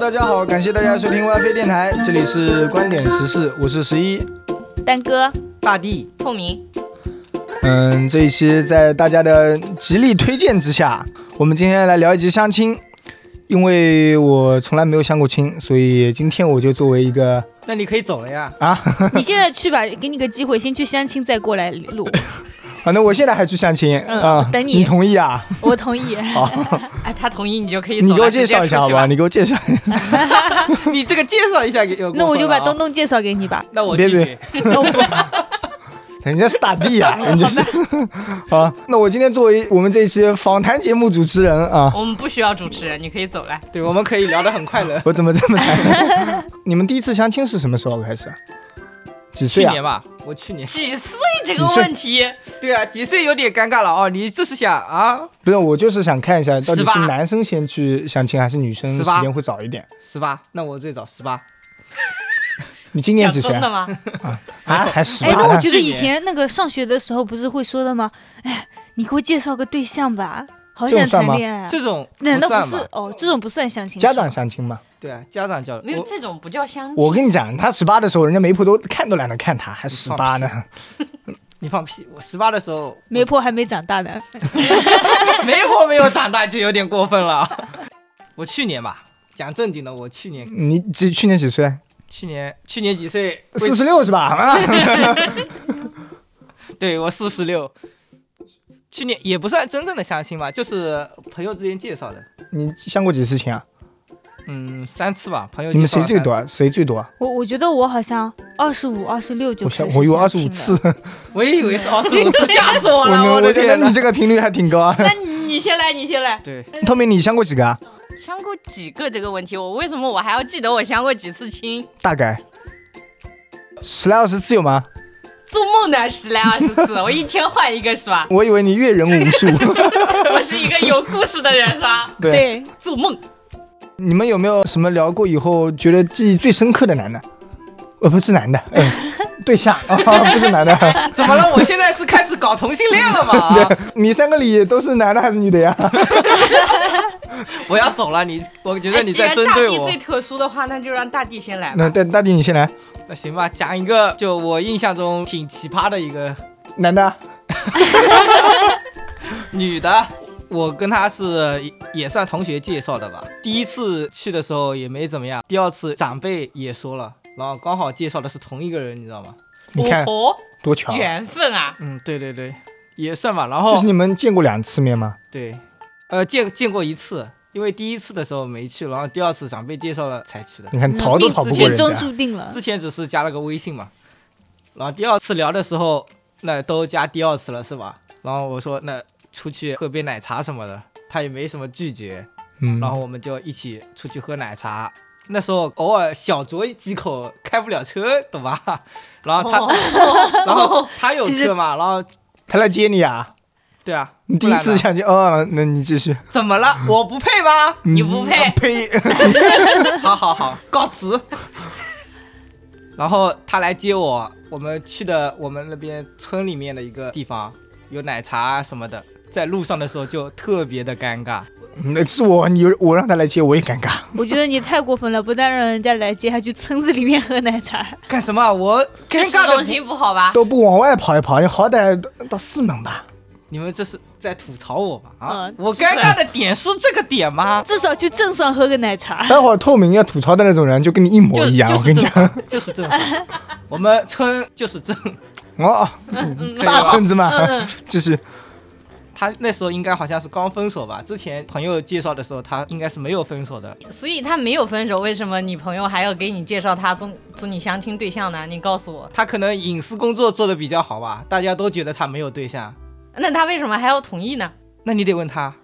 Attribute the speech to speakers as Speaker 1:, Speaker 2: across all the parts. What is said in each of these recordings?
Speaker 1: 大家好，感谢大家收听 WiFi 电台，这里是观点时事，我是十一。
Speaker 2: 丹哥，
Speaker 3: 大地，
Speaker 2: 透明，
Speaker 1: 嗯，这一期在大家的极力推荐之下，我们今天来聊一集相亲。因为我从来没有相过亲，所以今天我就作为一个
Speaker 3: 那你可以走了呀。
Speaker 2: 你现在去吧，给你个机会，先去相亲，再过来 录。
Speaker 1: 反啊正我现在还去相亲
Speaker 2: 嗯
Speaker 1: 啊、
Speaker 2: 等
Speaker 1: 你，
Speaker 2: 你
Speaker 1: 同意啊？
Speaker 2: 我 同意。
Speaker 3: 哎，他同意你就可以走了。
Speaker 1: 你给我介绍一下好吧？
Speaker 3: 吧？
Speaker 1: 你给我介绍一下，
Speaker 3: 你这个介绍一下给。有
Speaker 2: 那我就把
Speaker 3: 过分
Speaker 2: 东
Speaker 3: 了啊，
Speaker 2: 东介绍给你吧。
Speaker 3: 那我
Speaker 1: 别
Speaker 3: 拒绝
Speaker 1: 别。人家是打地啊，人家是啊。那我今天作为我们这一期访谈节目主持人啊，
Speaker 2: 我们不需要主持人，你可以走了。
Speaker 3: 对，我们可以聊得很快乐。
Speaker 1: 我怎么这么惨？你们第一次相亲是什么时候开 始啊？几岁
Speaker 3: 去
Speaker 1: 啊？
Speaker 3: 年吧，我去年。
Speaker 2: 几岁这
Speaker 1: 个
Speaker 2: 个
Speaker 1: 问
Speaker 2: 问题？
Speaker 3: 对啊，几岁有点尴尬了哦。你这是想啊，
Speaker 1: 不是，我就是想看一下，到底是
Speaker 3: 18
Speaker 1: 男生先去相亲，还是女生时
Speaker 3: 18
Speaker 1: 间会早一点？
Speaker 3: 十八？那我最早十八。
Speaker 1: 你今年
Speaker 2: 讲
Speaker 1: 几岁
Speaker 2: 真的
Speaker 1: 啊？
Speaker 2: 吗？
Speaker 1: 啊还十
Speaker 2: 哎，那我
Speaker 1: 八？
Speaker 2: 觉得以前那个上学的时候不是会说的吗？哎，你给我介绍个对象吧，好
Speaker 1: 这种
Speaker 2: 想
Speaker 1: 算
Speaker 2: 谈
Speaker 1: 吗
Speaker 2: 恋爱啊。
Speaker 3: 这种
Speaker 2: 难道不
Speaker 3: 算
Speaker 2: 是
Speaker 3: 吧？
Speaker 2: 哦？这种不算相亲。
Speaker 1: 家长相亲嘛。
Speaker 3: 对啊，家长教的。
Speaker 4: 没有
Speaker 3: 我
Speaker 4: 这种不叫相
Speaker 1: 我
Speaker 4: 亲，
Speaker 1: 跟你讲，他十八的时候，人家媒婆都看都懒得看他，还十八呢。
Speaker 3: 你放屁！我十八的时候
Speaker 2: 媒婆还没长大呢。
Speaker 3: 媒婆 没有长大就有点过分了。我去年吧，讲正经的，我去年
Speaker 1: 你几去年几岁？
Speaker 3: 去年去年几岁？为
Speaker 1: 四十六是吧？啊，
Speaker 3: 对我四十六。去年也不算真正的相亲吧，就是朋友之间介绍的，
Speaker 1: 你相过几次亲啊？
Speaker 3: 嗯，三次吧，朋友
Speaker 1: 你
Speaker 3: 介
Speaker 1: 们
Speaker 3: 绍
Speaker 1: 谁
Speaker 3: 了
Speaker 1: 最
Speaker 3: 三
Speaker 1: 多？啊？谁最多啊？
Speaker 2: 我我觉得我好像二十五、二十六就
Speaker 1: 我
Speaker 2: 开
Speaker 1: 相
Speaker 2: 始
Speaker 1: 我有二
Speaker 2: 相
Speaker 1: 十
Speaker 2: 亲
Speaker 1: 五
Speaker 2: 了
Speaker 1: 次，
Speaker 3: 我也以为是二十五 次，吓死我
Speaker 1: 我
Speaker 3: 了！
Speaker 1: 们
Speaker 3: 我
Speaker 1: 我
Speaker 3: 的
Speaker 1: 觉得
Speaker 3: 天呐
Speaker 1: 你！这个频率还挺高啊。
Speaker 4: 那你先来，你先来。
Speaker 3: 对，
Speaker 1: 透明，你相过几个啊？
Speaker 4: 相过几个这个问题，我为什么我还要记得我相过几次亲？
Speaker 1: 大概十来二十次有吗？
Speaker 4: 做梦呢，十来二十
Speaker 1: ？
Speaker 4: 次，我一天换一个是吧
Speaker 1: 我以为你阅人无 数。
Speaker 4: 我是一个有故事的人是吧？
Speaker 1: 对，
Speaker 2: 对，
Speaker 4: 做梦，
Speaker 1: 你们有没有什么聊过以后觉得记忆最深刻的男的？呃，不是男的，嗯对 象啊，不是男的。
Speaker 3: 怎么了？我现在是开始搞同性恋 了吗？
Speaker 1: 你三个里都是男的还是女的呀？
Speaker 3: 我要走了，你，我觉得你
Speaker 4: 哎既然
Speaker 3: 在针对
Speaker 4: 大地
Speaker 3: 我
Speaker 4: 最。特殊的话，那就让大地先来
Speaker 1: 那
Speaker 4: 吧。
Speaker 1: 大大弟你先来，
Speaker 3: 那行吧，讲一个就我印象中挺奇葩的一个
Speaker 1: 男的啊，
Speaker 3: 女的，我跟她是也算同学介绍的吧。第一次去的时候也没怎么样，第二次长辈也说了，然后刚好介绍的是同一个人，你知道吗？
Speaker 1: 你看
Speaker 4: 哦，
Speaker 1: 多巧啊，
Speaker 4: 缘分啊！
Speaker 3: 嗯，对对对，也算吧。然后
Speaker 1: 就是你们见过两次面吗？
Speaker 3: 对，呃，见见过一次，因为第一次的时候没去，然后第二次长辈介绍了才去的。
Speaker 1: 你看
Speaker 2: 嗯
Speaker 1: 逃都
Speaker 2: 命
Speaker 1: 逃不过
Speaker 2: 命
Speaker 1: 人
Speaker 2: 中
Speaker 1: 家。
Speaker 2: 注定了
Speaker 3: 之。前只是加了个微信嘛，然后第二次聊的时候，那都加第二次了是吧？然后我说那出去喝杯奶茶什么的，他也没什么拒绝，
Speaker 1: 嗯，
Speaker 3: 然后我们就一起出去喝奶茶。那时候偶尔小酌几口，开不了车，懂吧？ 然后他，
Speaker 1: 哦
Speaker 3: 然后他有
Speaker 2: 其实
Speaker 3: 车嘛，然后
Speaker 1: 他来接你啊？
Speaker 3: 对啊，
Speaker 1: 你第
Speaker 3: 不
Speaker 1: 一
Speaker 3: 然
Speaker 1: 次
Speaker 3: 呢
Speaker 1: 相亲，哦，那你继续。
Speaker 3: 怎么了？我不配吗？
Speaker 4: 你不配
Speaker 1: 嗯呸！
Speaker 3: 好好好，告辞。然后他来接我，我们去的我们那边村里面的一个地方，有奶茶什么的。在路上的时候就特别的尴尬，
Speaker 1: 那是我，你我让他来接，我也尴尬。
Speaker 2: 我觉得你太过分了，不但让人家来接，还去村子里面喝奶茶。
Speaker 3: 干什么啊？我尴
Speaker 4: 这市
Speaker 3: 尬
Speaker 4: 中
Speaker 3: 的不，
Speaker 4: 心不好吧？
Speaker 1: 都不往外跑一跑，你好歹到四门吧。
Speaker 3: 你们这是在吐槽我吧？啊
Speaker 2: 嗯，
Speaker 3: 我尴尬的点是这个点吗？
Speaker 2: 至少去镇上喝个奶 茶。
Speaker 1: 待会儿透明要吐槽的那种人，就跟你一模
Speaker 3: 就
Speaker 1: 一样。
Speaker 3: 就
Speaker 1: 我跟
Speaker 3: 是
Speaker 1: 你
Speaker 3: 正
Speaker 1: 讲，
Speaker 3: 常，就是正常。我们村就是正，
Speaker 1: 哦，
Speaker 3: 可以
Speaker 1: 大
Speaker 3: 吧
Speaker 1: 村子嘛，
Speaker 3: 嗯
Speaker 1: 继续。
Speaker 3: 他那时候应该好像是刚分手吧？之前朋友介绍的时候，他应该是没有分手的。
Speaker 4: 所以他没有分手，为什么你朋友还要给你介绍他做做你相亲对象呢？你告诉我，
Speaker 3: 他可能隐私工作做的比较好吧，大家都觉得他没有对象，
Speaker 4: 那他为什么还要同意呢？
Speaker 3: 那你得问他。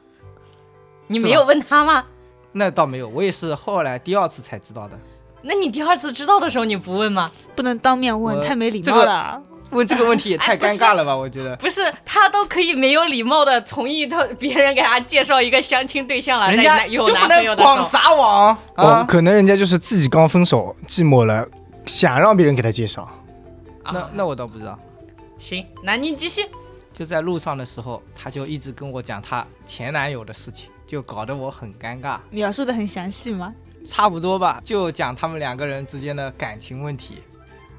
Speaker 4: 你
Speaker 3: 是
Speaker 4: 没
Speaker 3: 吧
Speaker 4: 有问他吗？
Speaker 3: 那倒没有，我也是后来第二次才知道的。
Speaker 4: 那你第二次知道的时候你不问吗？
Speaker 2: 不能当面问，
Speaker 3: 我
Speaker 2: 太没礼
Speaker 3: 这
Speaker 2: 貌
Speaker 3: 个
Speaker 2: 了。
Speaker 3: 问这个问题也太
Speaker 4: 哎不
Speaker 3: 尴
Speaker 4: 是
Speaker 3: 尬了 吧？我觉得
Speaker 4: 不是，他都可以没有礼貌的同意他别人给他介绍一个相亲对象了，
Speaker 3: 人
Speaker 4: 在
Speaker 3: 家
Speaker 4: 男
Speaker 3: 就
Speaker 4: 有
Speaker 3: 不
Speaker 4: 男朋友
Speaker 3: 能
Speaker 4: 的时
Speaker 3: 广
Speaker 4: 候，
Speaker 3: 撒网
Speaker 1: 哦，
Speaker 3: 啊！
Speaker 1: 可能人家就是自己刚分手，寂寞了，想让别人给他介绍。
Speaker 3: 那那我倒不知道。
Speaker 4: 啊行，那你继续。
Speaker 3: 就在路上的时候，她就一直跟我讲她前男友的事情，就搞得我很尴尬。
Speaker 2: 描述的很详细吗？
Speaker 3: 差不多吧，就讲他们两个人之间的感情问题。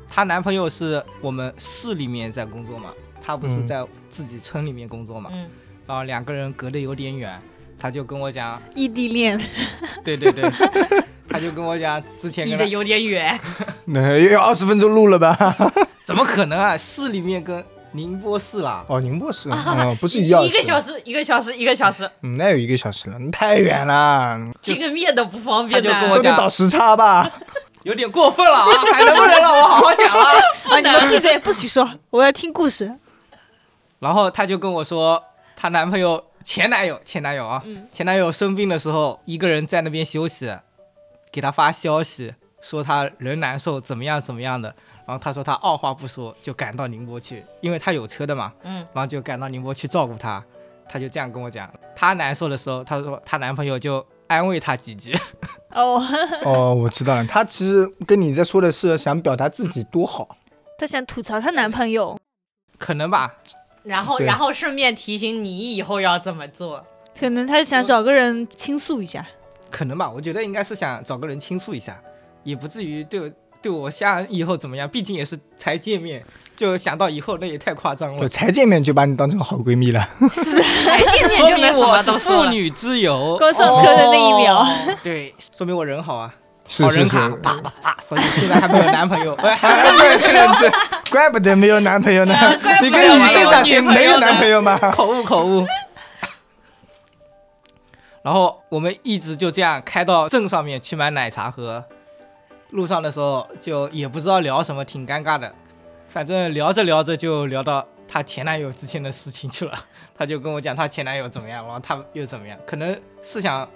Speaker 3: 她男朋友是我们市里面在工作嘛，她不是
Speaker 1: 嗯
Speaker 3: 在自己村里面工作嘛，
Speaker 4: 嗯，
Speaker 3: 然后两个人隔得有点远，她就跟我讲，
Speaker 2: 异地恋，
Speaker 3: 对对 对，她就跟我讲之前
Speaker 4: 离
Speaker 3: 跟
Speaker 4: 得
Speaker 3: 她
Speaker 4: 有点远，
Speaker 1: 那也有二十分钟录了吧？
Speaker 3: 怎么可能啊，市里面跟宁波市啊啦，
Speaker 1: 哦，宁波是，哦，不是
Speaker 4: 一
Speaker 1: 一样，
Speaker 4: 个小时，一个小时，一个小时，
Speaker 1: 嗯，那有一个小时了，那太远了，
Speaker 4: 见个面都不方便
Speaker 3: 他就跟我
Speaker 4: 的。
Speaker 1: 都能倒时差吧？
Speaker 3: 有点过分了啊，还能不能让我好好讲啊？
Speaker 2: 啊，你们闭嘴，不许说，我要听故事。
Speaker 3: 然后她就跟我说，她男朋友前男友前男友啊，前男友生病的时候，一个人在那边休息，给她发消息说她人难受，怎么样怎么样的。然后她说她二话不说就赶到宁波去，因为她有车的嘛，
Speaker 4: 嗯，
Speaker 3: 然后就赶到宁波去照顾她。她就这样跟我讲，她难受的时候，她说她男朋友就安慰她几句，
Speaker 2: 哦，
Speaker 1: 哦，我知道了，他其实跟你在说的是想表达自己多好，
Speaker 2: 她想吐槽她男朋友，
Speaker 3: 可能吧，
Speaker 4: 然后，
Speaker 1: 对
Speaker 4: 然后顺便提醒你以后要怎么做。
Speaker 2: 可能她想找个人倾诉一下。
Speaker 3: 可能吧，我觉得应该是想找个人倾诉一下，也不至于对我对我下以后怎么样，毕竟也是才见面，就想到以后那也太夸张
Speaker 1: 我
Speaker 3: 了。
Speaker 1: 才见面就把你当成好闺蜜了。
Speaker 2: 是的，
Speaker 4: 才见 面
Speaker 3: 说
Speaker 4: 就能
Speaker 3: 明
Speaker 4: 什
Speaker 3: 我
Speaker 4: 么
Speaker 3: 是
Speaker 4: 都
Speaker 3: 妇
Speaker 4: 说了。
Speaker 3: 女之友，
Speaker 2: 刚上车的那一秒，
Speaker 4: 哦
Speaker 3: 对，说明我人好啊，
Speaker 1: 是
Speaker 3: 好
Speaker 1: 是
Speaker 3: 人
Speaker 1: 是，
Speaker 3: 卡， 叭叭叭，所以现在还没有男朋友， 哎还没有
Speaker 1: 对对对，怪不得没有男朋友呢。 你跟女生上学没有男朋友吗？
Speaker 3: 口误口误。然后我们一直就这样开到镇上面去买奶茶喝，路上的时候就也不知道聊什么，挺尴尬的。反正聊着聊着就聊到她前男友之前的事情去了，她就跟我讲她前男友怎么样，然后她又怎么样，可能是想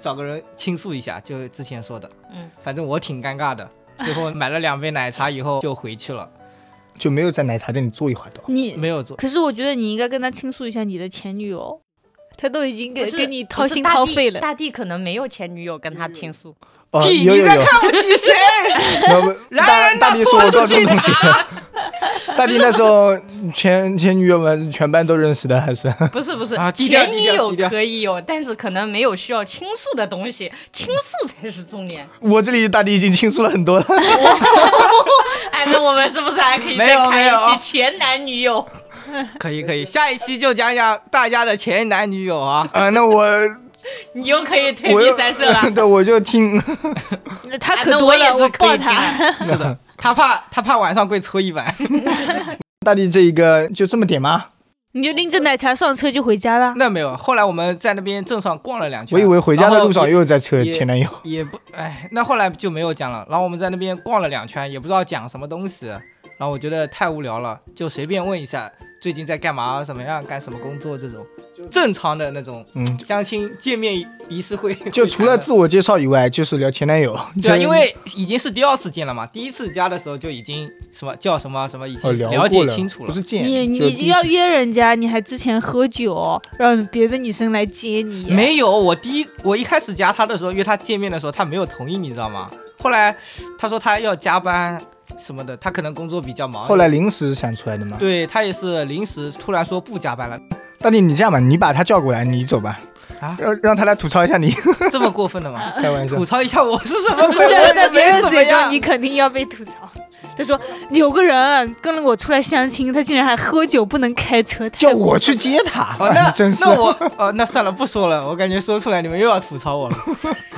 Speaker 3: 找个人倾诉一下，就之前说的。
Speaker 4: 嗯，
Speaker 3: 反正我挺尴尬的。最后买了两杯奶茶以后就回去了，
Speaker 1: 就没有在奶茶店里坐一会儿的。
Speaker 2: 你
Speaker 3: 没有做。
Speaker 2: 可是我觉得你应该跟他倾诉一下你的前女友，他都已经
Speaker 4: 不
Speaker 2: 跟
Speaker 4: 是
Speaker 2: 跟你掏心掏肺了。
Speaker 4: 大地可能没有前女友跟他倾 诉，
Speaker 1: 哦，
Speaker 3: 屁！
Speaker 1: 有
Speaker 3: 你
Speaker 1: 有
Speaker 3: 在
Speaker 1: 有，
Speaker 3: 看不起谁？
Speaker 1: 没有没有大大弟说我高中同学，大弟那时候前前女友们全班都认识的，还是
Speaker 4: 不是不是
Speaker 3: 啊，低调
Speaker 4: 前女
Speaker 3: 低调
Speaker 4: 友
Speaker 3: 低调
Speaker 4: 可以有，但是可能没有需要倾诉的东西，倾诉才是重点。
Speaker 1: 我这里大弟已经倾诉了很多了。
Speaker 4: 哎，那我们是不是还可以
Speaker 3: 没
Speaker 4: 再
Speaker 3: 有没
Speaker 4: 开
Speaker 3: 有
Speaker 4: 一期前男女友？
Speaker 3: 可以可以，下一期就讲讲大家的前男女友 啊。
Speaker 1: 啊，那我
Speaker 4: 你又可以退
Speaker 1: 我
Speaker 4: 避
Speaker 1: 又。
Speaker 4: 三舍 了
Speaker 1: 对，我就听
Speaker 2: 那他
Speaker 4: 哎
Speaker 2: 可
Speaker 4: 那
Speaker 2: 多
Speaker 4: 我也
Speaker 2: 了，
Speaker 4: 是可
Speaker 2: 抱
Speaker 4: 以听啊
Speaker 2: 他。
Speaker 4: 的。
Speaker 3: 是的，他怕他怕晚 上跪搓衣板。
Speaker 1: 大弟这一个就这么点吗？
Speaker 2: 你就拎着奶茶上车就回家了。
Speaker 3: 那没有，后来我们在那边镇上逛了两圈。
Speaker 1: 我以为回家的路上
Speaker 3: 然后
Speaker 1: 又在扯
Speaker 3: 也
Speaker 1: 前男友。
Speaker 3: 也也不哎，那后来就没有讲了。然后我们在那边逛了两圈，也不知道讲什么东西。然后我觉得太无聊了，就随便问一下最近在干嘛，怎么样，干什么工作这种正常的那种
Speaker 1: 嗯，
Speaker 3: 相亲见面仪式会。
Speaker 1: 就
Speaker 3: 会
Speaker 1: 除了
Speaker 3: 谈的
Speaker 1: 自我介绍以外，就是聊前男友。
Speaker 3: 对啊，
Speaker 1: 就
Speaker 3: 因为已经是第二次见了嘛，第一次加的时候就已经什么叫什么什么已
Speaker 1: 哦
Speaker 3: 经
Speaker 1: 聊过
Speaker 3: 解
Speaker 1: 了
Speaker 3: 清楚了。
Speaker 1: 不是见
Speaker 2: 你
Speaker 1: 就
Speaker 2: 你
Speaker 1: 第
Speaker 2: 就
Speaker 1: 一
Speaker 2: 要
Speaker 1: 次
Speaker 2: 约人家，你还之前喝酒，让别的女生来接你。，
Speaker 3: 没有，我第一我一开始加他的时候，约他见面的时候，他没有同意，你知道吗？后来他说他要加班什么的，他可能工作比较忙。
Speaker 1: 后来临时想出来的嘛。
Speaker 3: 对他也是临时突然说不加班了，
Speaker 1: 大弟，你这样吧，你把他叫过来，你走吧，
Speaker 3: 啊
Speaker 1: 让让他来吐槽一下 你。？
Speaker 3: 这么过分的吗
Speaker 1: 开玩笑
Speaker 3: 吐，槽一下 我是什么鬼？
Speaker 2: 在在
Speaker 3: 我
Speaker 2: 别人
Speaker 3: 怎么
Speaker 2: 嘴中，
Speaker 3: 样
Speaker 2: 你？肯定要被吐槽。他说有个人跟了我出来相亲，他竟然还喝酒，不能开车。太
Speaker 1: 叫
Speaker 2: 无
Speaker 1: 我去接他，
Speaker 3: 哦，那
Speaker 1: 真是
Speaker 3: 那我哦，那算了，不说了，我感觉说出来你们又要吐槽我 了。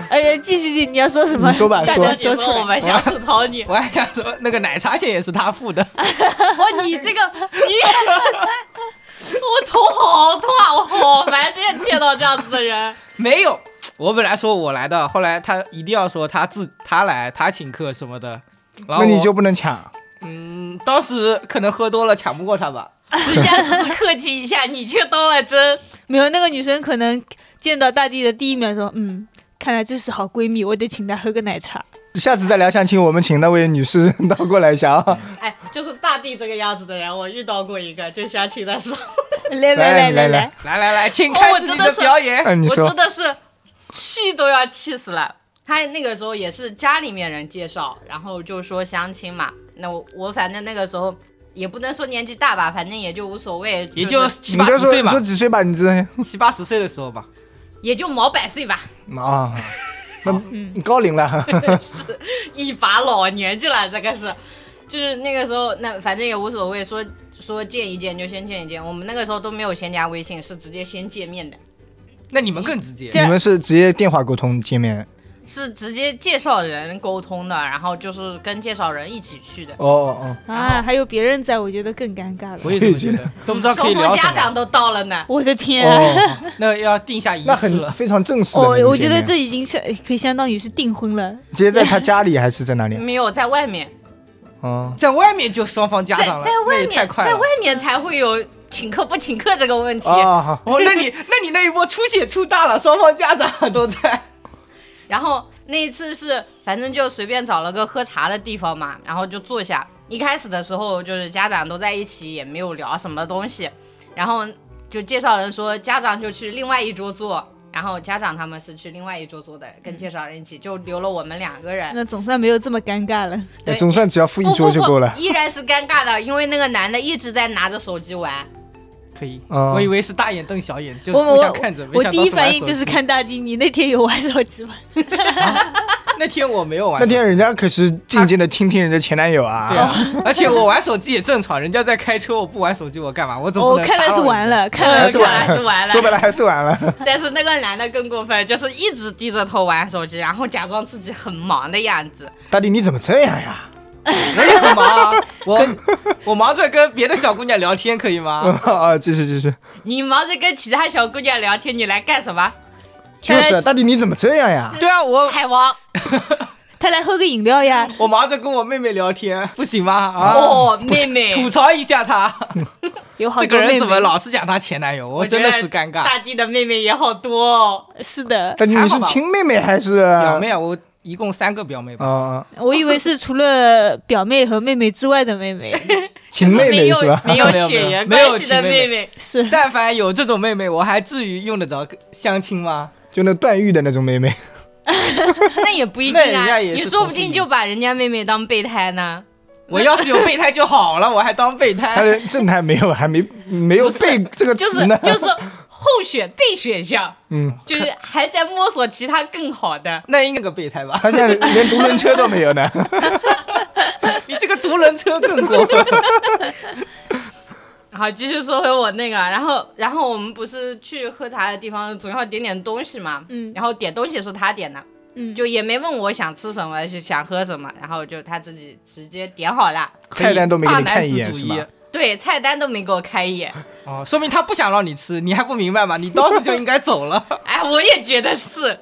Speaker 2: 哎呀，继续你要说什么？
Speaker 1: 你说吧
Speaker 2: 大
Speaker 1: 说
Speaker 2: 家
Speaker 4: 你
Speaker 2: 说
Speaker 4: 说
Speaker 2: 出
Speaker 4: 我
Speaker 2: 来。
Speaker 4: 们想吐 槽你，
Speaker 3: 我还想说那个奶茶钱也是他付的，
Speaker 4: 哇，你这个你， 我头好痛啊，我好烦，见见到这样子的人。
Speaker 3: 没有。我本来说我来的，后来他一定要说他自他来，他请客什么的。然后
Speaker 1: 那你
Speaker 3: 我
Speaker 1: 就不能抢。
Speaker 3: 嗯，当时可能喝多了抢不过他吧。
Speaker 4: 人家只是客气一下，你却当了真。
Speaker 2: 没有那个女生可能见到大地的第一秒说，嗯，看来这是好闺蜜，我得请她喝个奶茶。
Speaker 1: 下次再聊相亲，我们请那位女士到过来一下啊。
Speaker 4: 哎，就是大地这个样子的人，我遇到过一个，就相亲的时候，
Speaker 1: 来
Speaker 2: 来
Speaker 1: 来
Speaker 2: 来来
Speaker 1: 来
Speaker 2: 来，
Speaker 3: 来来来，请开始你的表演。
Speaker 1: 嗯， 你
Speaker 4: 我
Speaker 1: 说
Speaker 4: 真，的是气都要气死了。他那个时候也是家里面人介绍，然后就说相亲嘛。那我我反正那个时候也不能说年纪大吧，反正也就无所谓，
Speaker 3: 也
Speaker 4: 就
Speaker 3: 就是七
Speaker 1: 你
Speaker 3: 八
Speaker 1: 就
Speaker 3: 十
Speaker 1: 说
Speaker 3: 岁吧
Speaker 1: 说，几岁吧，你这啊
Speaker 3: 七八十岁的时候吧。
Speaker 4: 也就毛百岁吧。
Speaker 1: 啊，
Speaker 3: 好，嗯
Speaker 1: 你高龄 了，
Speaker 4: 一把老年纪了，这个是，就是那个时候，那反正也无所谓，说说见一见就先见一见。我们那个时候都没有先加微信，是直接先见面的，
Speaker 3: 那你们更直接
Speaker 2: 这，
Speaker 1: 你们是直接电话沟通见面？
Speaker 4: 是直接介绍人沟通的，然后就是跟介绍人一起去的。
Speaker 1: 哦哦
Speaker 2: 啊，还有别人在，我觉得更尴尬
Speaker 3: 我
Speaker 2: 了。
Speaker 3: 也这么觉得，都不知道可以
Speaker 4: 双
Speaker 3: 聊
Speaker 4: 方家
Speaker 3: 什
Speaker 4: 长
Speaker 3: 么。
Speaker 4: 都到了呢，
Speaker 2: 我的天、啊！
Speaker 1: 哦，
Speaker 3: 那要定下仪
Speaker 1: 那
Speaker 3: 式
Speaker 1: 很
Speaker 3: 了，
Speaker 1: 非常正式的那
Speaker 2: 哦
Speaker 1: 种见面。，
Speaker 2: 我觉得这已经是可以相当于是订婚了。
Speaker 1: 直接在他家里还是在
Speaker 3: 嗯
Speaker 1: 哪里？
Speaker 4: 没有在外面，
Speaker 1: 哦，
Speaker 3: 在外面就双方家
Speaker 4: 在
Speaker 3: 长了，
Speaker 4: 在
Speaker 3: 那
Speaker 4: 外
Speaker 3: 也太
Speaker 4: 面，
Speaker 3: 快
Speaker 4: 在
Speaker 3: 了
Speaker 4: 外。面才会有请客不请客这个问题。
Speaker 1: 哦，好，
Speaker 3: 哦，那你那你那一波出血出大了，双方家长都在。
Speaker 4: 然后那一次是，反正就随便找了个喝茶的地方嘛，然后就坐下。一开始的时候就是家长都在一起，也没有聊什么东西，然后就介绍人说家长就去另外一桌坐，然后家长他们是去另外一桌坐的，跟介绍人一起，就留了我们两个人。
Speaker 2: 那总算没有这么尴尬了。
Speaker 1: 那
Speaker 4: 对
Speaker 1: 总算只要付一
Speaker 4: 不
Speaker 1: 桌
Speaker 4: 不
Speaker 1: 就够
Speaker 4: 不
Speaker 1: 了，。
Speaker 4: 依然是尴尬的，因为那个男的一直在拿着手机 玩。
Speaker 3: 可以，
Speaker 1: 哦
Speaker 3: 我以为是大眼瞪小眼，就
Speaker 2: 我
Speaker 3: 互相
Speaker 2: 我
Speaker 3: 看着。没
Speaker 2: 我
Speaker 3: 想
Speaker 2: 第
Speaker 3: 到
Speaker 2: 一
Speaker 3: 玩
Speaker 2: 反应
Speaker 3: 手
Speaker 2: 就是
Speaker 3: 机
Speaker 2: 看大地，你那天有玩手机吗？
Speaker 3: 那天我没有玩
Speaker 1: 那
Speaker 3: 手机，
Speaker 1: 天人家可是静静的倾听人家前男友啊。
Speaker 3: 对啊， 而且我玩手机也正常，人家在开车，我不玩手机我干嘛？我总不
Speaker 2: 我
Speaker 3: 能
Speaker 2: 哦看来是玩 了，看来是
Speaker 4: 完
Speaker 2: 玩
Speaker 4: 了，
Speaker 1: 哎
Speaker 2: 了。
Speaker 4: 是完了。
Speaker 1: 说白了还是完 了。
Speaker 4: 但是那个男的更过分，就是一直低着头玩手机，然后假装自己很忙的样子。
Speaker 1: 大弟你怎么这样呀？
Speaker 3: 打扰人，我忙，我我忙着跟别的小姑娘聊天，可 以吗？
Speaker 1: 啊，继续继续，
Speaker 4: 你忙着跟其他小姑娘聊天，你来干什么？
Speaker 1: 就
Speaker 2: 看
Speaker 1: 是
Speaker 2: 来
Speaker 1: 啊大弟你怎么这样呀？
Speaker 3: 对啊，我
Speaker 4: 海王
Speaker 2: 他来喝个饮料呀。
Speaker 3: 我忙着跟我妹妹聊天，不行吗？啊，
Speaker 4: 哦，妹妹，
Speaker 3: 吐槽一下她，
Speaker 2: 有好
Speaker 3: 这
Speaker 2: 多
Speaker 3: 个人怎么
Speaker 2: 妹妹
Speaker 3: 老是讲她前男友？我
Speaker 4: 我觉
Speaker 3: 真
Speaker 4: 得
Speaker 3: 的是尴尬。
Speaker 4: 大地的妹妹也好多哦，
Speaker 2: 是的，
Speaker 1: 大弟你是
Speaker 3: 还好吧
Speaker 1: 亲妹妹还是
Speaker 3: 表？妹啊，我一共三个表妹吧，
Speaker 1: 啊，
Speaker 2: 我以为是除了表妹和妹妹之外的妹 妹，
Speaker 1: 亲妹
Speaker 4: 没
Speaker 1: 妹
Speaker 4: 有
Speaker 1: 是吧？
Speaker 4: 没有血缘
Speaker 3: 没有没有
Speaker 4: 关系的
Speaker 3: 亲妹
Speaker 4: 妹，
Speaker 2: 是
Speaker 3: 但凡有这种妹妹，我还至于用得着相亲吗？
Speaker 1: 就那段誉的那种妹妹。
Speaker 4: 那也不一定
Speaker 3: 那人
Speaker 4: 啊，
Speaker 3: 家也是
Speaker 4: 你说不
Speaker 3: 同
Speaker 4: 定
Speaker 3: 性
Speaker 4: 就把人家妹妹当备胎 呢。
Speaker 3: 我要是有备胎就好了，我还当备
Speaker 1: 他
Speaker 3: 胎。
Speaker 1: 的正太没有，还没没有
Speaker 4: 不是
Speaker 1: 背这个
Speaker 4: 就是
Speaker 1: 词呢。
Speaker 4: 就是候选备选项，
Speaker 1: 嗯，
Speaker 4: 就是还在摸索其他更好的。
Speaker 3: 那应该个备胎吧？
Speaker 1: 他现在连独轮车都没有呢。
Speaker 3: 你这个独轮车更过分。
Speaker 4: 好，继续啊说回我那个，然后然后我们不是去喝茶的地方总要点点东西嘛，
Speaker 2: 嗯
Speaker 4: 然后点东西是他点的，
Speaker 2: 嗯
Speaker 4: 就也没问我想吃什么，是想喝什么，然后就他自己直接点好了，
Speaker 1: 菜单都没给你看一眼
Speaker 3: 大男子
Speaker 1: 是
Speaker 3: 主义
Speaker 1: 吗？
Speaker 4: 对，菜单都没给我开一眼，
Speaker 3: 哦，说明他不想让你吃，你还不明白吗？你当时就应该 走了。
Speaker 4: 哎，我也觉得是。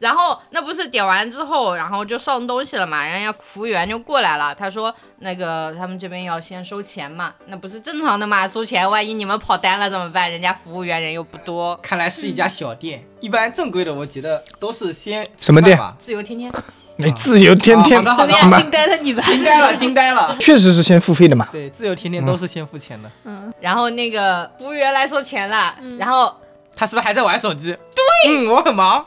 Speaker 4: 然后那不是点完之后，然后就上东西了嘛，人家服务员就过来了，他说那个他们这边要先收钱嘛，那不是正常的嘛，收钱，万一你们跑单了怎么办？人家服务员人又不多，
Speaker 3: 看来是一家小店，一般正规的我觉得都是先
Speaker 1: 什么店
Speaker 3: 吃饭吧
Speaker 4: 自由天天。
Speaker 1: 你哎自由天天
Speaker 3: 啊好
Speaker 2: 怎
Speaker 3: 的
Speaker 2: 么
Speaker 1: 什
Speaker 2: 样？
Speaker 1: 么
Speaker 2: 惊呆了你吧？
Speaker 3: 惊呆了，惊呆了。
Speaker 1: 确实是先付费的嘛。
Speaker 3: 对，自由天天都是先付钱的。
Speaker 1: 嗯
Speaker 4: 然后那个服务员来收钱了，然后
Speaker 3: 他是不是还在玩手机？对，嗯，我很忙。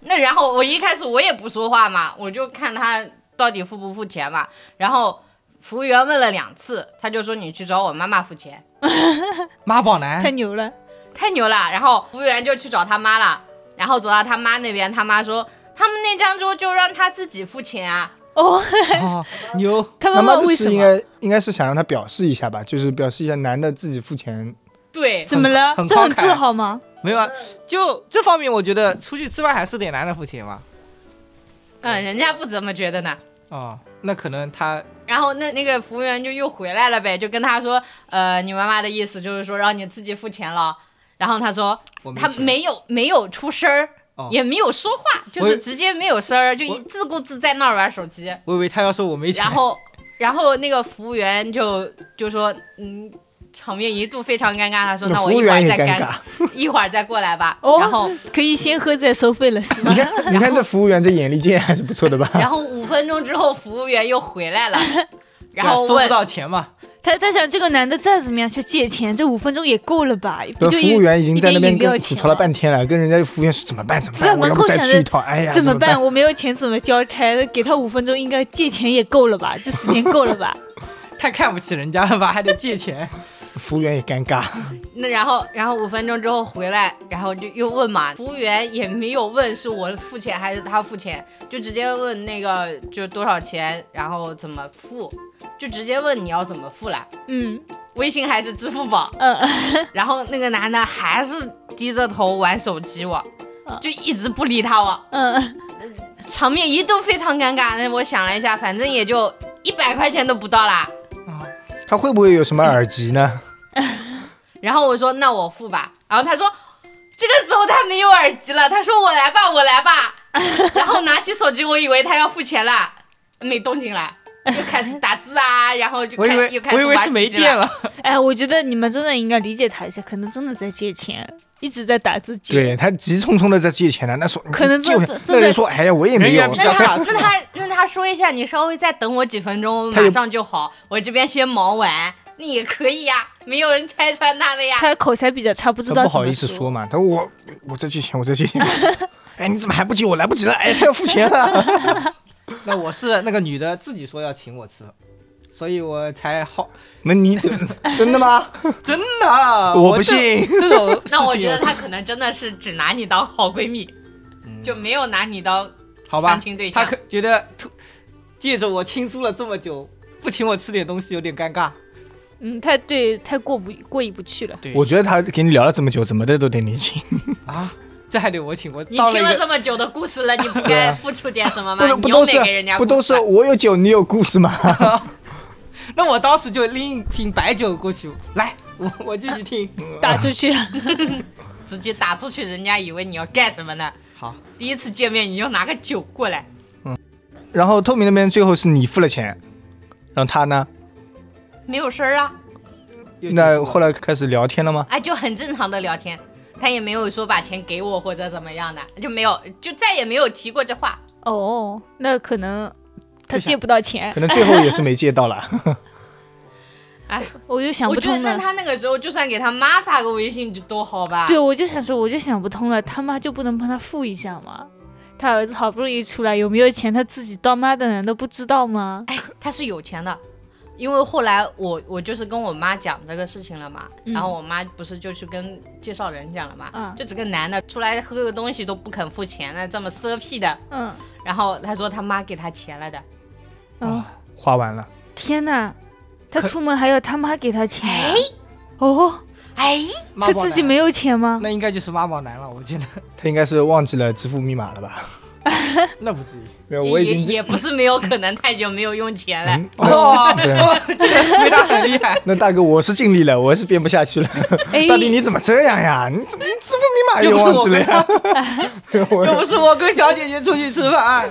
Speaker 4: 那然后我一开始我也不说话嘛，我就看他到底付不付钱嘛。然后服务员问了两次，他就说你去找我妈妈付钱，
Speaker 3: 妈宝
Speaker 2: 太
Speaker 3: 男，
Speaker 2: 牛了！
Speaker 4: 太牛了。然后服务员就去找他妈了，然后走到他妈那边，他妈说他们那张桌就让他自己付钱啊。
Speaker 2: 哦，
Speaker 3: 哦，牛。
Speaker 2: 他
Speaker 1: 妈
Speaker 2: 妈
Speaker 1: 这
Speaker 2: 为
Speaker 1: 次
Speaker 2: 什
Speaker 1: 应
Speaker 2: 么？
Speaker 1: 该应该是想让他表示一下吧，就是表示一下男的自己付钱。
Speaker 4: 对，
Speaker 2: 怎么了
Speaker 3: 很？
Speaker 2: 这
Speaker 3: 很
Speaker 2: 很
Speaker 3: 慷慨
Speaker 2: 自豪吗？
Speaker 3: 没有啊，就这方面，我觉得出去吃饭还是得男的付钱嘛。
Speaker 4: 嗯，人家不怎么觉得呢。
Speaker 3: 哦，那可能他
Speaker 4: 然后那那个服务员就又回来了呗，就跟他说，呃，你妈妈的意思就是说让你自己付钱了。然后他说
Speaker 3: 我没
Speaker 4: 他
Speaker 3: 钱
Speaker 4: 没有没有出声儿
Speaker 3: 哦，
Speaker 4: 也没有说话，就
Speaker 3: 我
Speaker 4: 是直接没有声儿，就一
Speaker 3: 我
Speaker 4: 自顾自在那儿玩手机。
Speaker 3: 我以为他要说我没钱
Speaker 4: 然，后然后那个服务员就就说，嗯，场面一度非常尴尬。他说那
Speaker 1: 服
Speaker 4: 我一
Speaker 1: 务
Speaker 4: 会
Speaker 1: 员
Speaker 4: 儿
Speaker 1: 也
Speaker 4: 再
Speaker 1: 尴
Speaker 4: 干，
Speaker 1: 尬。
Speaker 4: 一会儿再过来吧。
Speaker 2: 哦
Speaker 4: 然后
Speaker 2: 可以先喝再收费了是吗
Speaker 1: 你？看，你看这服务员这眼力见还是不错的吧？
Speaker 4: 然后五分钟之后，服务员又回来 了，
Speaker 3: 对啊
Speaker 4: 然后
Speaker 3: 收
Speaker 4: 问
Speaker 3: 不到钱嘛。
Speaker 2: 他他想这个男的再怎么样去借钱，这五分钟也够了吧？不
Speaker 1: 这
Speaker 2: 就
Speaker 1: 服务员已经在那边
Speaker 2: 一点饮料
Speaker 1: 跟吐
Speaker 2: 钱
Speaker 1: 槽了半天了，跟人家服务员说怎么办怎么
Speaker 2: 在
Speaker 1: 办，我
Speaker 2: 门
Speaker 1: 要不
Speaker 2: 口
Speaker 1: 再
Speaker 2: 想
Speaker 1: 去
Speaker 2: 着
Speaker 1: 一趟，哎呀
Speaker 2: 怎么
Speaker 1: 么办
Speaker 2: 办？？我没有钱怎么交差？给他五分钟，应该 借钱也够了吧？这时间够了吧？
Speaker 3: 太看不起人家了吧，还得借钱。
Speaker 1: 服务员也尴尬。
Speaker 4: 那然后，然后五分钟之后回来，然后就又问嘛，服务员也没有问是我付钱还是他付钱，就直接问那个就多少钱，然后怎么付，就直接问你要怎么付了，
Speaker 2: 嗯
Speaker 4: 微信还是支付宝？
Speaker 2: 嗯，
Speaker 4: 然后那个男的还是低着头玩手机我
Speaker 2: 嗯，
Speaker 4: 就一直不理他我，
Speaker 2: 嗯，
Speaker 4: 场面一度非常尴尬。那我想了一下，反正也就一百块钱都不到啦。
Speaker 1: 他会不会有什么耳机呢？
Speaker 4: 然后我说那我付吧，然后他说这个时候他没有耳机了，他说我来吧，我来 吧，然后拿起手机，我以为他要付钱了，没动静了，又开始打字啊，然后就
Speaker 3: 我以
Speaker 4: 开
Speaker 3: 为
Speaker 4: 又开
Speaker 3: 我
Speaker 4: 始
Speaker 3: 以为
Speaker 4: 玩
Speaker 3: 是没
Speaker 4: 手机
Speaker 3: 电
Speaker 4: 了，
Speaker 3: 了，
Speaker 2: 哎，我觉得你们真的应该理解他一下，可能真的在借钱，一直在打字借。
Speaker 1: 对他急匆匆的在借钱了，那说
Speaker 2: 可能这
Speaker 1: 借我
Speaker 2: 这这
Speaker 1: 那人说，哎呀，我也没
Speaker 3: 人
Speaker 1: 有
Speaker 3: 员比。较
Speaker 4: 那他
Speaker 3: 差。
Speaker 4: 那他那他说一下，你稍微再等我几分钟，我
Speaker 1: 他也
Speaker 4: 马上就好，我这边先忙完，那也可以呀、没有人拆穿他的呀。
Speaker 2: 他口才比较差，不知
Speaker 1: 他
Speaker 2: 道
Speaker 1: 不
Speaker 2: 怎
Speaker 1: 好
Speaker 2: 么
Speaker 1: 意思说嘛，他说我我在借钱，我在借 钱。哎，你怎么还不借我？来不及了，哎，他要付钱了。
Speaker 3: 那我是那个女的自己说要请我吃，所以我才好。
Speaker 1: 那你真的吗？
Speaker 3: 真的，
Speaker 1: 我不
Speaker 3: 这
Speaker 1: 信
Speaker 3: 这种事情。
Speaker 4: 那我觉得他可能真的是只拿你当好闺蜜，
Speaker 1: 嗯
Speaker 4: 就没有拿你当
Speaker 3: 好吧
Speaker 4: 相亲对，
Speaker 3: 他
Speaker 4: 象
Speaker 3: 可觉得突借着我倾诉了这么久，不请我吃点东西有点尴尬。
Speaker 2: 嗯，太对，太过不过意不去了。
Speaker 3: 对
Speaker 1: 我觉得他给你聊了这么久，怎么的都得你请，
Speaker 3: 啊，这还得我请，我
Speaker 4: 你
Speaker 3: 到了
Speaker 4: 听
Speaker 3: 一
Speaker 4: 了
Speaker 3: 个
Speaker 4: 这么久的故事了，你不该付出点什么吗？
Speaker 1: 啊不
Speaker 4: 你
Speaker 1: 不
Speaker 4: 又
Speaker 1: 都
Speaker 4: 没
Speaker 1: 是
Speaker 4: 给人家
Speaker 1: 不
Speaker 4: 故
Speaker 1: 都
Speaker 4: 事
Speaker 1: 是我有酒你有故事吗？
Speaker 3: 那我当时就拎一瓶白酒过去，来，我 我继续听。
Speaker 2: 打出去，
Speaker 4: 直接打出去，人家以为你要干什么呢？
Speaker 3: 好，
Speaker 4: 第一次见面你就拿个酒过来，
Speaker 1: 然后透明那边最后是你付了钱，然后他呢？
Speaker 4: 没有声儿啊，
Speaker 3: 又结束
Speaker 1: 那
Speaker 3: 了
Speaker 1: 后来开始聊天了吗？
Speaker 4: 哎，就很正常的聊天，他也没有说把钱给我或者怎么样的，就没有，就再也没有提过这话。
Speaker 2: 哦，那可能他
Speaker 3: 就想
Speaker 2: 借不到钱
Speaker 1: 可，能最后也是没借到了。
Speaker 4: 哎，
Speaker 2: 我就想
Speaker 4: 我
Speaker 2: 不
Speaker 4: 觉得
Speaker 2: 通
Speaker 4: 那
Speaker 2: 了。
Speaker 4: 他那个时候就算给他妈发个微信就多好吧？
Speaker 2: 对，我就想说，我就想不通了，他妈就不能帮他付一下吗？他儿子好不容易出来，有没有钱他自己当妈的难道不知道吗？
Speaker 4: 他是有钱的，因为后来我我就是跟我妈讲这个事情了嘛，然后我妈不是就去跟介绍人讲了嘛，
Speaker 2: 嗯
Speaker 4: 就这个男的出来喝个东西都不肯付钱了，这么色屁的，
Speaker 2: 嗯，
Speaker 4: 然后他说他妈给他钱了的，
Speaker 2: 哦，
Speaker 1: 花完了，
Speaker 2: 天哪，他出门还要他妈给他钱啊、哦，
Speaker 4: 哎，
Speaker 3: 妈
Speaker 2: 他
Speaker 3: 宝
Speaker 2: 自己
Speaker 3: 男
Speaker 2: 没有钱吗？
Speaker 3: 那应该就是妈宝男了，我觉得
Speaker 1: 他应该是忘记了支付密码了吧？
Speaker 3: 那不至于。
Speaker 1: 没有，我已
Speaker 4: 也哦
Speaker 1: 经
Speaker 4: 也不是没有可能，太久没有用钱了，
Speaker 1: 嗯，
Speaker 3: 哇，
Speaker 1: 对
Speaker 3: 这个回答很厉害。
Speaker 1: 那大哥我是尽力了，我是编不下去了。
Speaker 2: 哎，
Speaker 1: 大弟你怎么这样呀？你怎么支付 密码
Speaker 3: 又不是
Speaker 1: 忘
Speaker 3: 我
Speaker 1: 记了
Speaker 3: 跟
Speaker 1: 呀
Speaker 3: 他？，又
Speaker 1: 我
Speaker 3: 不是我跟小姐姐出去吃饭，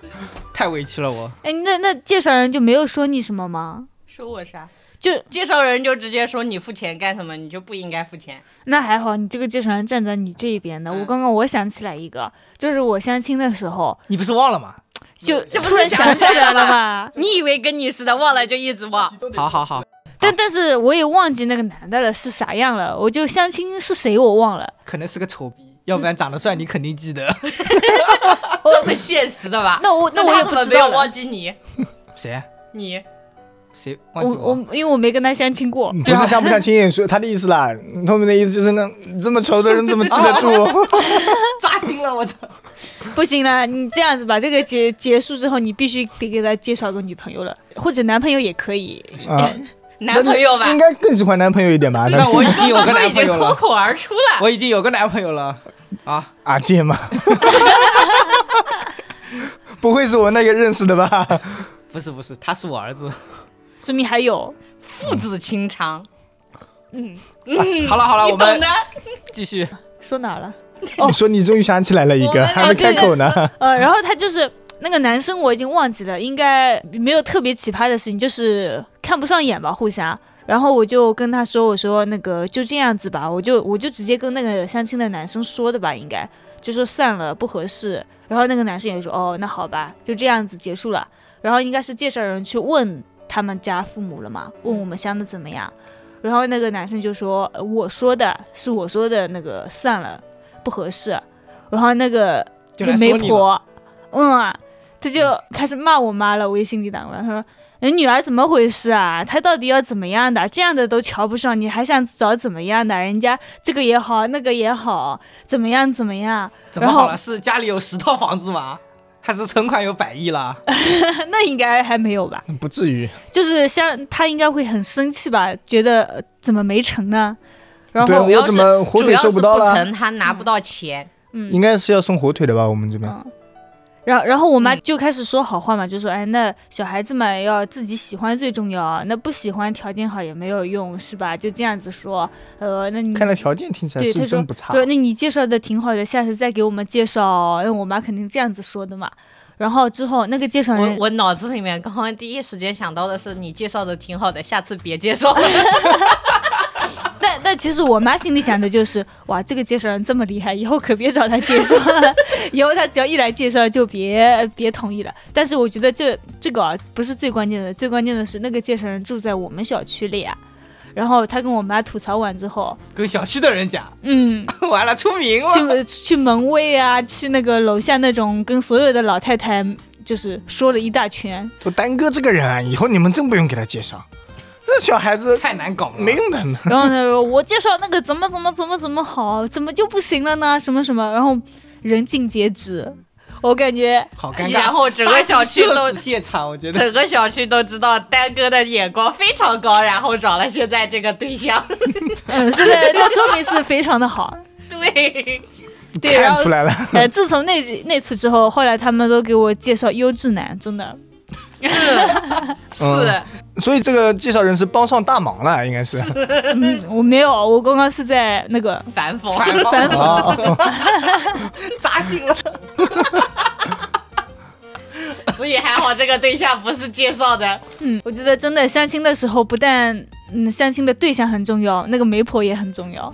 Speaker 3: 太委屈了我。
Speaker 2: 哎，那那介绍人就没有说你什么吗？
Speaker 4: 说我啥？
Speaker 2: 就
Speaker 4: 介绍人就直接说你付钱干什么，你就不应该付钱。
Speaker 2: 那还好，你这个介绍人站在你这一边的。我
Speaker 4: 嗯
Speaker 2: 刚刚我想起来一个，就是我相亲的时候，
Speaker 3: 你不是忘了吗？
Speaker 2: 就
Speaker 4: 这不
Speaker 2: 突
Speaker 4: 是
Speaker 2: 然
Speaker 4: 嗯想
Speaker 2: 想
Speaker 4: 起
Speaker 2: 起
Speaker 4: 来
Speaker 2: 来
Speaker 4: 了
Speaker 2: 了嘛。
Speaker 4: 你以为跟你似的，忘了就一直忘。
Speaker 3: 好好好，
Speaker 2: 但但是我也忘记那个男的了是啥样了，我就相亲是谁我忘了。
Speaker 3: 可能是个丑逼，要不然长得帅你肯定记得。
Speaker 2: 哦
Speaker 4: 这么现实的吧？
Speaker 2: 那 我那我也
Speaker 4: 啊他
Speaker 2: 不
Speaker 4: 怎么
Speaker 2: 知
Speaker 4: 没有
Speaker 2: 道了
Speaker 4: 忘记你，
Speaker 3: 谁？
Speaker 4: 你
Speaker 3: 谁
Speaker 2: 我
Speaker 3: 忘记嗯
Speaker 2: 我因为我没跟他相亲过，
Speaker 4: 啊
Speaker 1: 不是相不相亲也是他的意思啦，后面的意思就是那这么丑的人怎么记得 住？
Speaker 3: 扎心了，我操！
Speaker 2: 不行啦，你这样子吧，这个结结束之后，你必须得给他介绍个女朋友了，或者男朋友也可以。
Speaker 1: 啊，
Speaker 4: 男朋友吧
Speaker 1: 应？该更喜欢男朋友一点吧？
Speaker 3: 那我已经有个
Speaker 4: 都
Speaker 3: 男
Speaker 4: 已
Speaker 3: 朋
Speaker 4: 经
Speaker 3: 友
Speaker 4: 脱
Speaker 3: 了，
Speaker 4: 口而出了。
Speaker 3: 我已经有个男朋友了啊！
Speaker 1: 阿健嘛， 不会是我那个认识的吧？
Speaker 3: 不是不是，他是我儿子。
Speaker 2: 说明还有，
Speaker 4: 父子情长，
Speaker 3: 好了好了，我
Speaker 4: 你懂
Speaker 3: 们
Speaker 4: 的。
Speaker 3: 继续。
Speaker 2: 说哪儿了？
Speaker 1: 你说你终于想起来了一
Speaker 4: 哦我
Speaker 1: 个，
Speaker 4: 们
Speaker 1: 还没开口呢。
Speaker 2: 呃，然后他就是那个男生，我已经忘记了，应该没有特别奇葩的事情，就是看不上眼吧，互相。然后我就跟他说，我说那个就这样子吧，我就我就直接跟那个相亲的男生说的吧，应该就说算了，不合适。然后那个男生也说，哦，那好吧，就这样子结束了。然后应该是介绍人去问他们家父母了嘛，问我们相的怎么样。然后那个男生就说，呃我说的是我说的那个算了，不合适。然后那个
Speaker 3: 来
Speaker 2: 媒
Speaker 3: 说你吧。嗯
Speaker 2: 婆，嗯啊，他就开始骂我妈了，微信里打过来，他说人女儿怎么回事啊？她到底要怎么样的？这样的都瞧不上你，还想找怎么样的？人家这个也好，那个也好，怎么样怎么样？
Speaker 3: 怎么
Speaker 2: 然
Speaker 3: 好
Speaker 2: 后
Speaker 3: 了？是家里有十套房子吗？还是存款有百亿了？
Speaker 2: 那应该还没有吧？
Speaker 1: 不至于。
Speaker 2: 就是像她应该会很生气吧？觉得呃怎么没成呢？然
Speaker 3: 啊
Speaker 1: 对啊
Speaker 2: 后
Speaker 1: 我怎么火
Speaker 4: 主
Speaker 1: 腿
Speaker 4: 要
Speaker 1: 收
Speaker 4: 是
Speaker 1: 不到了？
Speaker 4: 成，嗯他拿不到钱。
Speaker 1: 应该是要送火腿的吧？我们这边。
Speaker 2: 嗯，然然后我
Speaker 1: 嗯
Speaker 2: 妈就开始说好话嘛，就说哎，那小孩子嘛要自己喜欢最重要啊，那不喜欢条件好也没有用，是吧？就这样子说，呃，那你
Speaker 1: 看来条件听起来
Speaker 2: 对
Speaker 1: 是
Speaker 2: 她说
Speaker 1: 真不差。
Speaker 2: 对，那你介绍的挺好的，下次再给我们介绍哦。那我妈肯定这样子说的嘛。然后之后那个介绍
Speaker 4: 我
Speaker 2: 人，
Speaker 4: 我脑子里面刚刚第一时间想到的是，你介绍的挺好的，下次别介绍了。
Speaker 2: 但但其实我妈心里想的就是，哇，这个介绍人这么厉害，以后可别找他介绍了， 以后他只要一来介绍就别别同意了。但是我觉得这这个啊不是最关键的，最关键的是那个介绍人住在我们小区里啊。然后他跟我妈吐槽完之后，
Speaker 3: 跟小区的人讲，
Speaker 2: 嗯，
Speaker 3: 完了出名了。
Speaker 2: 去去门卫啊，去那个楼下那种跟所有的老太太就是说了一大圈，
Speaker 1: 说丹哥这个人啊，以后你们真不用给他介绍，这小孩子
Speaker 3: 太难搞了，
Speaker 1: 没用的呢。
Speaker 2: 然后呢，说我介绍那个怎么怎么怎么怎么好，怎么就不行了呢？什么什么，然后人尽皆知。我感觉
Speaker 3: 好尴尬。
Speaker 4: 然后整个小区都
Speaker 3: 大型社死现场，我觉得
Speaker 4: 整个小区都知道丹哥的眼光非常高，然后找了现在这个对象。
Speaker 2: 嗯，是的，那说明是非常的好。
Speaker 4: 对，
Speaker 2: 对，然
Speaker 1: 看
Speaker 2: 后
Speaker 1: 出来了，
Speaker 2: 呃，自从那那次之后，后来他们都给我介绍优质男，真的
Speaker 4: 是
Speaker 1: 所以这个介绍人是帮上大忙了，应该是。
Speaker 2: 嗯，我没有，我刚刚是在那个
Speaker 4: 反讽。
Speaker 3: 反方
Speaker 2: 反
Speaker 1: 啊，
Speaker 3: 扎心了。
Speaker 4: 所以还好这个对象不是介绍的。
Speaker 2: 嗯，我觉得真的相亲的时候，不但嗯相亲的对象很重要，那个媒婆也很重要。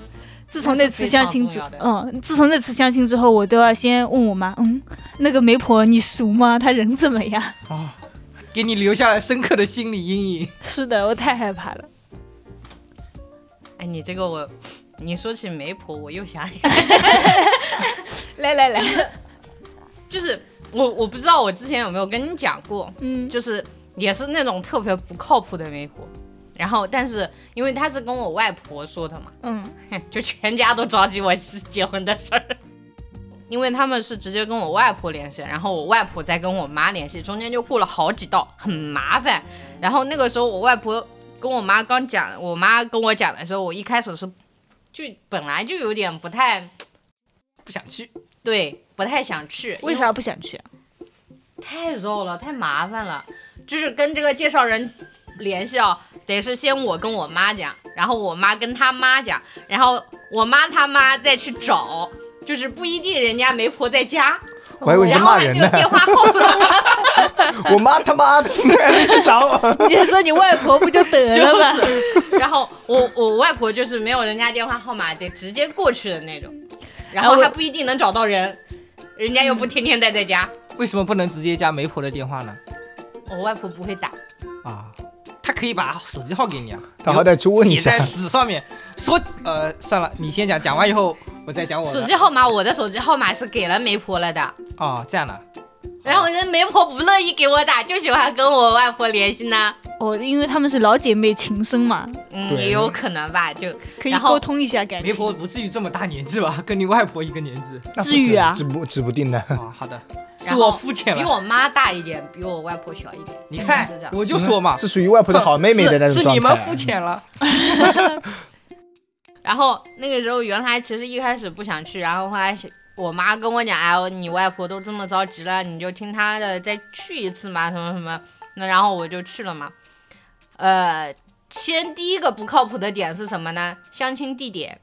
Speaker 2: 自从那次相亲之
Speaker 4: 那是非，常
Speaker 2: 嗯，自从那次相亲之后，我都要先问我妈，嗯，那个媒婆你熟吗？她人怎么样？
Speaker 3: 给你留下了深刻的心理阴影。
Speaker 2: 是的，我太害怕了。
Speaker 4: 哎，你这个我，你说起媒婆，我又想起
Speaker 2: 来来来，
Speaker 4: 就是我我不知道我之前有没有跟你讲过，
Speaker 2: 嗯
Speaker 4: 就是也是那种特别不靠谱的媒婆。然后，但是因为他是跟我外婆说的嘛，
Speaker 2: 嗯
Speaker 4: 就全家都着急我结婚的事儿，因为他们是直接跟我外婆联系，然后我外婆再跟我妈联系，中间就过了好几道，很麻烦。然后那个时候我外婆跟我妈刚讲，我妈跟我讲的时候，我一开始是就本来就有点不太
Speaker 3: 不想去，
Speaker 4: 对，不太想去，
Speaker 2: 为啥不想去？啊
Speaker 4: 太肉了，太麻烦了。就是跟这个介绍人联系啊，得是先我跟我妈讲，然后我妈跟她妈讲，然后我妈她妈再去找，就是不一定人家媒婆在家，
Speaker 1: 我还以为你
Speaker 4: 然后
Speaker 1: 骂
Speaker 4: 还
Speaker 1: 人
Speaker 4: 没有
Speaker 1: 呢。
Speaker 4: 电话号码，
Speaker 1: 我妈他妈的去找我。
Speaker 2: 你就说你外婆不就得了吗？
Speaker 4: 然后我我外婆就是没有人家电话号码，得直接过去的那种，然
Speaker 2: 哎
Speaker 4: 后
Speaker 2: 我
Speaker 4: 还不一定能找到人，人家又不天天待在家，
Speaker 3: 为什么不能直接加媒婆的电话呢？
Speaker 4: 我外婆不会打，
Speaker 3: 啊，他可以把手机号给你啊，
Speaker 1: 他好歹去问一下
Speaker 3: 写在纸上面说，呃，算了，你先讲，讲完以后我再讲我的。
Speaker 4: 手机号码我的手机号码是给了媒婆了的。
Speaker 3: 哦，这样的，
Speaker 4: 然后人媒婆不乐意给我打，就喜欢跟我外婆联系呢。
Speaker 2: 哦，因为他们是老姐妹情深嘛，
Speaker 4: 嗯，
Speaker 1: 对
Speaker 4: 也有可能吧， 就
Speaker 2: 可以
Speaker 4: 然后
Speaker 2: 沟通一下感
Speaker 3: 媒
Speaker 2: 情。
Speaker 3: 婆不至于这么大年纪吧？跟你外婆一个年 纪。
Speaker 2: 至于啊
Speaker 1: 指不指不定的。
Speaker 3: 啊，好的，是
Speaker 4: 然后
Speaker 3: 我肤浅
Speaker 4: 比
Speaker 3: 了。
Speaker 4: 我妈大一点，比我外婆小一点。
Speaker 3: 你看
Speaker 4: 是这，样
Speaker 3: 我就说嘛，
Speaker 1: 是属于外婆的好妹妹的那种
Speaker 3: 是
Speaker 1: 状态。
Speaker 3: 你们肤浅了。
Speaker 4: 然后那个时候，原来其实一开始不想去，然后后来我妈跟我讲，哎呦，你外婆都这么着急了，你就听她的，再去一次嘛，什么什么。那然后我就去了嘛。呃，先第一个不靠谱的点是什么呢？相亲地点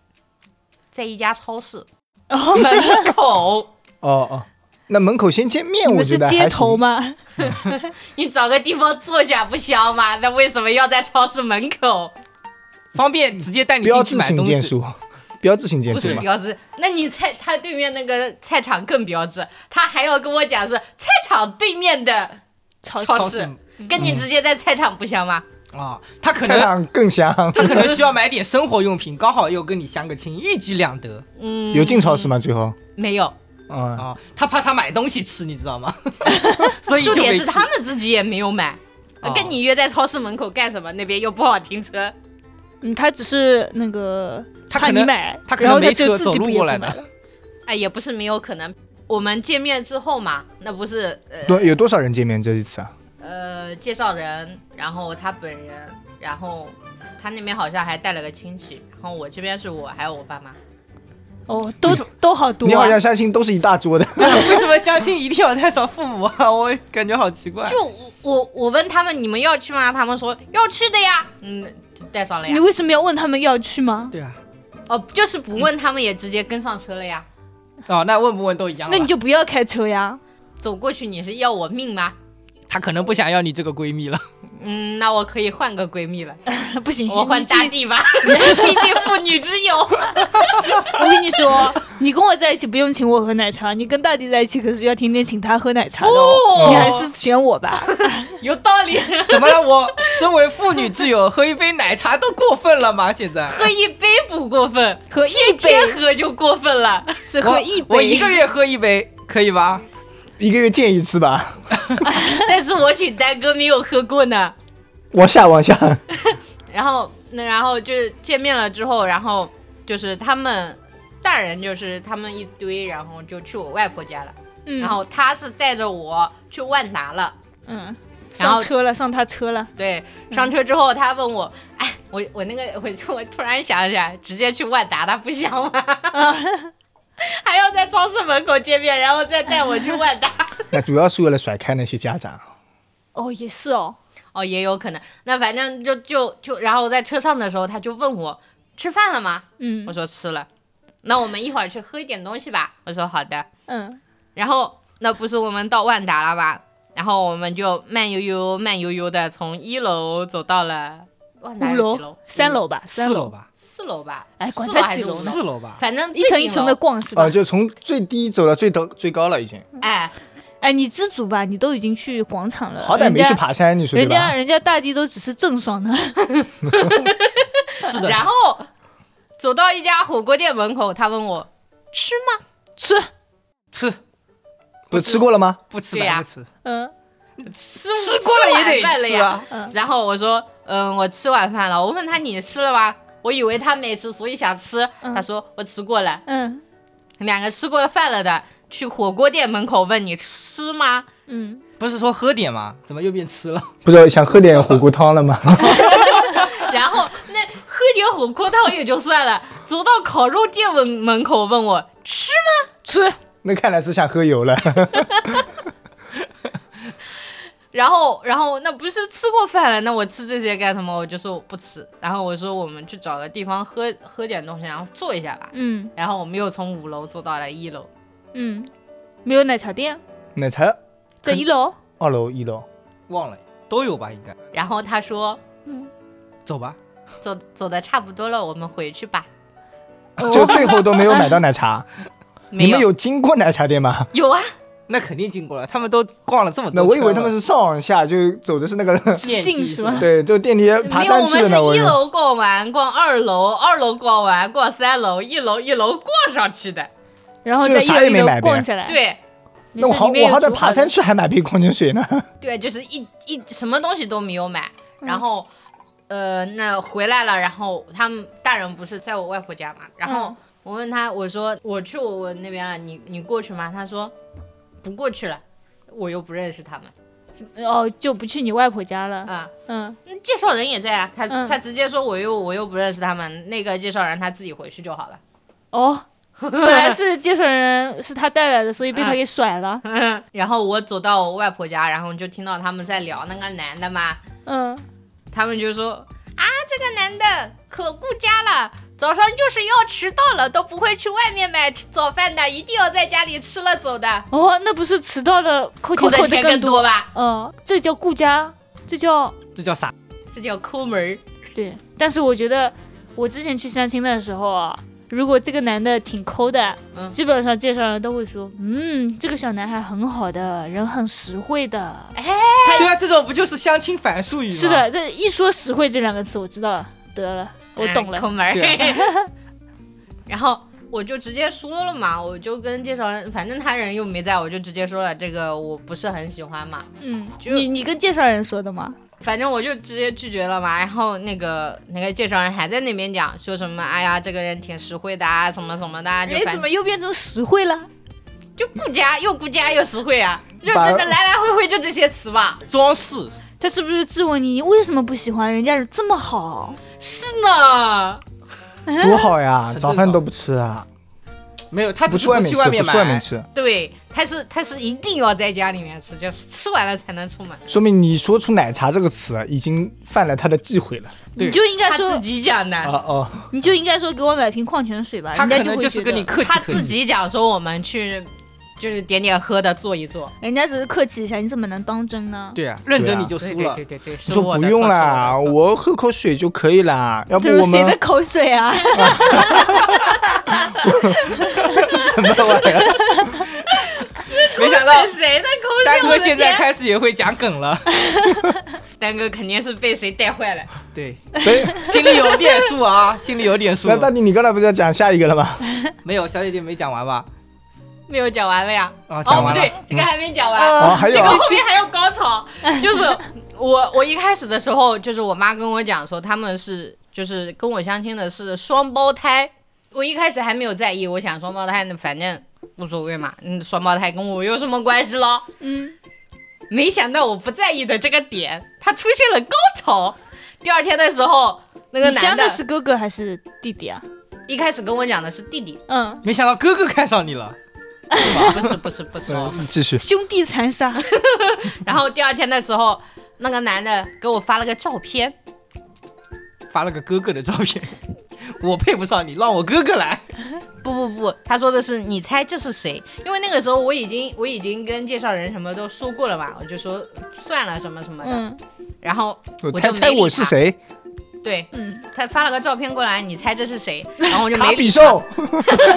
Speaker 4: 在一家超市
Speaker 2: 哦
Speaker 4: 门口。
Speaker 1: 哦哦，那门口先见面，
Speaker 2: 你
Speaker 1: 我
Speaker 2: 们
Speaker 1: 觉
Speaker 2: 是
Speaker 1: 得
Speaker 2: 街
Speaker 1: 还
Speaker 2: 头
Speaker 1: 行。
Speaker 2: 吗？
Speaker 4: 你找个地方坐下不香吗？那为什么要在超市门口？
Speaker 3: 哎方便直接带你
Speaker 1: 标
Speaker 3: 进去
Speaker 1: 志
Speaker 3: 买
Speaker 1: 性
Speaker 3: 东
Speaker 1: 建
Speaker 3: 西。
Speaker 1: 筑，标志性建
Speaker 4: 不
Speaker 1: 筑
Speaker 4: 是
Speaker 1: 嘛。
Speaker 4: 标志，那你菜他对面那个菜场更标志，他还要跟我讲是菜场对面的
Speaker 2: 超市
Speaker 4: 超市，跟你直接在菜场不香吗？
Speaker 3: 啊，他可
Speaker 1: 菜
Speaker 3: 能
Speaker 1: 场更香，
Speaker 3: 他可能需要买点生活用品，刚好又跟你相个亲，一举两得哦
Speaker 4: 嗯，
Speaker 1: 有进超市吗？最后，
Speaker 4: 没有，
Speaker 1: 嗯，
Speaker 3: 啊。他怕他买东西吃，你知道吗？所以
Speaker 4: 重
Speaker 3: 就
Speaker 4: 点
Speaker 3: 没
Speaker 4: 是
Speaker 3: 吃。
Speaker 4: 他们自己也没有买，
Speaker 3: 哦
Speaker 4: 跟你约在超市门口干什么？那边又不好停车。
Speaker 2: 嗯，他只是那个
Speaker 3: 他
Speaker 2: 怕
Speaker 3: 可
Speaker 2: 你
Speaker 3: 能
Speaker 2: 买，
Speaker 3: 他可
Speaker 2: 然
Speaker 3: 能
Speaker 2: 后他
Speaker 3: 没
Speaker 2: 就
Speaker 3: 车
Speaker 2: 自
Speaker 3: 走
Speaker 2: 己不
Speaker 3: 路
Speaker 2: 也
Speaker 3: 过
Speaker 2: 不
Speaker 3: 来
Speaker 2: 买。
Speaker 3: 的，
Speaker 4: 哎，也不是没有可能。我们见面之后嘛，那不是呃
Speaker 1: 多有多少人见面这一次啊？
Speaker 4: 呃介绍人，然后他本人，然后他那边好像还带了个亲戚，然后我这边是我还有我爸妈。
Speaker 2: 哦，都都好多
Speaker 1: 你好
Speaker 2: 啊
Speaker 1: 像！相亲都是一大桌的，
Speaker 3: 为什么相亲一定要带上父母啊？我感觉好奇怪。
Speaker 4: 就我我我问他们你们要去吗？他们说要去的呀。嗯，带上了呀
Speaker 2: 你。为什么要问他们要去吗？
Speaker 3: 对啊，
Speaker 4: 哦，就是不问他们也直接跟上车了呀。
Speaker 3: 哦，那问不问都一样了。
Speaker 2: 那你就不要开车呀！
Speaker 4: 走过去你是要我命吗？
Speaker 3: 他可能不想要你这个闺蜜了。
Speaker 4: 嗯，那我可以换个闺 蜜了，
Speaker 2: 不行，
Speaker 4: 我换
Speaker 2: 你
Speaker 4: 大
Speaker 2: 记
Speaker 4: 地吧， 毕竟妇女之友。
Speaker 2: 我跟你说， 你跟我在一起不用请我喝奶茶，你跟大地在一起可是要天天请他喝奶茶的哦。
Speaker 4: 哦
Speaker 2: 你还是选我吧。
Speaker 4: 有道理，
Speaker 3: 怎么了？我身为妇女挚友，喝一杯奶茶都过分了吗？现在
Speaker 4: 喝一杯不过分，
Speaker 2: 喝一
Speaker 4: 一
Speaker 2: 杯
Speaker 4: 天喝就过分了。
Speaker 2: 是
Speaker 3: 我
Speaker 2: 喝一杯，
Speaker 3: 我一个月喝一杯，可以吧？
Speaker 1: 一个月见一次吧。
Speaker 4: 但是我请丹哥没有喝过呢。
Speaker 1: 往下往下，
Speaker 4: 然后，那然后就是见面了之后，然后就是他们大人就是他们一堆，然后就去我外婆家了。
Speaker 2: 嗯，
Speaker 4: 然后他是带着我去万达了。
Speaker 2: 嗯，
Speaker 4: 然
Speaker 2: 上
Speaker 4: 后
Speaker 2: 车了，上他车了。
Speaker 4: 对，上车之后他问我，哎，我我那个我我突然想起来，直接去万达，他不香吗？还要在超市门口见面，然后再带我去万达。
Speaker 1: 那主要是为了甩开那些家长。
Speaker 2: 哦，也是哦，
Speaker 4: 哦，也有可能。那反正就就就，然后在车上的时候，他就问我吃饭了吗？
Speaker 2: 嗯
Speaker 4: 我说吃了。那我们一会儿去喝一点东西吧。我说好的。
Speaker 2: 嗯，
Speaker 4: 然后那不是我们到万达了吗？然后我们就慢悠悠、慢悠悠的从一楼走到了万达
Speaker 2: 五
Speaker 4: 有
Speaker 2: 楼
Speaker 4: 几楼？嗯
Speaker 2: 三楼吧，三
Speaker 3: 四楼，吧，
Speaker 4: 四楼吧？
Speaker 2: 哎管
Speaker 4: 四
Speaker 2: 它
Speaker 4: 楼还
Speaker 2: 几
Speaker 4: 是
Speaker 2: 楼
Speaker 4: 五
Speaker 2: 呢
Speaker 3: 四楼吧。
Speaker 4: 反正
Speaker 2: 一层一层的
Speaker 4: 过。
Speaker 2: 逛是吧
Speaker 1: 哦，？就从最低走到最高最高了，已经。
Speaker 4: 哎，
Speaker 2: 哎，你知足吧，你都已经去广场了，
Speaker 1: 好歹没
Speaker 2: 人家
Speaker 1: 去。爬山，你说对
Speaker 2: 呃人家
Speaker 1: 吧？
Speaker 2: 人家大地都只是郑爽的，
Speaker 3: 是的，
Speaker 4: 然后走到一家火锅店门口，他问我吃吗？
Speaker 2: 吃，
Speaker 3: 吃
Speaker 1: 不是吃过了吗？
Speaker 3: 不吃
Speaker 4: 对
Speaker 3: 白
Speaker 4: 呀
Speaker 3: 不吃，
Speaker 2: 嗯
Speaker 4: 吃
Speaker 3: 吃过了也
Speaker 4: 吃晚饭了
Speaker 3: 得吃
Speaker 4: 呀。
Speaker 3: 啊。
Speaker 2: 嗯，
Speaker 4: 然后我说，嗯，我吃晚饭了。我问他你吃了吗？我以为他没吃，所以想吃。
Speaker 2: 嗯
Speaker 4: 他说我吃过了。
Speaker 2: 嗯
Speaker 4: 两个吃过了饭了的，去火锅店门口问你吃吗？
Speaker 2: 嗯，
Speaker 3: 不是说喝点吗？怎么又变吃了？
Speaker 1: 不知道想喝点火锅汤了吗？
Speaker 4: 然后那喝点火锅汤也就算了，走到烤肉店门门口问我吃吗？
Speaker 2: 吃，
Speaker 1: 那看来是想喝油了。
Speaker 4: 然后，然后那不是吃过饭了？那我吃这些干什么？我就说我不吃。然后我说我们去找个地方喝喝点东西，然后坐一下吧。
Speaker 2: 嗯
Speaker 4: 然后我们又从五楼坐到了一楼，
Speaker 2: 嗯，没有奶茶店，啊
Speaker 1: 奶茶
Speaker 2: 在一楼。
Speaker 1: 二楼一楼，
Speaker 3: 忘了都有吧，应该
Speaker 4: 然后他说
Speaker 3: 走吧。
Speaker 4: 走走的差不多了，我们回去吧。
Speaker 1: 就最后都没有买到奶茶。
Speaker 4: 没
Speaker 1: 你们
Speaker 4: 有
Speaker 1: 有经过奶茶店吗？
Speaker 4: 有啊，
Speaker 3: 那肯定经过了，他们都逛了这么多
Speaker 1: 那我以为他们
Speaker 3: 是
Speaker 1: 是上往下，就走的是那个，
Speaker 2: 进是
Speaker 3: 是
Speaker 2: 吧
Speaker 1: 对，就电梯爬
Speaker 4: 没有，
Speaker 1: 山
Speaker 4: 我
Speaker 1: 去
Speaker 4: 们
Speaker 1: 的呢。
Speaker 4: 是
Speaker 1: 我
Speaker 4: 一
Speaker 1: 以为
Speaker 4: 楼逛完，逛二楼，二楼逛完，逛三楼，一楼一楼逛上去的。
Speaker 2: 然后
Speaker 1: 就
Speaker 2: 再
Speaker 1: 是
Speaker 2: 一
Speaker 1: 啥
Speaker 2: 楼
Speaker 1: 也
Speaker 2: 一
Speaker 1: 没
Speaker 2: 楼
Speaker 1: 买呗
Speaker 2: 逛下来。，
Speaker 4: 对
Speaker 1: 那我好，我好
Speaker 2: 在
Speaker 1: 歹爬山。去还买杯矿泉水呢。
Speaker 4: 对，就是一一什么东西都没有买。然后，呃，那回来了，然后他们大人不是在我外婆家嘛，然后
Speaker 2: 嗯
Speaker 4: 我问他，我说我去我我那边了，你你过去吗？他说不过去了，我又不认识他们
Speaker 2: 哦，就不去你外婆家了。
Speaker 4: 啊。
Speaker 2: 嗯，
Speaker 4: 那介绍人也在啊，他、
Speaker 2: 嗯
Speaker 4: 他直接说我又我又不认识他们，那个介绍人他自己回去就好了。
Speaker 2: 哦，本来是介绍人是他带来的，所以
Speaker 4: 嗯
Speaker 2: 被他给甩了。
Speaker 4: 然后我走到我外婆家，然后就听到他们在聊那个男的嘛，
Speaker 2: 嗯，
Speaker 4: 他们就说啊，这个男的可顾家了，早上就是要迟到了，都不会去外面买吃早饭的，一定要在家里吃了走的，
Speaker 2: 哦，那不是迟到了扣
Speaker 4: 扣
Speaker 2: 钱
Speaker 4: 的
Speaker 2: 扣
Speaker 4: 钱
Speaker 2: 更
Speaker 4: 更多？吧？
Speaker 2: 嗯，这叫顾家，这叫
Speaker 3: 这叫啥？
Speaker 4: 这叫抠门儿。
Speaker 2: 对。但是我觉得，我之前去相亲的时候啊。如果这个男的挺抠的，
Speaker 4: 嗯
Speaker 2: 基本上介绍人都会说，嗯，这个小男孩很好的，人很实惠的，
Speaker 3: 对啊，这种不就是相亲反术语吗？
Speaker 2: 是，的，这一说“实惠”这两个词，我知道了，得了，我懂
Speaker 4: 哎抠
Speaker 2: 了。
Speaker 4: 门儿。
Speaker 3: 对啊
Speaker 4: 然后我就直接说了嘛，我就跟介绍人，反正他人又没在，我就直接说了这个我不是很喜欢嘛。
Speaker 2: 嗯，
Speaker 4: 就
Speaker 2: 你你跟介绍人说的吗？
Speaker 4: 反正我就直接拒绝了嘛。然后那个那个介绍人还在那边讲，说什么哎呀，这个人挺实惠的啊，什么什么的、啊，就
Speaker 2: 哎，
Speaker 4: 反
Speaker 2: 怎么又变成实惠了？
Speaker 4: 就顾家又顾家又实惠啊，就
Speaker 1: 把
Speaker 4: 真的来来回回就这些词吧。
Speaker 3: 装饰，
Speaker 2: 他是不是质问你，你为什么不喜欢人家这么好？
Speaker 4: 是呢，
Speaker 1: 多好 呀，
Speaker 3: 正
Speaker 1: 早饭都不吃啊，
Speaker 3: 没有，他
Speaker 1: 不去
Speaker 3: 只是
Speaker 1: 外面
Speaker 3: 去
Speaker 1: 吃，
Speaker 3: 外
Speaker 1: 不
Speaker 3: 面
Speaker 1: 去外面
Speaker 3: 买，
Speaker 1: 吃，
Speaker 4: 对，他是他是一定要在家里面吃，就是吃完了才能出门。
Speaker 1: 说明你说出奶茶这个词啊已经犯了他的忌讳了。
Speaker 3: 对
Speaker 2: 你就应该
Speaker 4: 他自
Speaker 2: 说，
Speaker 4: 己讲的。
Speaker 1: 啊哦，
Speaker 2: 你就应该说给我买瓶矿泉水吧，
Speaker 3: 他
Speaker 2: 人家
Speaker 3: 可
Speaker 2: 就
Speaker 3: 能
Speaker 2: 会
Speaker 3: 是
Speaker 2: 觉
Speaker 3: 跟你
Speaker 2: 得，
Speaker 3: 客气
Speaker 4: 他
Speaker 3: 客
Speaker 4: 自
Speaker 3: 气。
Speaker 4: 己讲说我们去就是点点喝的坐一坐。
Speaker 2: 人家只是客气一下，你怎么能当真呢？
Speaker 3: 对啊，认真
Speaker 1: 对啊
Speaker 3: 你就
Speaker 4: 对
Speaker 3: 输
Speaker 4: 对
Speaker 3: 了
Speaker 4: 对。对对，是
Speaker 1: 说
Speaker 4: 我
Speaker 1: 不
Speaker 4: 的
Speaker 1: 用
Speaker 4: 错是
Speaker 1: 啦，
Speaker 4: 我的错
Speaker 1: 我喝口水就可以啦。要不
Speaker 2: 这
Speaker 1: 我
Speaker 2: 是谁的
Speaker 1: 们
Speaker 2: 口水啊？
Speaker 1: 什么玩意儿？
Speaker 3: 没想 到
Speaker 4: 被谁的口水？
Speaker 3: 丹
Speaker 4: 我
Speaker 3: 哥
Speaker 4: 的
Speaker 3: 现在
Speaker 4: 天
Speaker 3: 开始也会讲梗 了，
Speaker 4: 丹哥肯定是被谁带坏了。
Speaker 3: 对，
Speaker 1: 对，
Speaker 3: 心里有点数 啊，心里有点数
Speaker 1: 那。大弟，你刚才不是要讲下一个了吗？
Speaker 3: 没有，小姐姐没讲完吧？
Speaker 4: 没有讲完了呀？
Speaker 3: 啊，
Speaker 4: 哦，
Speaker 3: 讲
Speaker 4: 不
Speaker 3: 完了。
Speaker 4: 对，这个还没讲完。
Speaker 2: 嗯
Speaker 1: 哦，还有
Speaker 4: 这个
Speaker 1: 啊，
Speaker 4: 后面还有高潮，就是我我一开始的时候，就是我妈跟我讲说他们是就是跟我相亲的是双胞胎，我一开始还没有在意，我想双胞胎呢，反正无所谓嘛，嗯，双胞胎跟我有什么关系咯？
Speaker 2: 嗯，
Speaker 4: 没想到我不在意的这个点，它出现了高潮。第二天的时候， 那个
Speaker 2: 你
Speaker 4: 男
Speaker 2: 相
Speaker 4: 的
Speaker 2: 的是哥哥还是弟弟啊？
Speaker 4: 一开始跟我讲的是弟弟，哦
Speaker 2: 嗯，
Speaker 3: 没想到哥哥看上你了，
Speaker 4: 不是不是不 是，
Speaker 1: 嗯继续。
Speaker 2: 兄弟残 杀，
Speaker 4: 然后第二天的时候，那个男的给我发了个照片，
Speaker 3: 发了个哥哥的照片。 我配不上你，让我哥哥来。
Speaker 4: 不不不，他说的是你猜这是谁？因为那个时候我已经我已经跟介绍人什么都说过了嘛，我就说算了什么什么的，
Speaker 2: 嗯
Speaker 4: 然后我
Speaker 1: 猜
Speaker 4: 就
Speaker 1: 猜
Speaker 4: 没理
Speaker 1: 我是
Speaker 4: 他？
Speaker 1: 谁？
Speaker 4: 对
Speaker 2: 嗯，
Speaker 4: 他发了个照片过来，你猜这是谁？然后我就
Speaker 1: 卡
Speaker 4: 没
Speaker 1: 比
Speaker 4: 理，
Speaker 1: 兽。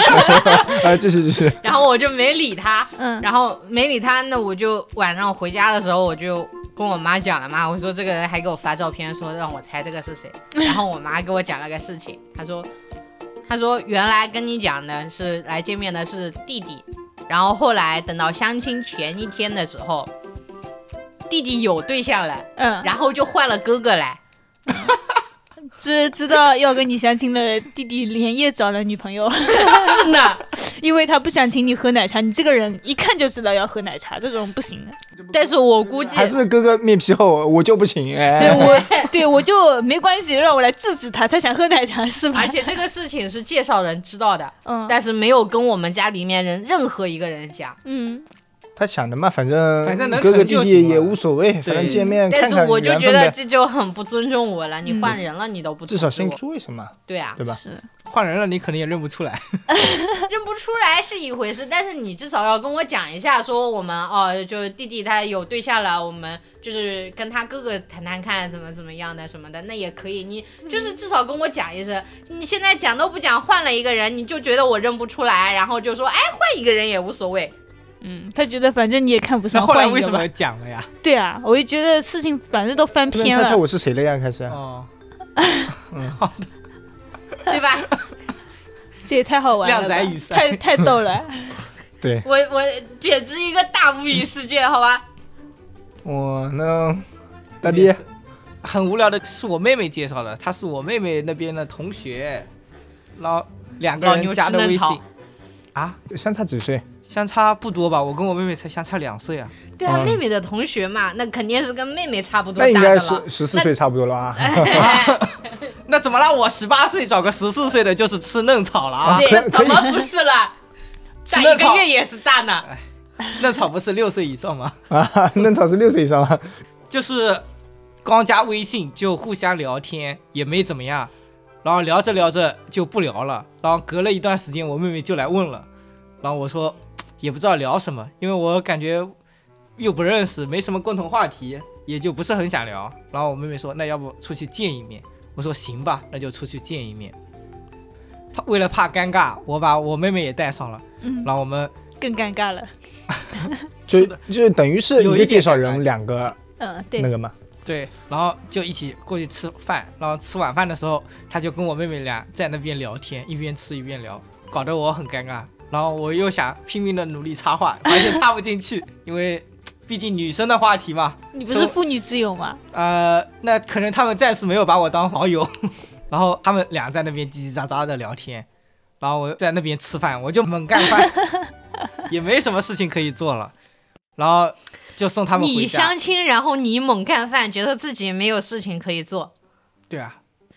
Speaker 1: 啊，继续继续。
Speaker 4: 然后我就没理他，
Speaker 2: 嗯
Speaker 4: 然后没理他，那我就晚上回家的时候我就。跟我妈讲了嘛，我说这个人还给我发照片，说让我猜这个 是谁。然后我妈给我讲了个事情，她说，她说原来跟你讲的是来见面的是弟弟，然后后来等到相亲前一天的时候，弟弟有对象了，
Speaker 2: 嗯，
Speaker 4: 然后就换了哥 哥来。
Speaker 2: 知知道要跟你相亲的弟弟连夜找了女朋友，
Speaker 4: 是 呢，
Speaker 2: 因为他不想请你喝奶茶。你这个人一看就知道要喝奶茶，这种不行的。
Speaker 4: 但是我估计
Speaker 1: 还是哥哥面皮厚，我就不行
Speaker 2: 对
Speaker 1: 哎。
Speaker 2: 我，对我就没关系，让我来制止他。他想喝奶茶是吧？
Speaker 4: 而且这个事情是介绍人知道的，
Speaker 2: 嗯
Speaker 4: 但是没有跟我们家里面人任何一个人讲。
Speaker 2: 嗯，
Speaker 1: 他想的嘛，反正
Speaker 3: 反正能
Speaker 1: 哥哥
Speaker 3: 成
Speaker 1: 弟
Speaker 3: 就行
Speaker 1: 弟
Speaker 3: 嘛
Speaker 1: 也无所谓，反正见面
Speaker 4: 但
Speaker 1: 看
Speaker 4: 是
Speaker 1: 看
Speaker 4: 我就
Speaker 1: 缘
Speaker 4: 觉
Speaker 1: 分
Speaker 4: 得
Speaker 1: 呗。
Speaker 4: 这就很不尊重我了，你
Speaker 2: 嗯
Speaker 4: 换人了你都不
Speaker 1: 至
Speaker 4: 尊
Speaker 1: 少
Speaker 4: 重
Speaker 1: 先
Speaker 4: 我
Speaker 1: 说一声嘛，
Speaker 4: 对啊，
Speaker 1: 对吧？
Speaker 2: 是
Speaker 3: 换人了，你可能也认不出来。
Speaker 4: 认不出来是一回事，但是你至少要跟我讲一下，说我们哦，就是弟弟他有对象了，我们就是跟他哥哥谈谈看怎么怎么样的什么的，那也可以。你就是至少跟我讲一声，你现在讲都不讲，换了一个人你就觉得我认不出来，然后就说哎换一个人也无所谓。
Speaker 2: 嗯，他觉得反正你也看不
Speaker 3: 那
Speaker 2: 上，
Speaker 3: 后来
Speaker 2: 换一个
Speaker 3: 为什
Speaker 2: 吧
Speaker 3: 么讲了呀？
Speaker 2: 对啊，我就觉得事情反正都翻
Speaker 1: 不能
Speaker 2: 篇
Speaker 1: 猜猜
Speaker 2: 了。
Speaker 1: 我是谁了呀？开始。
Speaker 3: 哦，
Speaker 4: 对吧？
Speaker 2: 这也太好玩了吧，
Speaker 3: 靓仔与帅
Speaker 2: 太太逗了。
Speaker 1: 对，
Speaker 4: 我我简直一个大无语世界，好吧？
Speaker 1: 我呢，大弟，
Speaker 3: 很无聊的是我妹妹介绍的，她是我妹妹那边的同学，老两个
Speaker 4: 老
Speaker 3: 人
Speaker 4: 牛
Speaker 3: 加
Speaker 4: 吃
Speaker 3: 的
Speaker 4: 嫩
Speaker 3: 微
Speaker 4: 草
Speaker 3: 信啊，
Speaker 1: 相差几岁？
Speaker 3: 相差不多吧？我跟我妹妹才相差两岁啊。
Speaker 4: 对啊，
Speaker 1: 嗯
Speaker 4: 妹妹的同学嘛，那肯定是跟妹妹差不多
Speaker 1: 那应
Speaker 4: 大的
Speaker 1: 该
Speaker 4: 了。
Speaker 1: 是十四岁差不多了 啊。
Speaker 3: 那怎么让我十八岁找个十四岁的，就是吃嫩草了啊？
Speaker 4: 对，
Speaker 1: 可
Speaker 4: 那怎么不是了？
Speaker 3: 吃
Speaker 4: 大
Speaker 3: 嫩
Speaker 4: 哦一
Speaker 3: 草
Speaker 4: 个，月也是大呢。
Speaker 3: 嫩草不是六岁以上吗？
Speaker 1: 啊，嫩草是六岁以上吗？
Speaker 3: 就是光加微信就互相聊天，也没怎么样。然后聊着聊着就不聊了，然后嗯隔了一段时间，我妹妹就来问了，然后我说也不知道聊什么，因为我感觉又不认识，没什么共同话题，也就不是很想聊。然后我妹妹说那要不出去见一面，我说行吧，那就出去见一面。怕为了怕尴尬，我把我妹妹也带上了，
Speaker 2: 嗯，
Speaker 3: 然后我们
Speaker 2: 更尴尬了。
Speaker 1: 就是
Speaker 3: 的
Speaker 1: 就等于是
Speaker 3: 有
Speaker 1: 一个
Speaker 3: 一点
Speaker 1: 介绍
Speaker 3: 尴
Speaker 1: 人，
Speaker 3: 尬
Speaker 1: 两个
Speaker 2: 嗯，对
Speaker 1: 那，个嘛。
Speaker 3: 对，然后就一起过去吃饭，然后吃晚饭的时候，他就跟我妹妹俩在那边聊天，一边吃一边聊，搞得我很尴尬。然后我又想拼命的努力插话，发现插不进去，因为毕竟女生的话题嘛。
Speaker 2: 你不是妇女之友吗？
Speaker 3: 呃，那可能他们暂时没有把我当好友，然后他们俩在那边叽叽喳喳的聊天，然后我在那边吃饭，我就猛干饭，也没什么事情可以做了，然后就送他们回
Speaker 4: 你
Speaker 3: 家。
Speaker 4: 相亲，然后你猛干饭，觉得自己没有事情可以做，
Speaker 3: 对啊，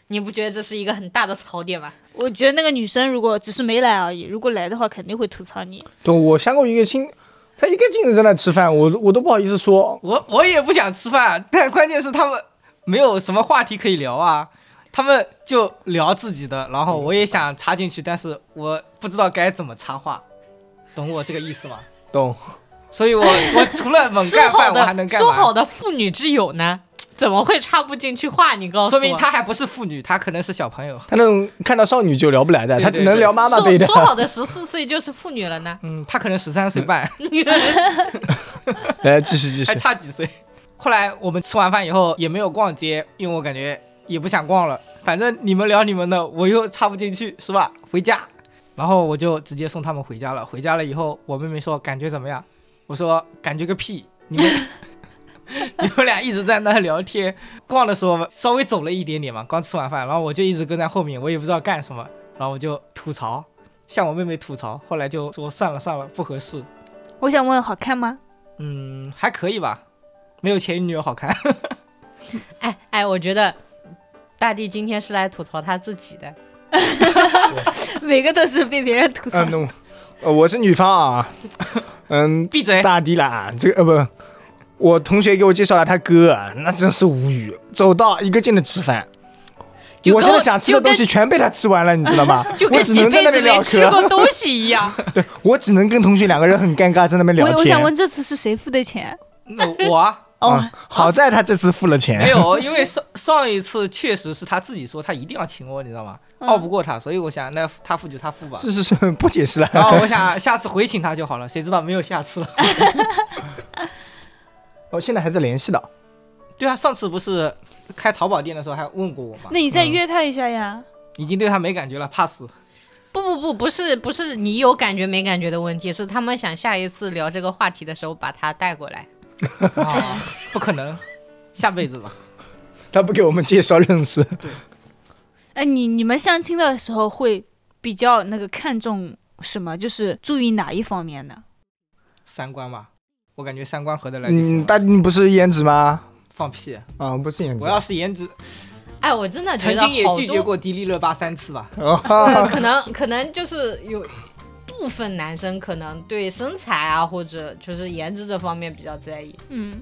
Speaker 4: 你不觉得这是一个很大的槽点吗？
Speaker 2: 我觉得那个女生如果只是没来而已，如果来的话肯定会吐槽你。
Speaker 1: 对，我相过一个亲，他一个劲的在那吃饭，我我都不好意思说。
Speaker 3: 我我也不想吃饭， 但关键是他们没有什么话题可以聊啊，他们就聊自己的，然后
Speaker 4: 嗯
Speaker 3: 我也想插进去，但是我不知道该怎么插话，懂我这个意思 吗？
Speaker 1: 懂？
Speaker 3: 所以我我除了猛
Speaker 4: 说
Speaker 3: 干
Speaker 4: 好
Speaker 3: 饭，我还能
Speaker 4: 的
Speaker 3: 干嘛？
Speaker 4: 说好的妇女之友呢？怎么会插不进去话？你告诉我，
Speaker 3: 说明她还不是妇女，她可能是小朋友。
Speaker 1: 他那种看到少女就聊不来的，
Speaker 3: 对
Speaker 1: 他只能聊妈妈辈
Speaker 4: 说
Speaker 1: 的。
Speaker 4: 说好的十四岁就是妇女了呢？
Speaker 3: 嗯，她可能十三岁半，
Speaker 1: 来，继续继续
Speaker 3: 还。差几岁。后来我们吃完饭以后也没有逛街，因为我感觉也不想逛了。反正你们聊你们的，我又插不进去，是吧？回家，然后我就直接送他们回家了。回家了以后，我妹妹说感觉怎么样？我说感觉个屁！你们你们俩一直在那聊天，逛的时候稍微走了一点点嘛，刚吃完饭，然后我就一直跟在后面，我也不知道干什么，然后我就吐槽，向我妹妹吐槽。后来就说算了算了，不合适。
Speaker 2: 我想问，好看吗？
Speaker 3: 嗯，还可以吧，没有前女友好看。
Speaker 4: 哎哎，我觉得大地今天是来吐槽他自己的。
Speaker 2: 每个都是被别人吐槽。
Speaker 1: 嗯，那呃，我是女方 啊。嗯，
Speaker 3: 闭嘴！
Speaker 1: 大地啦，这个呃不，我同学给我介绍了他哥，那真是无语，走到一个劲的吃饭。
Speaker 4: 就
Speaker 1: 我
Speaker 4: 跟
Speaker 1: 现在想吃的东西全被他吃完了，你知道 吗？
Speaker 4: 就
Speaker 1: 我
Speaker 4: 跟
Speaker 1: 只
Speaker 4: 几
Speaker 1: 能在
Speaker 4: 辈
Speaker 1: 那
Speaker 4: 子
Speaker 1: 边唠
Speaker 4: 没吃
Speaker 1: 嗑，
Speaker 4: 过东西一样。
Speaker 1: 我只能跟同学两个人很尴尬在那边聊
Speaker 2: 我
Speaker 1: 天。
Speaker 2: 我想问，这次是谁付的钱？
Speaker 3: 那 我啊
Speaker 2: 哦，哎
Speaker 1: 啊，好在他这次付了钱。
Speaker 3: 没有，因为上上一次确实是他自己说他一定要请我，你知道吗？拗不过他，所以我想那他付就他付吧。
Speaker 1: 嗯是是是，不解释了。
Speaker 2: 哦
Speaker 3: 然后我想下次回请他就好了，谁知道没有下 次了。
Speaker 1: 我哦现在还在联系的。
Speaker 3: 对啊，上次不是开淘宝店的时候还问过我吗？
Speaker 2: 那你
Speaker 1: 嗯
Speaker 2: 再约他一下呀。
Speaker 3: 已经对他没感觉了，pass。
Speaker 4: 不不不，不是不是你有感觉没感觉的问题，是他们想下一次聊这个话题的时候把他带过来。
Speaker 3: 啊，不可能，下辈子吧。
Speaker 1: 他不给我们介绍认识，
Speaker 2: 哎，你你们相亲的时候会比较那个看重什么？就是注意哪一方面呢？
Speaker 3: 三观吧，我感觉三观合得来就
Speaker 1: 嗯，
Speaker 3: 行了。
Speaker 1: 大你不是颜值吗？
Speaker 3: 放屁！
Speaker 1: 啊，不是颜值
Speaker 3: 我，要是颜值，
Speaker 4: 哎，我真的觉
Speaker 3: 曾
Speaker 4: 得
Speaker 3: 经也
Speaker 4: 好
Speaker 3: 拒绝
Speaker 4: 多
Speaker 3: 过迪丽热巴三次吧。
Speaker 1: 哦
Speaker 4: 呃，可能可能就是有部分男生可能对身材啊或者就是颜值这方面比较在意，
Speaker 2: 嗯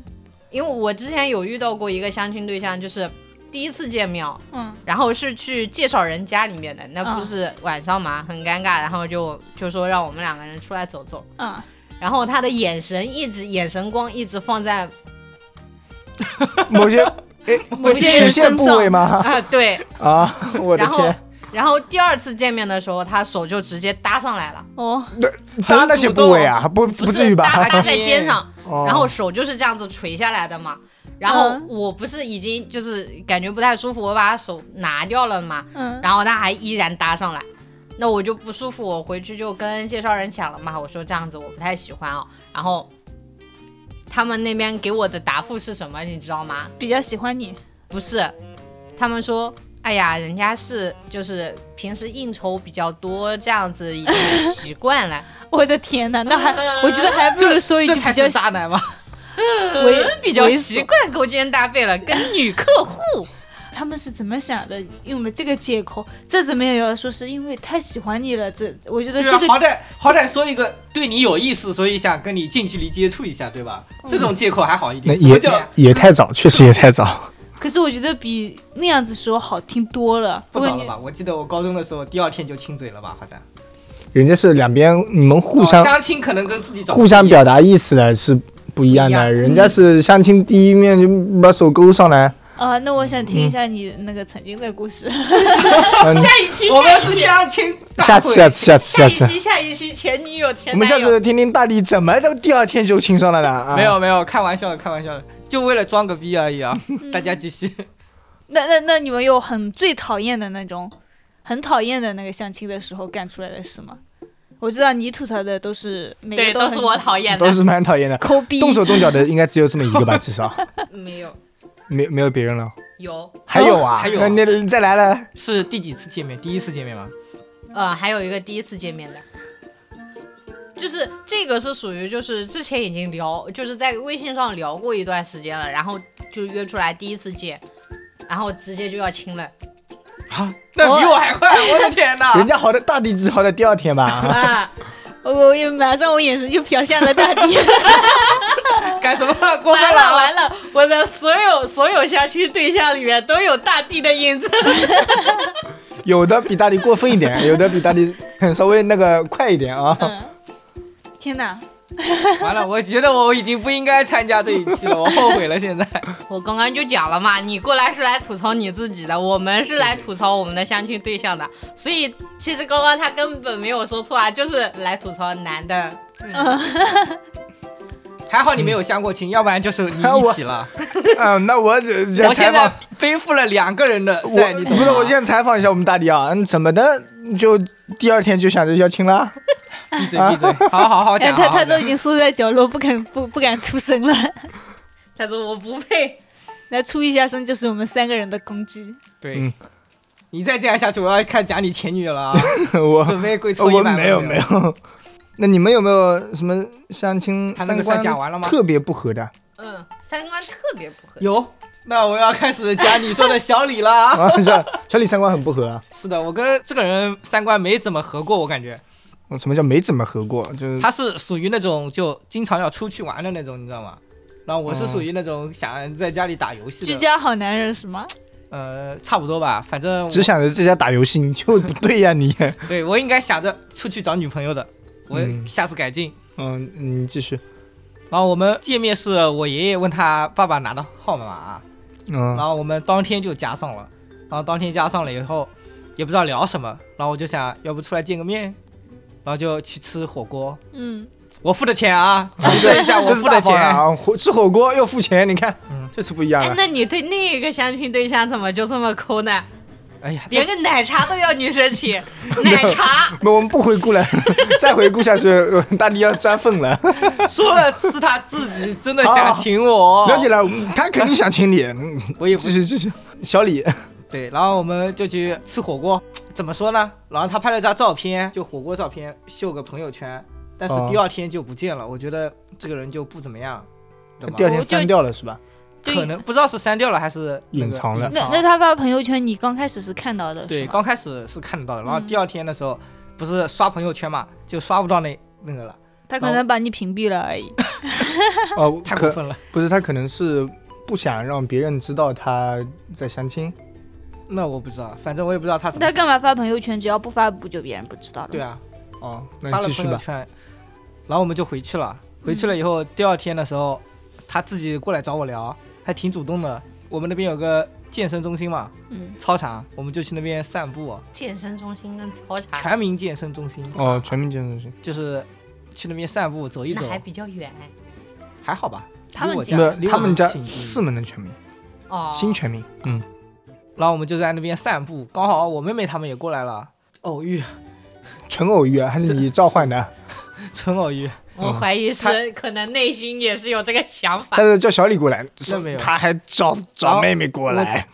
Speaker 4: 因为我之前有遇到过一个相亲对象，就是第一次见面，
Speaker 2: 嗯，
Speaker 4: 然后是去介绍人家里面的，那不
Speaker 2: 嗯
Speaker 4: 是晚上嘛，很尴尬，然后就就说让我们两个人出来走走，
Speaker 2: 啊，
Speaker 4: 然后他的眼神一直眼神光一直放在
Speaker 1: 某 些哎
Speaker 2: 某些人
Speaker 1: 曲线
Speaker 2: 身
Speaker 1: 部
Speaker 2: 上
Speaker 1: 位
Speaker 4: 啊、
Speaker 1: 吗？
Speaker 4: 对，
Speaker 1: 啊，我的
Speaker 4: 然后
Speaker 1: 天，
Speaker 4: 然后第二次见面的时候，他手就直接搭上来了。
Speaker 2: 哦，
Speaker 1: 搭那些部位啊，不
Speaker 4: 不
Speaker 1: 不至
Speaker 4: 是
Speaker 1: 于
Speaker 4: 搭
Speaker 1: 吧？
Speaker 4: 搭 在肩上，
Speaker 1: 哦
Speaker 4: 然后手就是这样子垂下来的嘛。然后
Speaker 2: 嗯
Speaker 4: 我不是已经就是感觉不太舒服，我把他手拿掉了嘛，
Speaker 2: 嗯，
Speaker 4: 然后他还依然搭上来，那我就不舒服，我回去就跟介绍人讲了嘛，我说这样子我不太喜欢哦。然后他们那边给我的答复是什么，你知道吗？
Speaker 2: 比较喜欢你。
Speaker 4: 不是，他们说，哎呀，人家是就是平时应酬比较多，这样子已经习 惯了。
Speaker 2: 我的天呐，那还我觉得还不如说一句
Speaker 3: 这才
Speaker 2: 比较
Speaker 3: 是渣男吗？
Speaker 2: 猥
Speaker 4: 比较
Speaker 2: 猥
Speaker 4: 习
Speaker 2: 琐
Speaker 4: 惯勾肩搭背了，跟女客户。
Speaker 2: 他们是怎么想的？用了这个借口，再怎么也要说是因为太喜欢你了。这我觉得
Speaker 3: 对
Speaker 2: 这
Speaker 3: 啊，
Speaker 2: 个
Speaker 3: 好歹好歹说一个对你有意思，所以想跟你近距离接触一下，对吧？这种借口还好一
Speaker 1: 那
Speaker 3: 点。什么
Speaker 1: 也
Speaker 3: 叫
Speaker 1: 也太早，确实也太早。
Speaker 2: 可是我觉得比那样子说好听多了。
Speaker 3: 不早
Speaker 2: 如
Speaker 3: 了
Speaker 2: 果
Speaker 3: 吧？我记得我高中的时候，第二天就亲嘴了吧？好像
Speaker 1: 人家是两边你们互相
Speaker 3: 哦相亲可能跟自己找
Speaker 1: 互相表达意思的是不一样
Speaker 4: 不一
Speaker 1: 的，
Speaker 4: 样
Speaker 1: 人家是相亲第一面就把手勾上来，
Speaker 2: 你啊、那我想听一下你那个曾经的故事。
Speaker 1: 嗯，
Speaker 4: 下一期，
Speaker 3: 我们
Speaker 4: 下一
Speaker 3: 是
Speaker 4: 期，
Speaker 3: 相亲
Speaker 1: 下
Speaker 3: 大
Speaker 1: 次
Speaker 3: 会，
Speaker 1: 下次下次下
Speaker 4: 下一
Speaker 1: 次，
Speaker 4: 期，下一期，前女友，前
Speaker 1: 我们下
Speaker 4: 男友。
Speaker 1: 次听听大力怎么就第二天就亲上了呢？啊
Speaker 3: 没有没有，开玩笑的，开玩笑的，就为了装个逼而已啊！ 大家继续，
Speaker 2: 那那那你们有很最讨厌的那种，很讨厌的那个相亲的时候干出来的事吗？我知道你吐槽的都是每
Speaker 4: 对，
Speaker 2: 个
Speaker 4: 都是我讨 厌
Speaker 1: 都
Speaker 4: 的，
Speaker 1: 是蛮讨厌的。
Speaker 2: 抠逼，啊
Speaker 1: 动手动脚的应该只有这么一个吧，至少
Speaker 4: 没有
Speaker 1: 没没有别人了。
Speaker 4: 有
Speaker 1: 还有啊，
Speaker 3: 还有
Speaker 1: 那那你再来了，
Speaker 3: 是第几次见面？第一次见面吗？
Speaker 4: 呃，还有一个第一次见面的，就是这个是属于就是之前已经聊，就是在微信上聊过一段时间了，然后就约出来第一次见，然后直接就要亲了
Speaker 3: 啊，那比我还快！我的天哪！
Speaker 1: 人家好的大地只好在第二天 吧。
Speaker 4: 啊！
Speaker 2: 我我也马上我眼神就瞟向了大地，
Speaker 3: 干什么？过
Speaker 4: 完
Speaker 3: 分
Speaker 4: 了
Speaker 3: 了！
Speaker 4: 完了，我的所有所有相亲对象里面都有大地的影子。
Speaker 1: 有的比大地过分一 点，有的比大地稍微那个快一点 啊。
Speaker 2: 天哪！
Speaker 3: 完了，我觉得我已经不应该参加这一期了，我后悔了。现在
Speaker 4: 我刚刚就讲了嘛，你过来是来吐槽你自己的，我们是来吐槽我们的相亲对象的，所以其实刚刚他根本没有说错啊，就是来吐槽男的。
Speaker 3: 还好你没有相过亲，要不然就是 你一起了。
Speaker 1: 嗯，那我这
Speaker 3: 我
Speaker 1: 采
Speaker 3: 现
Speaker 1: 访
Speaker 3: 在，背负了两个人的债，
Speaker 1: 我
Speaker 3: 你懂
Speaker 1: 不是，
Speaker 3: 吗
Speaker 1: 我现在采访一下我们大地啊，嗯，怎么的就第二天就想着要亲了？
Speaker 3: 闭嘴闭嘴， 好好好
Speaker 2: 哎，
Speaker 3: 讲。
Speaker 2: 他
Speaker 3: 好好
Speaker 2: 他都
Speaker 3: 讲
Speaker 2: 已经缩在角落，不敢不不敢出声了。
Speaker 4: 他说我不配，
Speaker 2: 来出一下声，就是我们三个人的攻击。
Speaker 3: 对
Speaker 1: 嗯。
Speaker 3: 你再这样下去，我要开始讲你前女友 了啊！
Speaker 1: 我
Speaker 3: 准备跪搓衣
Speaker 1: 我
Speaker 3: 板了。
Speaker 1: 没有没有。 那你们有没有什么相亲
Speaker 3: 他那
Speaker 1: 三
Speaker 3: 个算
Speaker 1: 观
Speaker 3: 讲完了吗
Speaker 1: 特别不合的？
Speaker 4: 嗯，三观特别不合。
Speaker 3: 有，那我要开始讲你说的小李了 啊！
Speaker 1: 啊，是啊小李三观很不合啊。
Speaker 3: 是的，我跟这个人三观没怎么合过，我感觉
Speaker 1: 嗯什么叫没怎么合过？就是
Speaker 3: 他是属于那种就经常要出去玩的那种，你知道吗？然后我是属于那种想在家里打游戏
Speaker 2: 居
Speaker 3: 的，
Speaker 2: 家好男人是吗？
Speaker 3: 呃，差不多吧，反正我
Speaker 1: 只想着在家打游戏，你就不对呀、你。
Speaker 3: 对我应该想着出去找女朋友的，我
Speaker 1: 嗯
Speaker 3: 下次改进。
Speaker 1: 嗯，你继续。
Speaker 3: 然后我们见面是我爷爷问他爸爸拿的号码啊，然
Speaker 1: 嗯
Speaker 3: 后我们当天就加上了，然后当天加上了以后，也不知道聊什么，然后我就想要不出来见个面，然后就去吃火锅，
Speaker 2: 嗯，
Speaker 3: 我付的钱啊，重申一下我
Speaker 1: 这是
Speaker 3: 付的
Speaker 1: 大方
Speaker 3: 钱，
Speaker 1: 了啊！火吃火锅要付钱，你看，这次不一样
Speaker 4: 哎
Speaker 1: 了，。
Speaker 4: 那你对那个相亲对象怎么就这么抠呢？
Speaker 3: 哎呀，
Speaker 4: 连个奶茶都要女生请，奶茶
Speaker 1: 那我们不回 顾了，再回顾下去，呃大力要钻缝了。
Speaker 3: 说了是他自己真的想请
Speaker 4: 哦
Speaker 3: 我，
Speaker 1: 了解了，嗯他肯定想请你。嗯
Speaker 3: 我也 不
Speaker 1: 继续继续，小李，
Speaker 3: 对，然后我们就去吃火锅，怎么说呢？然后他拍了张照片，就火锅照片秀个朋友圈，但是
Speaker 1: 哦
Speaker 3: 第二天就不见了，我觉得这个人就不怎么样，懂吗
Speaker 1: 第？二
Speaker 4: 我
Speaker 1: 天
Speaker 4: 就
Speaker 1: 删掉了是 吧？
Speaker 4: 就
Speaker 3: 可能不知道是删掉了还是那个
Speaker 1: 隐藏了
Speaker 2: 那那他发朋友圈，你刚开始是看到的，
Speaker 3: 对，
Speaker 2: 是吗
Speaker 3: 刚开始是看得到的，然后
Speaker 2: 嗯
Speaker 3: 第二天的时候不是刷朋友圈嘛，就刷不到那那个了，
Speaker 2: 他可能把你屏蔽了而已。
Speaker 1: 哦，
Speaker 3: 太过
Speaker 1: 可
Speaker 3: 分了。
Speaker 1: 不是他可能是不想让别人知道他在相亲。
Speaker 3: 那我不知道，反正我也不知道他怎么
Speaker 2: 他
Speaker 3: 想。
Speaker 2: 干嘛发朋友圈？只要不发，不就别人不知道了？
Speaker 3: 对，啊，
Speaker 1: 哦，那
Speaker 3: 发
Speaker 1: 你
Speaker 3: 了
Speaker 1: 继续
Speaker 3: 朋友
Speaker 1: 吧。嗯
Speaker 3: 圈，然后我们就回去了。回去了以后，第二天的时候，他自己过来找我聊，还挺主动的。我们那边有个健身中心嘛，
Speaker 2: 嗯，
Speaker 3: 操场，我们就去那边散
Speaker 2: 啊
Speaker 3: 步。
Speaker 4: 健身中心跟操场，
Speaker 3: 全民健身中心
Speaker 1: 哦，全民健身中
Speaker 3: 就是去那边散步走一走
Speaker 4: 那，还比较远。
Speaker 3: 还好吧？
Speaker 2: 他们
Speaker 3: 离我
Speaker 2: 家
Speaker 1: 心，
Speaker 3: 家
Speaker 1: 没有
Speaker 3: 离我
Speaker 1: 他们家
Speaker 3: 挺近
Speaker 1: 四门的全民，
Speaker 4: 哦，
Speaker 1: 新全民。嗯，
Speaker 3: 然后我们就在那边散步，刚好我妹妹她们也过来了，偶遇，
Speaker 1: 纯偶遇啊，还是你召唤的？
Speaker 3: 纯偶遇。
Speaker 4: 我
Speaker 1: 嗯
Speaker 4: 怀疑是可能内心也是有这个想法
Speaker 1: 下。次叫小李过来
Speaker 3: 那没有，哦
Speaker 1: 他还找找妹妹过来。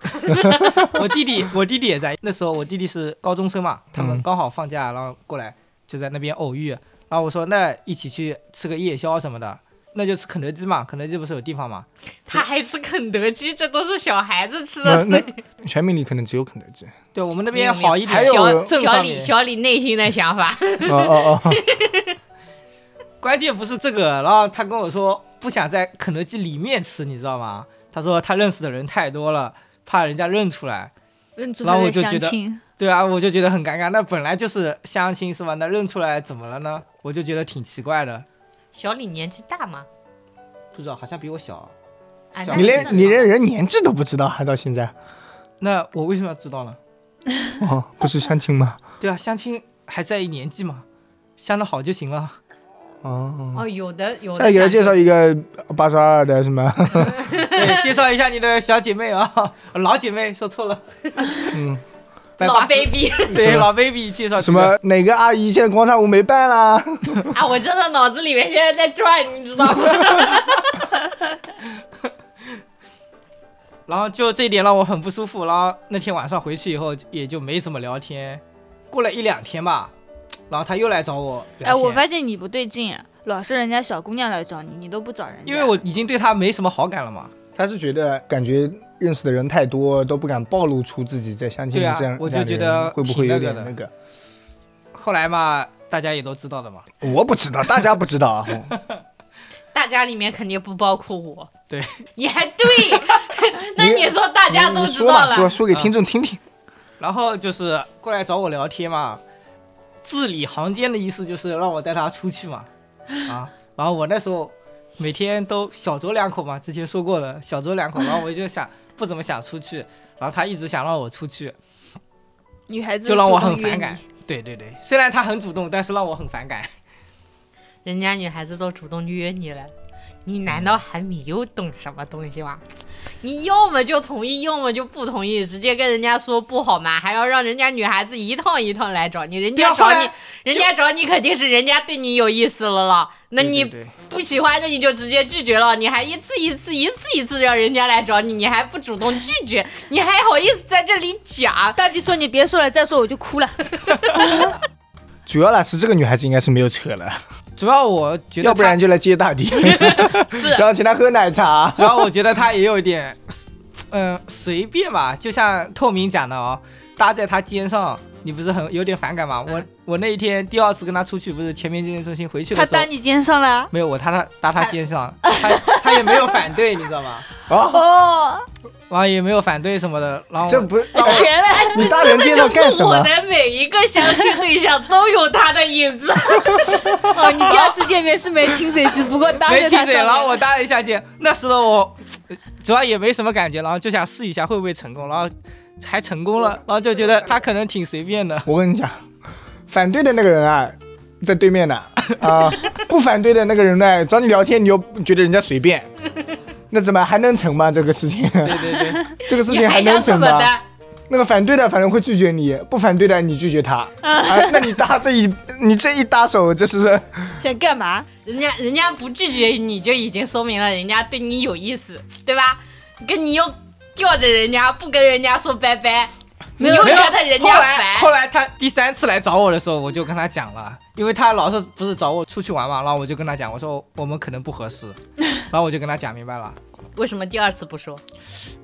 Speaker 3: 我弟弟，我弟弟也在。那时候我弟弟是高中生嘛，他们
Speaker 1: 嗯
Speaker 3: 刚好放假，然后过来就在那边偶遇。然后我说那一起去吃个夜宵啊什么的，那就吃肯德基嘛，肯德基不是有地方嘛？
Speaker 4: 他还吃肯德基，这都是小孩子吃
Speaker 1: 那
Speaker 4: 的。
Speaker 1: 那 全民里可能只有肯德基。
Speaker 3: 对我们那
Speaker 4: 没有
Speaker 3: 边好一点，
Speaker 1: 没有还有
Speaker 3: 正
Speaker 4: 小
Speaker 3: 上
Speaker 4: 李，
Speaker 3: 面。
Speaker 4: 小李内心的想法，
Speaker 1: 哦哦哦，
Speaker 3: 关键不是这个，然后他跟我说不想在肯德基里面吃，你知道吗？他说他认识的人太多了，怕人家认出来。
Speaker 2: 认出
Speaker 3: 嗯然
Speaker 2: 他
Speaker 3: 后我
Speaker 2: 在
Speaker 3: 就觉
Speaker 2: 相
Speaker 3: 得
Speaker 2: 亲，
Speaker 3: 对啊，我就觉得很尴尬。那本来就是相亲是吧？那认出来怎么了呢？我就觉得挺奇怪的，
Speaker 4: 小李年纪大吗？
Speaker 3: 不知道好像比我小。
Speaker 4: 啊
Speaker 3: 小
Speaker 4: 那
Speaker 1: 你
Speaker 4: 是
Speaker 3: 连
Speaker 1: 连
Speaker 4: 正常
Speaker 1: 你
Speaker 4: 的
Speaker 1: 连人年纪都不知道，还到现在？
Speaker 3: 那我为什么要知道呢？
Speaker 1: 哦，不是相亲吗？
Speaker 3: 对啊，相亲还在意年纪嘛，相的好就行了。
Speaker 1: 哦，
Speaker 4: 哦，有的有
Speaker 1: 下
Speaker 4: 的。
Speaker 1: 次给他介绍一个八十二的什 么？
Speaker 3: 对，介绍一下你的小姐妹啊，老姐妹说错了。
Speaker 1: 嗯，
Speaker 3: 百
Speaker 4: 老
Speaker 3: 八十
Speaker 4: baby
Speaker 3: 对
Speaker 1: 是吧
Speaker 3: 老 baby 介绍
Speaker 1: 什么哪个阿姨现在广场舞没办啦？
Speaker 4: 啊！我真的脑子里面现在在转，你知道吗？
Speaker 3: 然后就这一点让我很不舒服。然后那天晚上回去以后也就没怎么聊天，过了一两天吧，然后他又来找我聊
Speaker 2: 哎，
Speaker 3: 天。
Speaker 2: 我发现你不对劲、啊，老是人家小姑娘来找你，你都不找人家。
Speaker 3: 因为我已经对他没什么好感了嘛。
Speaker 1: 他是觉得感觉认识的人太多，都不敢暴露出自己在相亲
Speaker 3: 对啊
Speaker 1: 这样，
Speaker 3: 我就
Speaker 1: 这样的
Speaker 3: 觉
Speaker 1: 人
Speaker 3: 得
Speaker 1: 会不
Speaker 3: 挺
Speaker 1: 会有
Speaker 3: 那
Speaker 1: 点
Speaker 3: 个的
Speaker 1: 那个？
Speaker 3: 后来嘛，大家也都知道的嘛。
Speaker 1: 我不知道，大家不知 道啊。
Speaker 4: 大家里面肯定不包括我，
Speaker 3: 对，
Speaker 4: 也对。那
Speaker 1: 你
Speaker 4: 你说大家都
Speaker 1: 你
Speaker 4: 知
Speaker 1: 说
Speaker 4: 道
Speaker 1: 嘛，说
Speaker 4: 了，
Speaker 1: 说
Speaker 3: 嗯
Speaker 1: 给听众听听。
Speaker 3: 然后就是过来找我聊天嘛，字里行间的意思就是让我带他出去嘛，啊，然后我那时候每天都小酌两口嘛，之前说过了，小酌两口，然后我就想不怎么想出去，然后他一直想让我出去，
Speaker 2: 女孩子
Speaker 3: 就让我
Speaker 2: 主动
Speaker 3: 很
Speaker 2: 约
Speaker 3: 反
Speaker 2: 你
Speaker 3: 感。。对对对，虽然他很主动，但是让我很反感。
Speaker 4: 人家女孩子都主动约你了，你难
Speaker 3: 嗯
Speaker 4: 道还没有懂什么东西吗？你要么就同意，要么就不同意，直接跟人家说不好吗？还要让人家女孩子一趟一趟来找你，人
Speaker 3: 对啊
Speaker 4: 家找
Speaker 3: 后来
Speaker 4: 你，人家找你肯定是人家对你有意思了了。那
Speaker 3: 对
Speaker 4: 你
Speaker 3: 对对
Speaker 4: 不喜欢，那你就直接拒绝了。你还一次一次一次一次让人家来找你，你还不主动拒绝，你还好意思在这里讲？
Speaker 2: 大地说你别说了，再说我就哭了。
Speaker 1: 主要啦是这个女孩子应该是没有车了，
Speaker 3: 主要我觉得
Speaker 1: 要不
Speaker 3: 他
Speaker 1: 然就来接 大地，
Speaker 4: 是
Speaker 1: 然后请她喝奶茶。
Speaker 3: 主要我觉得他也有一点，嗯、随便吧，就像透明讲的哦，搭在他肩上，你不是很有点反感吗？我我那一天第二次跟他出去，不是全民健身中心回去
Speaker 2: 他
Speaker 3: 的时候
Speaker 2: 搭，你肩上啊了。
Speaker 3: 没有我搭他搭他肩上，他他也没有反对，你知道吗？
Speaker 1: 啊，
Speaker 2: 哦，
Speaker 3: 然后也没有反对什么的，然后
Speaker 1: 这
Speaker 3: 我
Speaker 1: 不哦
Speaker 2: 全了。
Speaker 1: 你搭
Speaker 4: 哎这
Speaker 1: 人肩上干
Speaker 4: 就
Speaker 1: 什
Speaker 4: 是我
Speaker 1: 么？
Speaker 4: 的每一个相亲对象都有他的影子。
Speaker 2: 哦，你第二次见面是没亲 嘴，只不过搭
Speaker 3: 没
Speaker 2: 在
Speaker 3: 亲
Speaker 2: 他
Speaker 3: 嘴，
Speaker 2: 上
Speaker 3: 然后
Speaker 2: 面。
Speaker 3: 我搭了一下肩，那时候我主要也没什么感觉，然后就想试一下会不会成功，然后还成功了，然后就觉得他可能挺随便的。
Speaker 1: 我跟你讲，反对的那个人啊，在对面呢 啊，不反对的那个人呢，找你聊天，你又觉得人家随便，那怎么还能成吗？这个事情，
Speaker 3: 对对对。
Speaker 1: 这个事
Speaker 4: 你
Speaker 1: 情
Speaker 4: 还
Speaker 1: 能成
Speaker 4: 想怎么
Speaker 1: 吗？
Speaker 4: 的？
Speaker 1: 那个反对的反正会拒绝你，不反对的你拒绝他啊，那你搭这一你这一搭手，这是
Speaker 2: 想干嘛？
Speaker 4: 人家人家不拒绝你就已经说明了人家对你有意思，对吧？跟你又吊着人家，不跟人家说拜拜，你又
Speaker 3: 没有
Speaker 4: 觉得人
Speaker 3: 后
Speaker 4: 家
Speaker 3: 来
Speaker 4: 烦
Speaker 3: 后。来他第三次来找我的时候，我就跟他讲了，因为他老是不是找我出去玩嘛，然后我就跟他讲，我说我们可能不合 适，然后我就跟他讲明白了，
Speaker 4: 为什么第二次不说？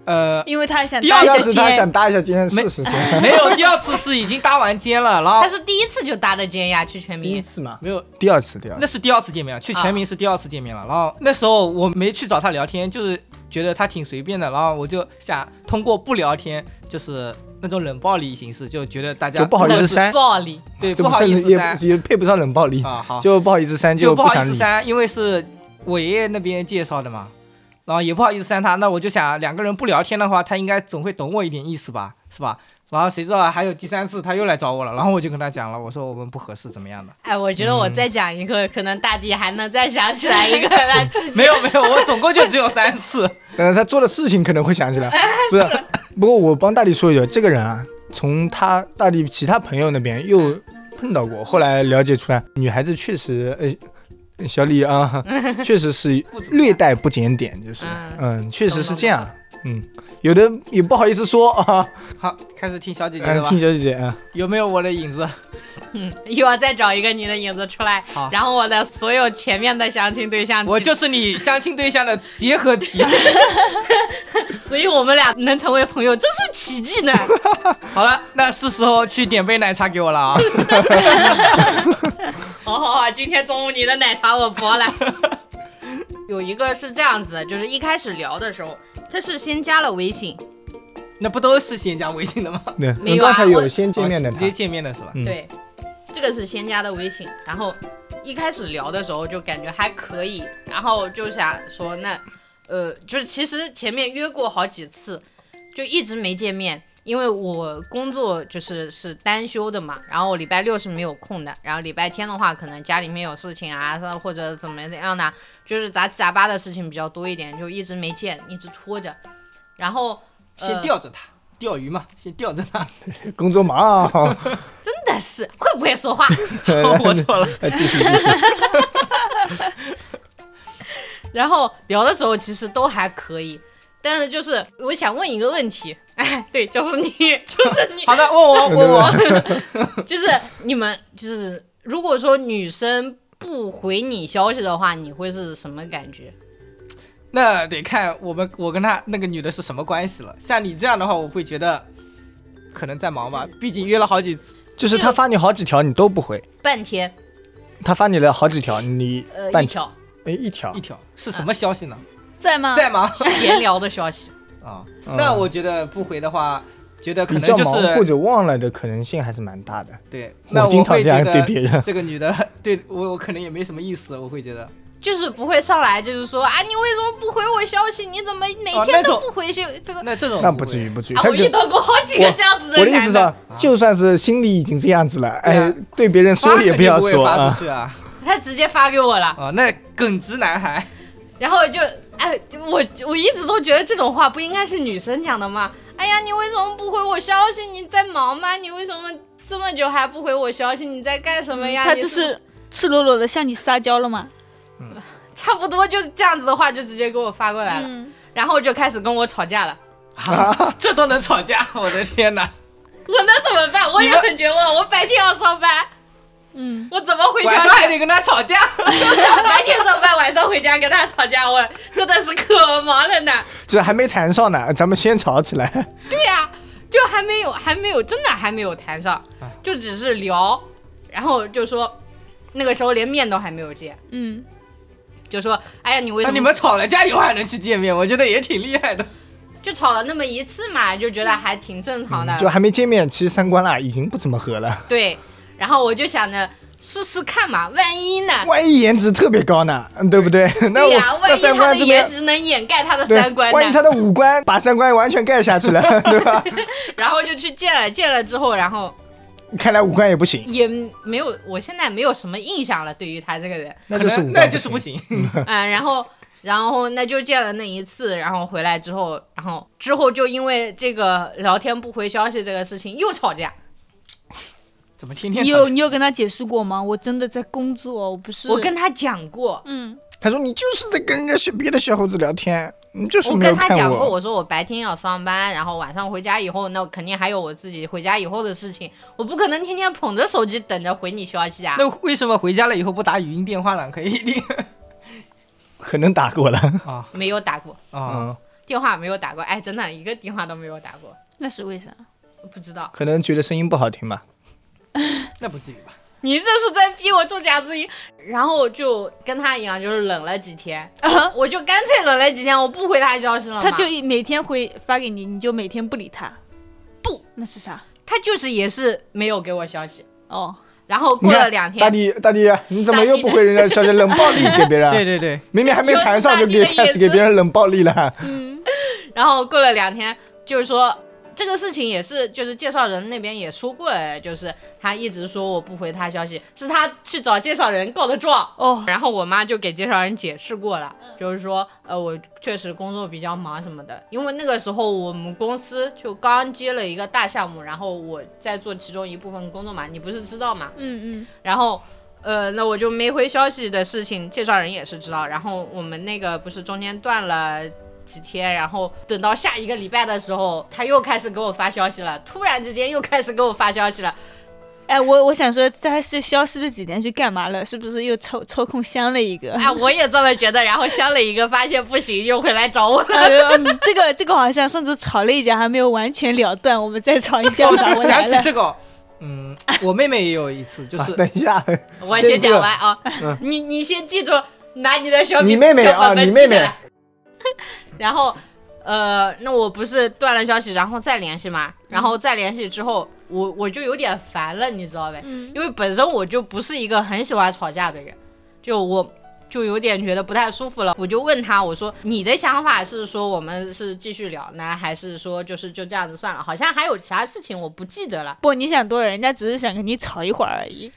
Speaker 3: 呃，
Speaker 2: 因为他想
Speaker 3: 第
Speaker 2: 搭
Speaker 3: 二
Speaker 1: 第
Speaker 2: 一
Speaker 1: 二
Speaker 2: 下
Speaker 1: 次他
Speaker 2: 肩
Speaker 1: 想。搭一下今天试试先，
Speaker 3: 没有，第二次是已经搭完肩了，然后
Speaker 4: 他是第一次就搭的肩呀，去全
Speaker 1: 第一
Speaker 4: 民。
Speaker 1: 次嘛，
Speaker 3: 没有，
Speaker 1: 第二次第二次
Speaker 3: 那是第二次见面了，去
Speaker 4: 啊
Speaker 3: 全民是第二次见面了，然后那时候我没去找他聊天，就是觉得他挺随便的，然后我就想通过不聊天，就是那种冷暴力形式，就觉得大家
Speaker 1: 就不好意思
Speaker 4: 冷
Speaker 1: 删，
Speaker 4: 暴力，
Speaker 3: 对
Speaker 1: 这
Speaker 3: 不好意
Speaker 1: 是
Speaker 3: 思
Speaker 1: 也
Speaker 3: 删
Speaker 1: 也配不上冷暴力，
Speaker 3: 啊好。
Speaker 1: 就不好意思删
Speaker 3: 就不
Speaker 1: 不
Speaker 3: 好
Speaker 1: 想
Speaker 3: 意思
Speaker 1: 理。
Speaker 3: 删，因为是我爷爷那边介绍的嘛，然后也不好意思删他。那我就想，两个人不聊天的话，他应该总会懂我一点意思吧，是吧？然后谁知道还有第三次他又来找我了，然后我就跟他讲了，我说我们不合适，怎么样的？
Speaker 4: 哎，我觉得
Speaker 3: 嗯
Speaker 4: 我再讲一个，可能大地还能再想起来一个 来自己。
Speaker 3: 没有没有，我总共就只有三次。
Speaker 1: 但是呃他做的事情可能会想 起来，哎不是。不过我帮大力说一句，这个人啊，从他大力其他朋友那边又碰到过，后来了解出来，女孩子确实，呃，小李 啊，确实是略带不检点，就是，嗯，确实是这样，嗯，有的也不好意思说 啊，
Speaker 3: 好，开始听小姐姐的
Speaker 1: 嗯，
Speaker 3: 吧
Speaker 1: 听，小姐姐啊，
Speaker 3: 有没有我的影子？
Speaker 4: 嗯，又要再找一个你的影子出来
Speaker 3: 好，
Speaker 4: 然后我的所有前面的相亲对象，
Speaker 3: 我就是你相亲对象的结合体。
Speaker 4: 所以我们俩能成为朋友，真是奇迹呢。
Speaker 3: 好了，那是时候去点杯奶茶给我了啊。
Speaker 4: 好好好，今天中午你的奶茶我薄了。 有一个是这样子的，就是一开始聊的时候，他是先加了微信，
Speaker 3: 那不都是先加微信的吗？
Speaker 1: 对，
Speaker 4: 没有啊
Speaker 1: 刚才有
Speaker 4: 我
Speaker 1: 先见面的
Speaker 3: 哦直
Speaker 1: 他，
Speaker 3: 接见面的是吧？
Speaker 1: 嗯
Speaker 4: 对，这个是先加的微信，然后一开始聊的时候就感觉还可以，然后就想说那，呃，就是其实前面约过好几次，就一直没见面，因为我工作就是是单休的嘛，然后礼拜六是没有空的，然后礼拜天的话可能家里面有事情啊，或者怎么样呢，就是杂七杂八的事情比较多一点，就一直没见，一直拖着，然后。
Speaker 3: 先
Speaker 4: 呃
Speaker 3: 吊着他。钓鱼嘛，先钓着它。
Speaker 1: 工作忙、 啊，
Speaker 4: 真的是 会不会说话？
Speaker 3: 我错了，
Speaker 1: 哎继续继续。
Speaker 4: 然后聊的时候其实都还可以，但是就是我想问一个问题， 哎，对，就是你， 就是 你，
Speaker 3: 好的，问我问 我，
Speaker 4: 就是你们，就是如果说女生不回你消息的话，你会是什么感觉？
Speaker 3: 那得看我们我跟他那个女的是什么关系了。像你这样的话，我会觉得可能在 忙吧，毕竟约了好几次。
Speaker 1: 就是他发你好几条你都不回，
Speaker 4: 半天，
Speaker 1: 他发你了好几条，你
Speaker 4: 呃，
Speaker 1: 半
Speaker 4: 一条
Speaker 1: 哎一条
Speaker 3: 一条是什么消息呢？
Speaker 2: 在吗？
Speaker 3: 在吗？
Speaker 4: 闲聊的消息，
Speaker 3: 啊，
Speaker 1: 嗯
Speaker 3: 那我觉得不回的话，觉得可
Speaker 1: 比
Speaker 3: 能
Speaker 1: 较
Speaker 3: 就
Speaker 1: 忙或
Speaker 3: 是
Speaker 1: 者忘了的可能性还是蛮大的。
Speaker 3: 对。那
Speaker 1: 经常
Speaker 3: 会
Speaker 1: 这样
Speaker 3: 觉
Speaker 1: 对
Speaker 3: 得
Speaker 1: 别人
Speaker 3: 这个女的对我，我可能也没什么意思，我会觉得
Speaker 4: 就是不会上来就是说啊，你为什么不回我消息？你怎么每
Speaker 3: 哦
Speaker 4: 天
Speaker 3: 那
Speaker 4: 都
Speaker 3: 种
Speaker 4: 不回消这个？
Speaker 3: 那这种
Speaker 1: 那
Speaker 3: 不
Speaker 1: 不至
Speaker 3: 会
Speaker 1: 于，。不至于。
Speaker 4: 啊，
Speaker 1: 他
Speaker 4: 我遇到过好几个
Speaker 1: 我
Speaker 4: 这样子
Speaker 1: 我的意
Speaker 4: 男
Speaker 1: 思
Speaker 4: 的
Speaker 1: 是，，就算是心里已经这样子了，
Speaker 3: 对啊
Speaker 1: 哎，对别人
Speaker 3: 发
Speaker 1: 说也
Speaker 3: 肯
Speaker 1: 不
Speaker 3: 定
Speaker 1: 要
Speaker 3: 会
Speaker 1: 说
Speaker 3: 发
Speaker 1: 啊
Speaker 3: 出。去啊！
Speaker 4: 他直接发给我了。
Speaker 3: 啊， 那耿直 男孩，
Speaker 4: 然后就哎，我我一直都觉得这种话不应该是女生讲的吗？哎呀，你为什么不回我消息？你在忙吗？你为什么这么久还不回我消息？你在干什么
Speaker 2: 嗯
Speaker 4: 呀？
Speaker 2: 他
Speaker 4: 你
Speaker 2: 就是
Speaker 4: 不
Speaker 2: 是赤裸裸的向你撒娇了嘛。
Speaker 4: 差不多就是这样子的话，就直接给我发过来了，
Speaker 2: 嗯，
Speaker 4: 然后就开始跟我吵架了。
Speaker 3: 啊，这都能吵架，我的天哪！
Speaker 4: 我能怎么办？我也
Speaker 3: 你们
Speaker 4: 很绝望。我白天要上班，
Speaker 2: 嗯，
Speaker 4: 我怎么回消
Speaker 3: 晚上
Speaker 4: 息？
Speaker 3: 还得跟他吵架，
Speaker 4: 白天上班，晚上回家跟他吵架，我真的是可忙了呢。
Speaker 1: 这还没谈上呢，咱们先吵起来。
Speaker 4: 对呀、就还没有，还没有，真的还没有谈上
Speaker 3: 哎，
Speaker 4: 就只是聊，然后就说，那个时候连面都还没有见，
Speaker 2: 嗯，
Speaker 4: 就说，哎呀，你为什
Speaker 3: 那
Speaker 4: 么
Speaker 3: 你们吵了架以后还能去见面， 我觉得也挺厉害的。
Speaker 4: 就吵了那么一次嘛，就觉得还挺正常的，
Speaker 1: 嗯就还没见面，其实三观啦已经不怎么合了。
Speaker 4: 对。然后我就想着试试看嘛，万一呢？
Speaker 1: 万一颜值特别高呢，嗯对不对？ 那
Speaker 4: 对
Speaker 1: 我
Speaker 4: 呀、万
Speaker 1: 那
Speaker 4: 一
Speaker 1: 三
Speaker 4: 他
Speaker 1: 观
Speaker 4: 的
Speaker 1: 这
Speaker 4: 颜
Speaker 1: 边，
Speaker 4: 值能掩盖他的
Speaker 1: 对
Speaker 4: 三观，
Speaker 1: 万一
Speaker 4: 呢？
Speaker 1: 他的五官把三观完全盖下去了， 对吧？
Speaker 4: 然后就去见了，见了之后，然后
Speaker 1: 看来五官也不行，
Speaker 4: 也没有，我现在没有什么印象了，对于他这个人。
Speaker 1: 那
Speaker 3: 可
Speaker 1: 就是
Speaker 3: 能
Speaker 1: 五官
Speaker 3: 那就是不行。
Speaker 4: 嗯，然后然后那就见了那一次，然后回来之后，然后之后就因为这个聊天不回消息这个事情又吵架。
Speaker 3: 怎么天天
Speaker 2: 你
Speaker 3: 吵
Speaker 2: 有
Speaker 3: 架？
Speaker 2: 你有跟他解释过吗？我真的在工作，我不是
Speaker 4: 我跟他讲过，
Speaker 2: 嗯
Speaker 1: 他说你就是在跟人家学别的小伙子聊天，你就是
Speaker 4: 我
Speaker 1: 没有
Speaker 4: 跟他
Speaker 1: 看
Speaker 4: 讲过，我说我白天要上班，然后晚上回家以后，那肯定还有我自己回家以后的事情，我不可能天天捧着手机等着回你消息啊。
Speaker 3: 那为什么回家了以后不打语音电话了？可以一定
Speaker 1: 可能打过了。
Speaker 3: 啊
Speaker 4: 没有打过
Speaker 3: 啊！
Speaker 1: 嗯，
Speaker 4: 电话，没有打过，哎，真的一个电话都没有打过，
Speaker 2: 那是 为啥？
Speaker 4: 不知道。
Speaker 1: 可能觉得声音不好听吧。
Speaker 3: 那不至于吧？
Speaker 4: 你这是在逼我做假字音，然后我就跟他一样，就是冷了几天，我就干脆冷了几天，我不回他消息了嘛。
Speaker 2: 他就每天回发给你，你就每天不理他。
Speaker 4: 不，
Speaker 2: 那是啥？
Speaker 4: 他就是也是没有给我消息，
Speaker 2: 哦，
Speaker 4: 然后
Speaker 1: 你
Speaker 4: 过
Speaker 1: 看
Speaker 4: 了两
Speaker 1: 大
Speaker 4: 天，
Speaker 1: 弟大弟，啊你怎么又不回人家消息，冷暴力给别人？啊
Speaker 3: 对，对对，
Speaker 1: 明明还没谈上就给开始给别人冷暴力了。
Speaker 2: 嗯，
Speaker 4: 然后过了两天，就是说这个事情也是，就是介绍人那边也说过了，就是他一直说我不回他消息，是他去找介绍人告的状。
Speaker 2: 哦，
Speaker 4: 然后我妈就给介绍人解释过了，就是说，呃，我确实工作比较忙什么的，因为那个时候我们公司就刚接了一个大项目，然后我在做其中一部分工作嘛，你不是知道嘛，
Speaker 2: 嗯嗯，
Speaker 4: 然后。呃，那我就没回消息的事情，介绍人也是知道。然后我们那个不是中间断了几天，然后等到下一个礼拜的时候，他又开始给我发消息了，突然之间又开始给我发消息了，
Speaker 2: 哎，我我想说，他是消失的几天去干嘛了？是不是又抽抽空相了一个？
Speaker 4: 哎，我也这么觉得。然后相了一个，发现不行，又回来找我了。
Speaker 2: 哎呦，嗯这个这个好像上周吵了一架，还没有完全了断，我们再吵一 架吧。我
Speaker 3: 想
Speaker 2: 来
Speaker 3: 起
Speaker 2: 了，
Speaker 3: 这个，嗯，我妹妹也有一次，就
Speaker 1: 啊
Speaker 3: 是
Speaker 1: 等一下，
Speaker 4: 我先讲完啊， 你你先记住，拿你的小笔
Speaker 1: 嗯你妹妹
Speaker 4: 小
Speaker 1: 啊，
Speaker 4: 本
Speaker 1: 你
Speaker 4: 本
Speaker 1: 妹
Speaker 4: 记下
Speaker 1: 妹
Speaker 4: 来。 然后，呃，那我不是断了消息，然后再联系嘛，然
Speaker 1: 嗯
Speaker 4: 后再联系之后，我我就有点烦了，你知道呗？
Speaker 2: 嗯
Speaker 4: 因为本身我就不是一个很喜欢吵架的人，就我就有点觉得不太舒服了，我就问他，我说你的想法是说我们是继续聊呢，还是说就是就这样子算了？好像还有啥事情我不记得了。
Speaker 2: 不，你想多了，人家只是想跟你吵一会儿而已。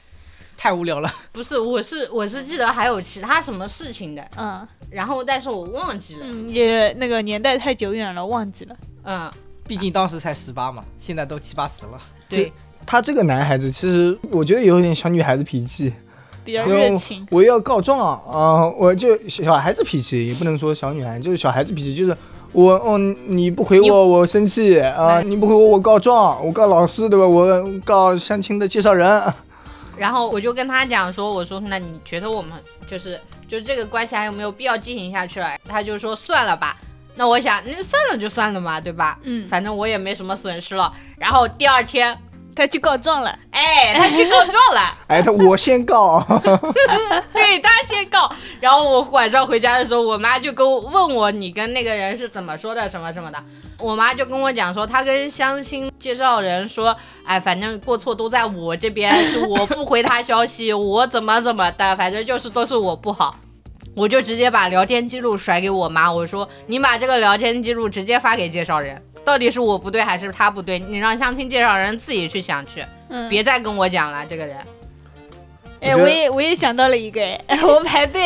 Speaker 3: 太无聊了，
Speaker 4: 不是，我是我是记得还有其他什么事情的，
Speaker 2: 嗯
Speaker 4: 然后但是我忘记了。
Speaker 2: 嗯，也那个年代太久远了，忘记了。
Speaker 4: 嗯，
Speaker 3: 毕竟当时才十八嘛，现在都七八十了。
Speaker 4: 对，
Speaker 1: 他这个男孩子，其实我觉得有点小女孩子脾气，
Speaker 2: 比较
Speaker 1: 因为
Speaker 2: 热
Speaker 1: 我
Speaker 2: 情。
Speaker 1: 我要告状啊、啊我就小孩子脾气，也不能说小女孩，就是小孩子脾气，就是我哦，你不回
Speaker 2: 你
Speaker 1: 我，我生气啊、
Speaker 2: 哎
Speaker 1: 你不回我，我告状，我告老师对吧？我告相亲的介绍人，
Speaker 4: 然后我就跟他讲说，我说那你觉得我们就是就这个关系还有没有必要进行下去了？他就说算了吧。那我想，那算了就算了嘛，对吧？
Speaker 2: 嗯
Speaker 4: 反正我也没什么损失了。然后第二天，
Speaker 2: 他去告状了，
Speaker 4: 哎，他去告状了。
Speaker 1: 哎，他我先 告，
Speaker 4: 对他先告，然后我晚上回家的时候，我妈就跟我问我你跟那个人是怎么说的，什么什么的。我妈就跟我讲说，她跟相亲介绍人说，哎，反正过错都在我这边，是我不回他消息，我怎么怎么的，反正就是都是我不好。我就直接把聊天记录甩给我妈，我说你把这个聊天记录直接发给介绍人，到底是我不对还是他不对？你让相亲介绍人自己去想去，
Speaker 2: 嗯，
Speaker 4: 别再跟我讲了这个人。
Speaker 2: 哎，
Speaker 1: 我觉得
Speaker 2: 我也我也想到了一个，哎， 我排队，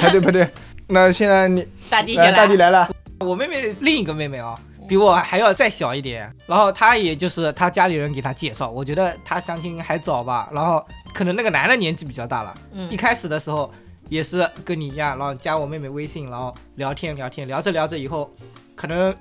Speaker 1: 排队排队。那现在你
Speaker 4: 大地
Speaker 1: 来
Speaker 4: 先
Speaker 1: 大地来了，
Speaker 3: 我妹妹另一个妹妹啊、比我还要再小一点，然后她也就是她家里人给她介绍，我觉得她相亲还早吧，然后可能那个男的年纪比较大了，
Speaker 4: 嗯
Speaker 3: 一开始的时候也是跟你一样，然后加我妹妹微信，然后聊天聊天，聊着聊着以后，可能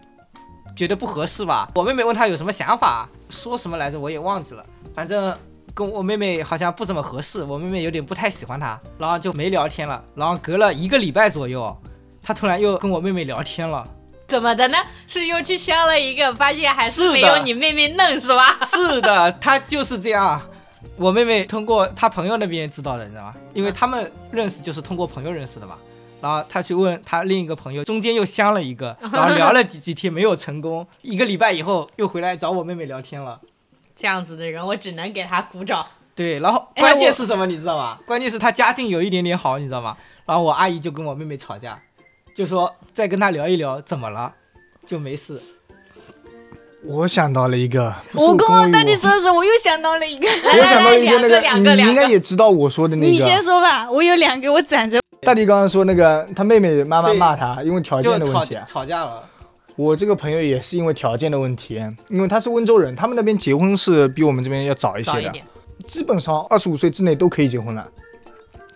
Speaker 3: 觉得不合适吧，我妹妹问她有什么想法，说什么来着我也忘记了，反正。跟我妹妹好像不怎么合适，我妹妹有点不太喜欢她，然后就没聊天了。然后隔了一个礼拜左右，她突然又跟我妹妹聊天了，
Speaker 4: 怎么的呢？是又去相了一个，发现还
Speaker 3: 是
Speaker 4: 是
Speaker 3: 的
Speaker 4: 没有你妹妹嫩，是吧？
Speaker 3: 是的，他就是这样。啊我妹妹通过她朋友那边知道的，你知道吗？因为他们认识就是通过朋友认识的嘛。然后她去问她另一个朋友，中间又相了一个，然后聊了几几天没有成功， 一个礼拜以后又回来找我妹妹聊天了。
Speaker 4: 这样子的人，我只能给她鼓掌。
Speaker 3: 对，然后
Speaker 4: 哎
Speaker 3: 关键
Speaker 4: 我
Speaker 3: 是什么，你知道吗？关键是她家境有一点点好，你知道吗？然后我阿姨就跟我妹妹吵架，就说再跟她聊一聊，怎么了？就没事。
Speaker 1: 我想到了一个，不是
Speaker 2: 我跟我
Speaker 1: 攻
Speaker 2: 大
Speaker 1: 击
Speaker 2: 地说的时候，我又想到了一个，
Speaker 4: 来
Speaker 1: 我想到
Speaker 4: 来来，
Speaker 1: 一个那
Speaker 4: 两个两个
Speaker 1: 你
Speaker 4: 两
Speaker 1: 应该
Speaker 4: 个，
Speaker 1: 也知道我说的那个。
Speaker 2: 你先说吧，我有两个，我攒着。
Speaker 1: 大地刚刚说那个，他妹妹妈妈
Speaker 3: 对
Speaker 1: 骂他，因为条
Speaker 3: 就
Speaker 1: 件的问
Speaker 3: 吵
Speaker 1: 题啊。
Speaker 3: 吵架了。
Speaker 1: 我这个朋友也是因为条件的问题，啊因为他是温州人，他们那边结婚是比我们这边要早一些
Speaker 4: 早一
Speaker 1: 的，
Speaker 4: 点，
Speaker 1: 基本上二十五岁之内都可以结婚了。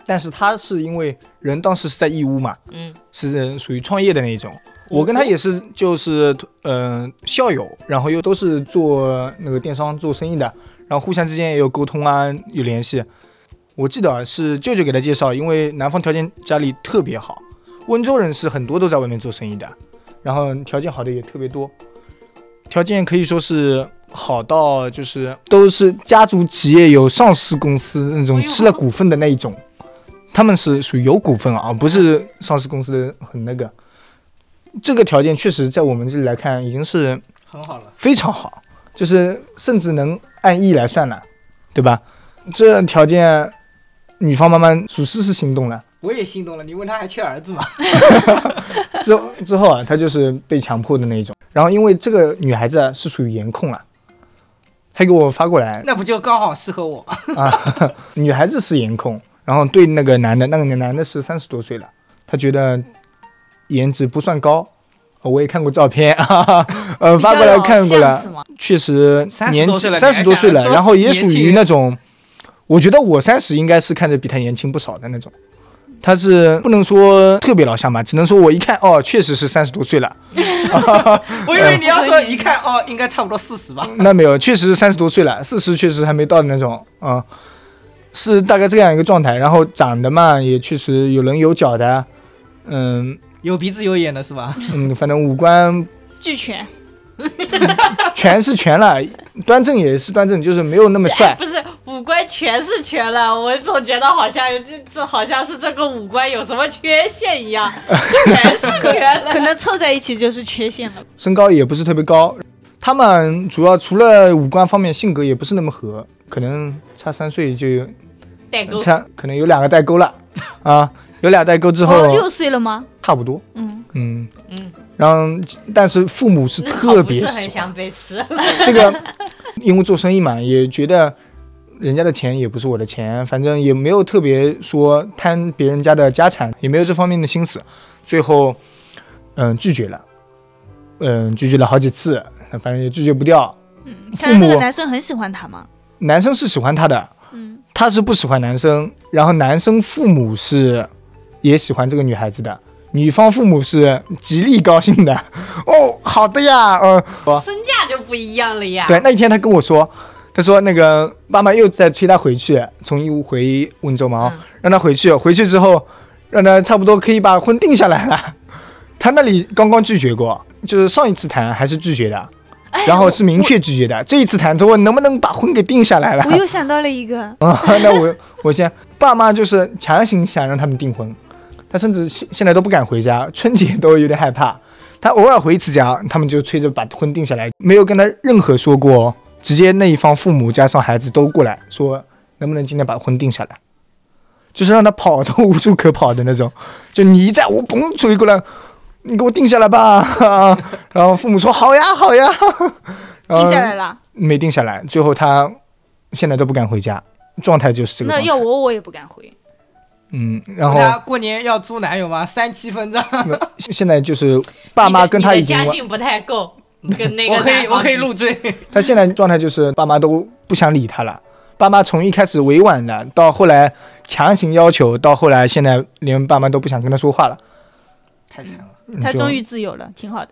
Speaker 1: 但是他是因为人当时是在义乌嘛，
Speaker 4: 嗯，
Speaker 1: 是属于创业的那一种。我跟他 也是，就是嗯、呃校友，然后又都是做那个电商做生意的，然后互相之间也有沟通啊，有联系。我记得啊，是舅舅给他介绍，因为南方条件家里特别好，温州人是很多都在外面做生意的，然后条件好的也特别多，条件可以说是好到就是都是家族企业有上市公司那种
Speaker 4: 哎呦
Speaker 1: 吃了股份的那一种，他们是属于有股份啊，不是上市公司的很那个。这个条件确实在我们这里来看已经是
Speaker 3: 很好了，
Speaker 1: 非常好，就是甚至能按亿来算了，对吧？这条件，女方妈妈属实是心动了。
Speaker 3: 我也心动了。你问她还缺儿子吗？
Speaker 1: 之之后啊，她就是被强迫的那一种。然后因为这个女孩子啊是属于颜控了，她给我发过来，
Speaker 3: 那不就刚好适合我？
Speaker 1: 女孩子是颜控，然后对那个男的，那个男的是三十多岁了，他觉得颜值不算高。呃我也看过照片啊，呃，发过来看过
Speaker 2: 了
Speaker 1: 了，，确实
Speaker 3: 30
Speaker 1: 年
Speaker 3: 多
Speaker 1: 纪
Speaker 3: 岁了
Speaker 1: 三十多岁了，
Speaker 3: 你还想
Speaker 1: 然后也
Speaker 3: 多
Speaker 1: 属
Speaker 3: 年
Speaker 1: 于
Speaker 3: 轻
Speaker 1: 那种，我觉得我三十应该是看着比他年轻不少的那种。他是不能说特别老相吧，只能说我一看哦，确实是三十多岁了。
Speaker 3: 我以为你要说一 看哦，应该差不多四十吧。
Speaker 1: 那没有，确实三十多岁了，四十确实还没到的那种啊、是大概这样一个状态。然后长得嘛，也确实有棱有角的，嗯
Speaker 3: 有鼻子有眼的是吧？
Speaker 1: 嗯，反正五官
Speaker 2: 俱全，
Speaker 1: 全是全了，端正也是端正，就是没有那么
Speaker 4: 哎
Speaker 1: 帅。
Speaker 4: 不是五官全是全了，我总觉得好像这这好像是这个五官有什么缺陷一 样，全是全
Speaker 1: 嗯
Speaker 4: 了。
Speaker 2: 可能凑在一起就是缺陷了。
Speaker 1: 身高也不是特别高。他们主要除了五官方面，性格也不是那么合，可能差三岁就有
Speaker 4: 代 沟，
Speaker 1: 差，可能有两个代沟了啊，有俩代沟之
Speaker 2: 哦，
Speaker 1: 后
Speaker 2: 六岁了吗？
Speaker 1: 差不多，
Speaker 2: 嗯，
Speaker 1: 嗯
Speaker 4: 嗯，
Speaker 1: 然后但是父母是
Speaker 4: 那
Speaker 1: 特
Speaker 4: 好不
Speaker 1: 别
Speaker 4: 是很
Speaker 1: 喜欢啊
Speaker 4: 想被吃。
Speaker 1: 这个，因为做生意嘛，也觉得人家的钱也不是我的钱，反正也没有特别说贪别人家的家产，也没有这方面的心思。最后，嗯，拒绝了，嗯，拒绝了好几次，那反正也拒绝不掉。
Speaker 2: 嗯看来
Speaker 1: 父
Speaker 2: 那个
Speaker 1: 母
Speaker 2: 男生很喜欢她嘛。
Speaker 1: 男生是喜欢她的，
Speaker 2: 嗯，
Speaker 1: 她是不喜欢男生，然后男生父母是也喜欢这个女孩子的，女方父母是极力高兴的。哦，好的呀，呃，
Speaker 4: 身价就不一样了呀。
Speaker 1: 对，那一天他跟我说，他说那个爸妈又在催他回去，从义乌回温州嘛，哦
Speaker 4: 嗯
Speaker 1: 让他回去，回去之后让他差不多可以把婚定下来了。他那里刚刚拒绝过，就是上一次谈还是拒绝的，
Speaker 2: 哎
Speaker 1: 然后是明确拒绝的。这一次谈，他问能不能把婚给定下来了
Speaker 2: 我。又想到了 一个，
Speaker 1: 啊，那我我先，爸妈就是强行想让他们订婚，他甚至现现在都不敢回家，春节都有点害怕。他偶尔回一次家，他们就催着把婚定下来，没有跟他任何说过哦，直接那一方父母加上孩子都过来说，能不能今天把婚定下来，就是让他跑都无处可跑的那种，就你一在我嘣追过来，你给我定下来吧， 啊然后父母说好呀好呀， 然后
Speaker 2: 定下来了。
Speaker 1: 没定下来，最后他现在都不敢回家，状态就是这个
Speaker 2: 那
Speaker 1: 状态。
Speaker 2: 要我我也不敢回。
Speaker 1: 嗯，然后
Speaker 3: 他过年要租男友吗？三七分账，
Speaker 1: 现现在就是爸妈跟他已经
Speaker 4: 你
Speaker 1: 完
Speaker 4: 的家，境不太够，跟那个
Speaker 3: 我可以
Speaker 4: 男方
Speaker 3: 我可以
Speaker 4: 比
Speaker 3: 入赘。
Speaker 1: 他现在状态就是爸妈都不想理他了。爸妈从一开始委婉的，到后来强行要求，到后来现在连爸妈都不想跟他说话了。
Speaker 3: 太惨了，
Speaker 1: 嗯
Speaker 2: 他
Speaker 1: 就
Speaker 2: 终于自由了，挺好的。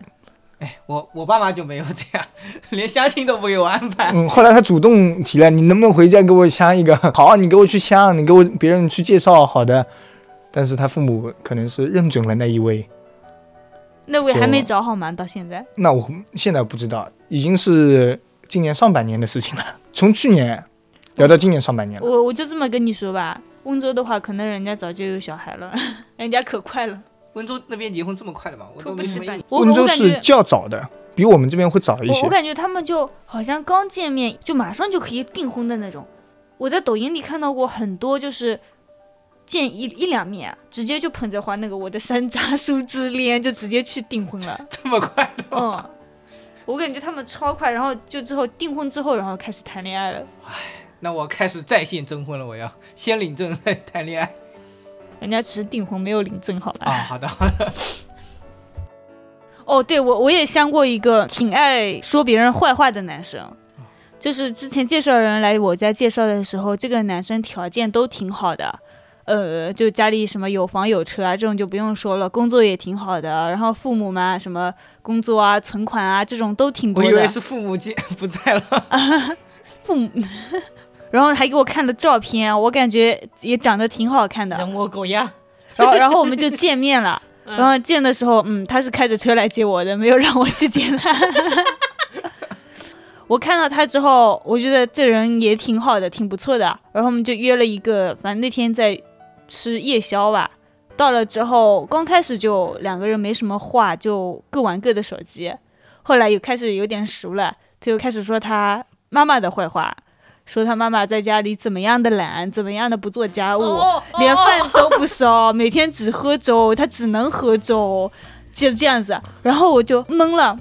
Speaker 3: 哎，我我爸妈就没有这样， 连相亲都不给我安排。
Speaker 1: 嗯，后来他主动提了，你能不能回家给我相一个？好，你给我去相，你给我别人去介绍，好的。但是他父母可能是认准了那一位，
Speaker 2: 那位
Speaker 1: 就
Speaker 2: 还没找好吗？到现在
Speaker 1: 那我现在不知道，已经是今年上半年的事情了，从去年聊到今年上半年了。
Speaker 2: 我我就这么跟你说吧，温州的话，可能人家早就有小孩了， 人家可快了。
Speaker 3: 温州那边结婚这么快的吗？我
Speaker 2: 土
Speaker 3: 都
Speaker 2: 不
Speaker 3: 没
Speaker 2: 其
Speaker 3: 什么
Speaker 2: 半
Speaker 3: 印。
Speaker 2: 我
Speaker 1: 温州
Speaker 2: 我感
Speaker 1: 是
Speaker 2: 觉
Speaker 1: 较早的，比我们这边会早一
Speaker 2: 我我
Speaker 1: 些。
Speaker 2: 感觉他们就好像刚见面就马上就可以订婚的那种。我在抖音里看到过很多，就是见一一两面、啊，直接就捧着花那个我的山楂树之恋就直接去订婚了。
Speaker 3: 这么快的，
Speaker 2: 嗯，我感觉他们超快，然后就之后订婚之后，然后开始谈恋爱了。
Speaker 3: 那我开始在线征婚了，我要先领证再谈恋爱
Speaker 2: 人家只是订婚没有领证，好吧？
Speaker 3: 啊！好的好的，
Speaker 2: 哦，对我我也相过一个挺爱说别人坏话的男
Speaker 3: 啊
Speaker 2: 生，就是之前介绍人来我家介绍的时候，这个男生条件都挺好的，呃，就家里什么有房有车啊这种就不用说了，工作也挺好的，然后父母嘛什么工作啊、存款啊这种都挺多
Speaker 3: 我
Speaker 2: 的。
Speaker 3: 以为是父母亲不在了，
Speaker 2: 父母， 然后还给我看了照片，我感觉也长得挺好看的。
Speaker 4: 人模狗样，
Speaker 2: 然后然后我们就见面了。然后见的时候，嗯，他是开着车来接我的，没有让我去接他。 我看到他之后，我觉得这人也挺好的，挺不错的。然后我们就约了一个，反正那天在吃夜宵吧。到了之后，刚开始就两个人没什么话，就各玩各的手机。后来又开始有点熟了，他就开始说他妈妈的坏话，说他妈妈在家里怎么样的懒，怎么样的不做家务。
Speaker 4: 哦
Speaker 2: 连
Speaker 4: 哦
Speaker 2: 饭都不烧，每天只喝粥，他只能喝粥，就这样子。然后我就懵了，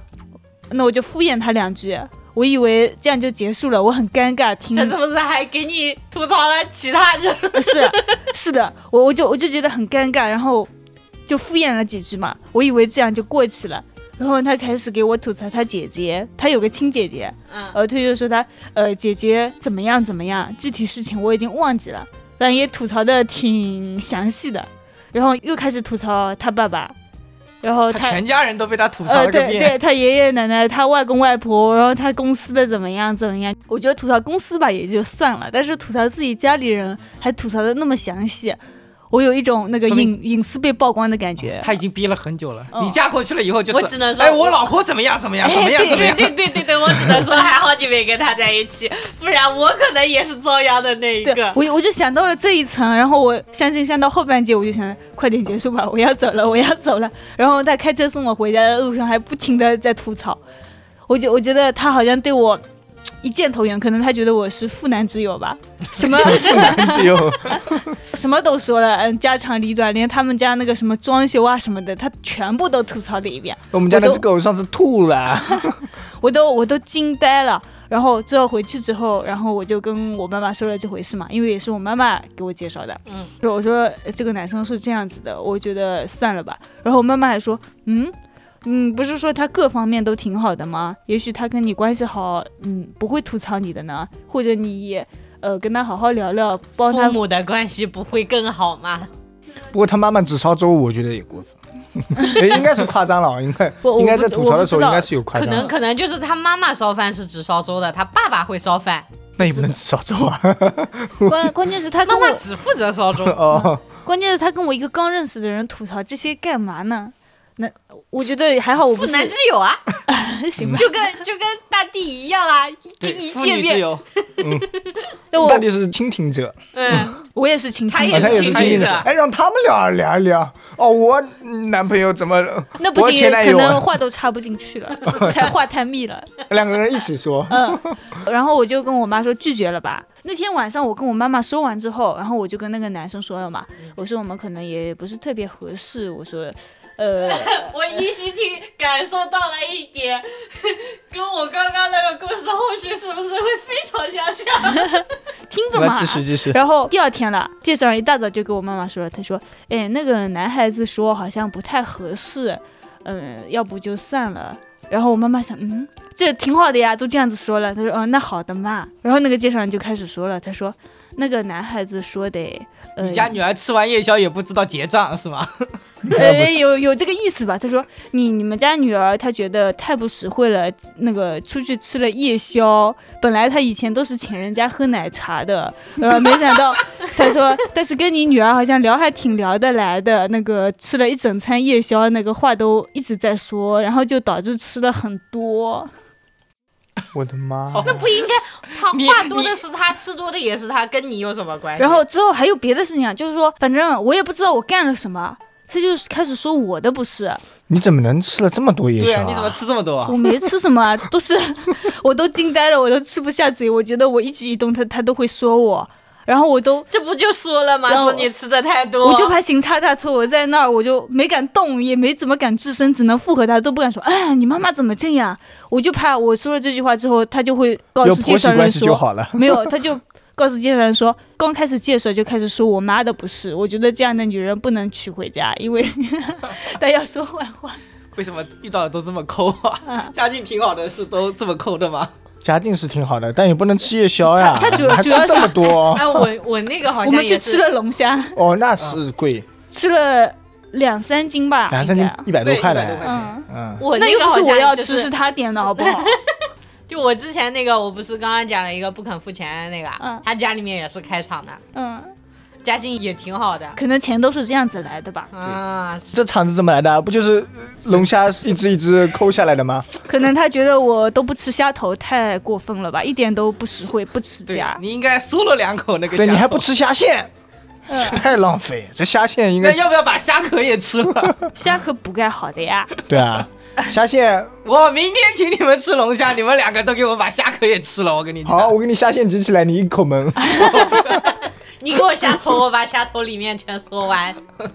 Speaker 2: 那我就敷衍他两句，我以为这样就结束了，我很尴尬，挺
Speaker 4: 他是不是还给你吐槽了其他人？
Speaker 2: 是是的，我我就我就觉得很尴尬，然后就敷衍了几句嘛，我以为这样就过去了。然后他开始给我吐槽他姐姐，他有个亲姐姐，
Speaker 4: 嗯
Speaker 2: 呃，他就说他呃姐姐怎么样怎么样，具体事情我已经忘记了，但也吐槽的挺详细的。然后又开始吐槽他爸爸，然后
Speaker 3: 他全家人都被他吐槽了
Speaker 2: 哦呃，
Speaker 3: 个
Speaker 2: 对
Speaker 3: 遍。
Speaker 2: 对，他爷爷奶奶、他外公外婆，然后他公司的怎么样怎么样？我觉得吐槽公司吧也就算了，但是吐槽自己家里人还吐槽的那么详细，我有一种那个
Speaker 3: 说明
Speaker 2: 隐隐私被曝光的感觉。
Speaker 3: 他已经憋了很久了，
Speaker 2: 嗯
Speaker 3: 你嫁过去了以后就是，
Speaker 4: 我只能说
Speaker 3: 哎，我老婆怎么样怎么样怎么样
Speaker 2: 哎
Speaker 3: 怎么
Speaker 4: 对
Speaker 3: 样，
Speaker 4: 对对对对，我只 能说还好你没跟他在一起，不然我可能也是遭殃的那一
Speaker 2: 对
Speaker 4: 个，。
Speaker 2: 我我就想到了这一层，然后我相信想到后半截，我就想快点结束吧，我要走了，我要走了。然后他开车送我回家的路上还不停的在吐槽，我觉我觉得他好像对我一见投缘，可能他觉得我是妇男之友吧，什 么
Speaker 1: 只有
Speaker 2: 什么都说了，嗯，家长里短，连他们家那个什么装修啊什么的，他全部都吐槽了一遍，
Speaker 1: 我们家那只狗上次吐了，
Speaker 2: 我都我都惊呆了。然后之后回去之后，然后我就跟我妈妈说了这回事嘛，因为也是我妈妈给我介绍的。
Speaker 4: 嗯，
Speaker 2: 说我说呃这个男生是这样子的，我觉得算了吧。然后我妈妈还说，嗯，嗯，不是说他各方面都挺好的吗？也许他跟你关系好，嗯，不会吐槽你的呢，或者你也呃跟他好好聊聊，帮他
Speaker 4: 父母的关系不会更好吗？
Speaker 1: 不过他妈妈只烧粥，我觉得也过分， 哎应该是夸张了，应该
Speaker 2: 不 我
Speaker 1: 应该
Speaker 2: 不
Speaker 1: 在
Speaker 2: 知
Speaker 1: 吐槽
Speaker 2: 我
Speaker 1: 的
Speaker 2: 不
Speaker 1: 时候应
Speaker 2: 知道
Speaker 1: 该是有夸
Speaker 4: 可
Speaker 1: 张
Speaker 4: 能
Speaker 1: 的，
Speaker 4: 可能就是他妈妈烧饭是只烧粥的，他爸爸会烧饭，
Speaker 1: 那也不能只烧粥啊。。
Speaker 2: 关关键是他跟
Speaker 4: 妈妈
Speaker 2: 我，
Speaker 4: 只负责烧粥
Speaker 1: 哦，
Speaker 2: 关键是他跟我一个刚认识的人吐槽这些干嘛呢？那我觉得还好，我
Speaker 4: 妇
Speaker 2: 不是
Speaker 4: 男之友啊，
Speaker 2: 行吧，
Speaker 4: 就跟就跟大地一样啊，就
Speaker 3: 对
Speaker 4: 一
Speaker 3: 妇
Speaker 4: 见
Speaker 3: 女之
Speaker 4: 面，
Speaker 3: 友，
Speaker 2: 但我
Speaker 1: 到底是倾听者，
Speaker 4: 嗯，
Speaker 2: 我也是倾
Speaker 4: 他
Speaker 2: 听
Speaker 1: 好
Speaker 4: 也
Speaker 2: 者
Speaker 1: 像
Speaker 4: 是
Speaker 1: 也是
Speaker 4: 倾
Speaker 1: 倾听
Speaker 4: 听
Speaker 1: 者
Speaker 4: 者。
Speaker 1: 哎，让他们聊聊一聊。哦，我男朋友怎么？
Speaker 2: 那不
Speaker 1: 我
Speaker 2: 行，
Speaker 1: 前男
Speaker 2: 可
Speaker 1: 友
Speaker 2: 能
Speaker 1: 啊
Speaker 2: 话都插不进 去了，太话太密了。
Speaker 1: 两个人一起说，
Speaker 2: 嗯然后我就跟我妈说拒绝了吧。那天晚上我跟我妈妈说完之后，然后我就跟那个男生说了嘛，我说我们可能也不是特别合适，我说，呃，
Speaker 4: 我依稀听感受到了一点， 跟我刚刚那个故事后续是不是会非常相像？
Speaker 2: 听 着
Speaker 3: 我
Speaker 2: 嘛
Speaker 3: 们。继续继续。
Speaker 2: 然后第二天了，第二早上一大早就跟我妈妈说了，她说，哎，那个男孩子说好像不太合适，嗯、要不就算了。然后我妈妈想，嗯，这挺好的呀，都这样子说了。她说，哦，那好的嘛。然后那个介绍人就开始说了，他说，那个男孩子说的，呃，
Speaker 3: 你家女儿吃完夜宵也不知道结账是吗？
Speaker 2: 呃，有有这个意思吧？他说你你们家女儿她觉得太不实惠了，那个出去吃了夜宵，本来她以前都是请人家喝奶茶的， 呃，没想到他说，但是跟你女儿好像聊还挺聊得来的，那个吃了一整餐夜宵，那个话都一直在说，然后就导致吃了很多。
Speaker 1: 我的妈！
Speaker 4: 那不 应该，他
Speaker 3: 你
Speaker 4: 话多的
Speaker 3: 你
Speaker 4: 是他，吃多的也是他，跟你有什么关系？
Speaker 2: 然后之后还有别的事情啊，就是说，反正我也不知道我干了什么，他就开始说我的不是。
Speaker 1: 你怎么能吃了这么多夜
Speaker 3: 对
Speaker 1: 宵、
Speaker 3: 啊，你怎么吃这么多啊
Speaker 2: 我？没吃什么、啊，都是 我都惊呆了，我都吃不下嘴。我觉得我一举一动他他都会说我，然后我都
Speaker 4: 这不就说了吗？
Speaker 2: 然后
Speaker 4: 说你吃的太多，
Speaker 2: 我 就怕行差踏错，我在那儿我就没敢动，也没怎么敢吱声，只能附和他，都不敢说。哎，你妈妈怎么这样？我就怕我说了这句话之后，他就会告
Speaker 1: 有
Speaker 2: 诉
Speaker 1: 婆
Speaker 2: 介
Speaker 1: 媳
Speaker 2: 绍人
Speaker 1: 关系就
Speaker 2: 说，
Speaker 1: 好了。
Speaker 2: 没有，他就告诉介绍人说，刚开始介绍就开始说我妈的不是，我觉得这样的女人不能娶回家，因为 她要说坏话。
Speaker 3: 为什么遇到的都这么抠啊？ 家境挺好的是都这么抠的吗？
Speaker 1: 家境是挺好的，但也不能吃夜宵呀，
Speaker 2: 他他 主
Speaker 1: 还吃
Speaker 2: 主要是
Speaker 1: 这么 多。
Speaker 4: 哎，我我那个好
Speaker 2: 我
Speaker 4: 像
Speaker 2: 们去
Speaker 4: 也
Speaker 2: 吃
Speaker 4: 是，
Speaker 2: 了龙虾，
Speaker 1: 哦，那是贵，
Speaker 2: 吃了两三斤吧，
Speaker 1: 两三
Speaker 2: 应
Speaker 1: 斤
Speaker 2: 该啊
Speaker 1: 一百多块
Speaker 3: 对100多
Speaker 1: 嘞。
Speaker 3: 块
Speaker 2: 嗯，
Speaker 1: 嗯，
Speaker 4: 我
Speaker 2: 那
Speaker 4: 那
Speaker 2: 又
Speaker 4: 个
Speaker 2: 不
Speaker 4: 好
Speaker 2: 是我
Speaker 4: 像
Speaker 2: 要
Speaker 4: 就
Speaker 2: 吃，
Speaker 4: 是
Speaker 2: 是他点的好不 好？
Speaker 4: 就我之前那个，我不是刚刚讲了一个不肯付钱的那个，啊
Speaker 2: 嗯
Speaker 4: 他家里面也是开厂的，
Speaker 2: 嗯，
Speaker 4: 家境也挺好的，
Speaker 2: 可能钱都是这样子来的吧，
Speaker 4: 啊，
Speaker 1: 这厂子怎么来的？不就是呃龙虾一只一只抠下来的 吗？
Speaker 2: 可能他觉得我都不吃虾头太过分了吧，一点都不实惠，不持
Speaker 3: 对
Speaker 2: 家，。
Speaker 3: 你应该嗦了两口那个虾。嗯
Speaker 1: 对你还不？吃虾线，这 太浪费。这虾线应
Speaker 3: 那
Speaker 1: 该
Speaker 3: 要不要把虾壳也 吃了？
Speaker 2: 虾可补钙好的呀，
Speaker 1: 对啊，虾线
Speaker 3: 我明天请你们吃龙虾，你们两个都给我把虾壳也吃了，我跟你讲。
Speaker 1: 好，我给你虾线挤起来，你一口 闷。
Speaker 4: 你给我虾头，我把虾头里面全说完，
Speaker 3: 哦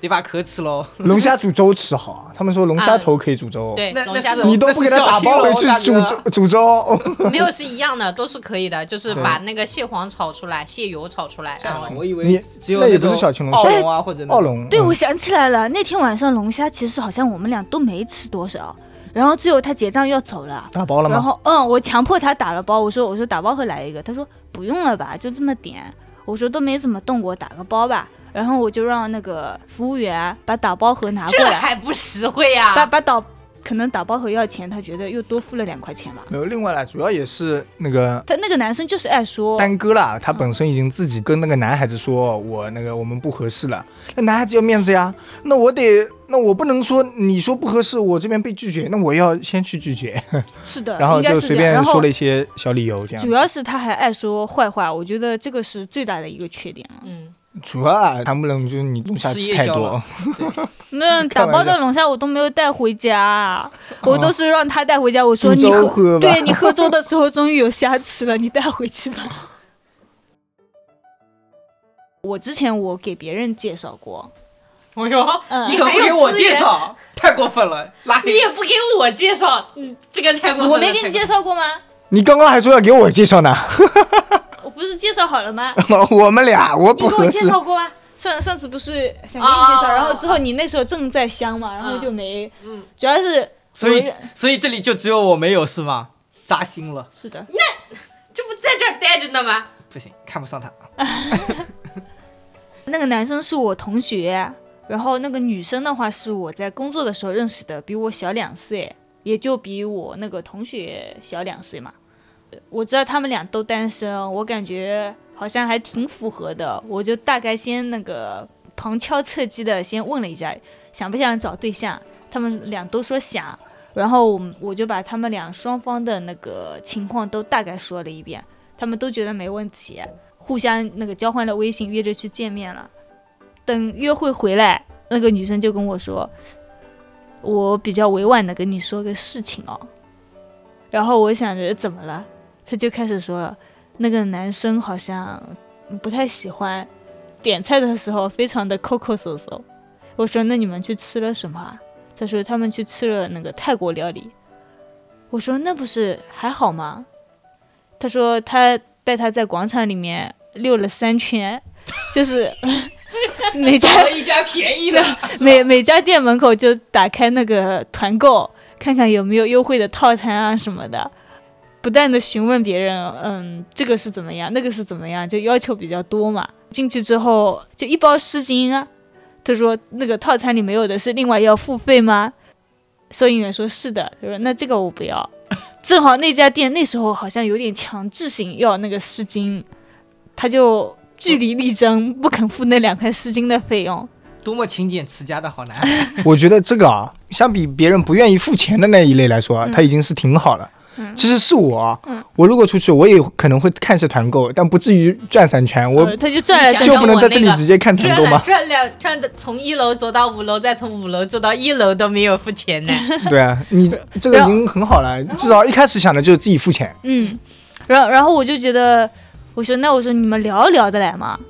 Speaker 3: 你把壳吃哦喽。
Speaker 1: 龙虾煮粥吃好，啊他们说龙虾头可以煮粥。
Speaker 4: 对，
Speaker 3: 那
Speaker 4: 龙
Speaker 3: 那
Speaker 4: 虾
Speaker 3: 是
Speaker 4: 头
Speaker 1: 你都不给它打包回去煮
Speaker 3: 啊那是小青哦
Speaker 1: 粥煮粥，
Speaker 4: 没有是一样的，都是可以的，就是把那个蟹黄炒出来，蟹油炒出来，然后
Speaker 3: 啊我以
Speaker 1: 你
Speaker 3: 为只有
Speaker 1: 那也
Speaker 3: 种
Speaker 1: 不是小青龙
Speaker 3: 澳龙啊，或者那种
Speaker 1: 奥龙。
Speaker 2: 对，
Speaker 1: 嗯
Speaker 2: 我想起来了，那天晚上龙虾其实好像我们俩都没吃多少，然后最后他结账要走了。
Speaker 1: 打包了
Speaker 2: 然
Speaker 1: 吗？
Speaker 2: 后嗯，我强迫他打了包，我说我说打包回来一个，他说不用了吧，就这么点。我说都没怎么动过，打个包吧。然后我就让那个服务员把打包盒拿过
Speaker 4: 这
Speaker 2: 来，
Speaker 4: 还不实惠
Speaker 1: 啊
Speaker 4: 啊呀、
Speaker 2: 把把打可能打包盒要钱，他觉得又多付了两块钱吧。
Speaker 1: 没有，另外啦，主要也是那个
Speaker 2: 他那个男生就是爱说，
Speaker 1: 丹哥啦，他本身已经自己跟那个男孩子说，我那个我们不合适了，那男孩子要面子呀，那我得，那我不能说你说不合适，我这边被拒绝，那我要先去拒绝，
Speaker 2: 是的，
Speaker 1: 然后
Speaker 2: 嗯应
Speaker 1: 就
Speaker 2: 该
Speaker 1: 是随
Speaker 2: 这
Speaker 1: 便
Speaker 2: 样。然
Speaker 1: 说
Speaker 2: 后
Speaker 1: 了一些小理由，这样
Speaker 2: 主要是他还爱说坏话，我觉得这个是最大的一个缺点了。
Speaker 4: 嗯，
Speaker 1: 主要啊，谈不能就是你龙虾
Speaker 3: 吃
Speaker 1: 吃
Speaker 3: 夜
Speaker 1: 太
Speaker 3: 宵
Speaker 1: 多
Speaker 3: 了，
Speaker 2: 那打
Speaker 1: 开玩
Speaker 2: 包的
Speaker 1: 笑
Speaker 2: 龙虾我都没有带回家，我都是让他带回家。我说
Speaker 1: 煮
Speaker 2: 你
Speaker 1: 粥喝吧
Speaker 2: 对你喝粥的时候终于有虾吃了，你带回去吧。我之前我给别人介绍过，
Speaker 4: 哎呦，
Speaker 2: 嗯
Speaker 3: 你可不给我介绍，太过分了，拉
Speaker 4: 你
Speaker 3: 黑。
Speaker 4: 也不给我介绍，嗯，这个太过分了
Speaker 2: 我没给你介绍过吗？
Speaker 1: 你刚刚还说要给我介绍呢，
Speaker 2: 我不是介绍好了吗？
Speaker 1: 我们俩我
Speaker 4: 你
Speaker 1: 不
Speaker 4: 给我
Speaker 1: 合
Speaker 4: 介
Speaker 1: 适，
Speaker 4: 绍过吗？
Speaker 2: 啊上上次不是想给你
Speaker 4: 哦
Speaker 2: 介绍，
Speaker 4: 哦哦
Speaker 2: 然后之后你那时候正在香嘛，然后就没，嗯，主要是
Speaker 3: 所以
Speaker 2: 我也
Speaker 3: 所以这里就只有我没有是吗？扎心了，
Speaker 2: 是的，
Speaker 4: 这不在这儿待着 呢吗？
Speaker 3: 不行，看不上他。
Speaker 2: 那个男生是我同学，然后那个女生的话是我在工作的时候认识的，比我小两岁，也就比我那个同学小两岁嘛。我知道他们俩都单身，我感觉好像还挺符合的，我就大概先那个旁敲侧击的先问了一下，想不想找对象？他们俩都说想，然后我们我就把他们俩双方的那个情况都大概说了一遍，他们都觉得没问题。互相那个交换了微信，约着去见面了。等约会回来，那个女生就跟我说：“我比较委婉的跟你说个事情哦。”然后我想着怎么了，她就开始说了，那个男生好像不太喜欢，点菜的时候非常的抠抠搜搜。我说：“那你们去吃了什么啊？”她说：“他们去吃了那个泰国料理。”我说：“那不是还好吗？”她说：“她带他在广场里面溜了三圈，就是 每家
Speaker 3: 找了一家便宜的，
Speaker 2: 每每家店门口就打开那个团购，看看有没有优惠的套餐啊什么的，不断的询问别人，嗯，这个是怎么样，那个是怎么样，就要求比较多嘛。进去之后就一包湿巾啊，他说那个套餐里没有的是另外要付费吗？收银员说是的，他说那这个我不 要。正好那家店那时候好像有点强制性要那个湿巾，他就据理力争，不肯付那两块湿巾的费用。
Speaker 3: 多么勤俭持家的好男 孩。
Speaker 1: 我觉得这个啊，相比别人不愿意付钱的那一类来说啊，他已经是挺好了。其实是我啊，我如果出去，我也可能会看一下团购，但不至于转三圈。我
Speaker 2: 呃他就转来
Speaker 4: 你
Speaker 1: 就
Speaker 2: 转
Speaker 4: 想
Speaker 2: 去
Speaker 4: 想
Speaker 1: 不能在这里
Speaker 4: 我那个
Speaker 1: 直接看团
Speaker 4: 转
Speaker 1: 购
Speaker 4: 了
Speaker 1: 吗？
Speaker 4: 转了转的，从一楼走到五楼，再从五楼走到一楼都没有付 钱呢。
Speaker 1: 对啊， 你这个已经很好了，至少一开始想的就是自己付钱。
Speaker 2: 嗯，然后然后我就觉得，我说那我说你们聊聊得来吗？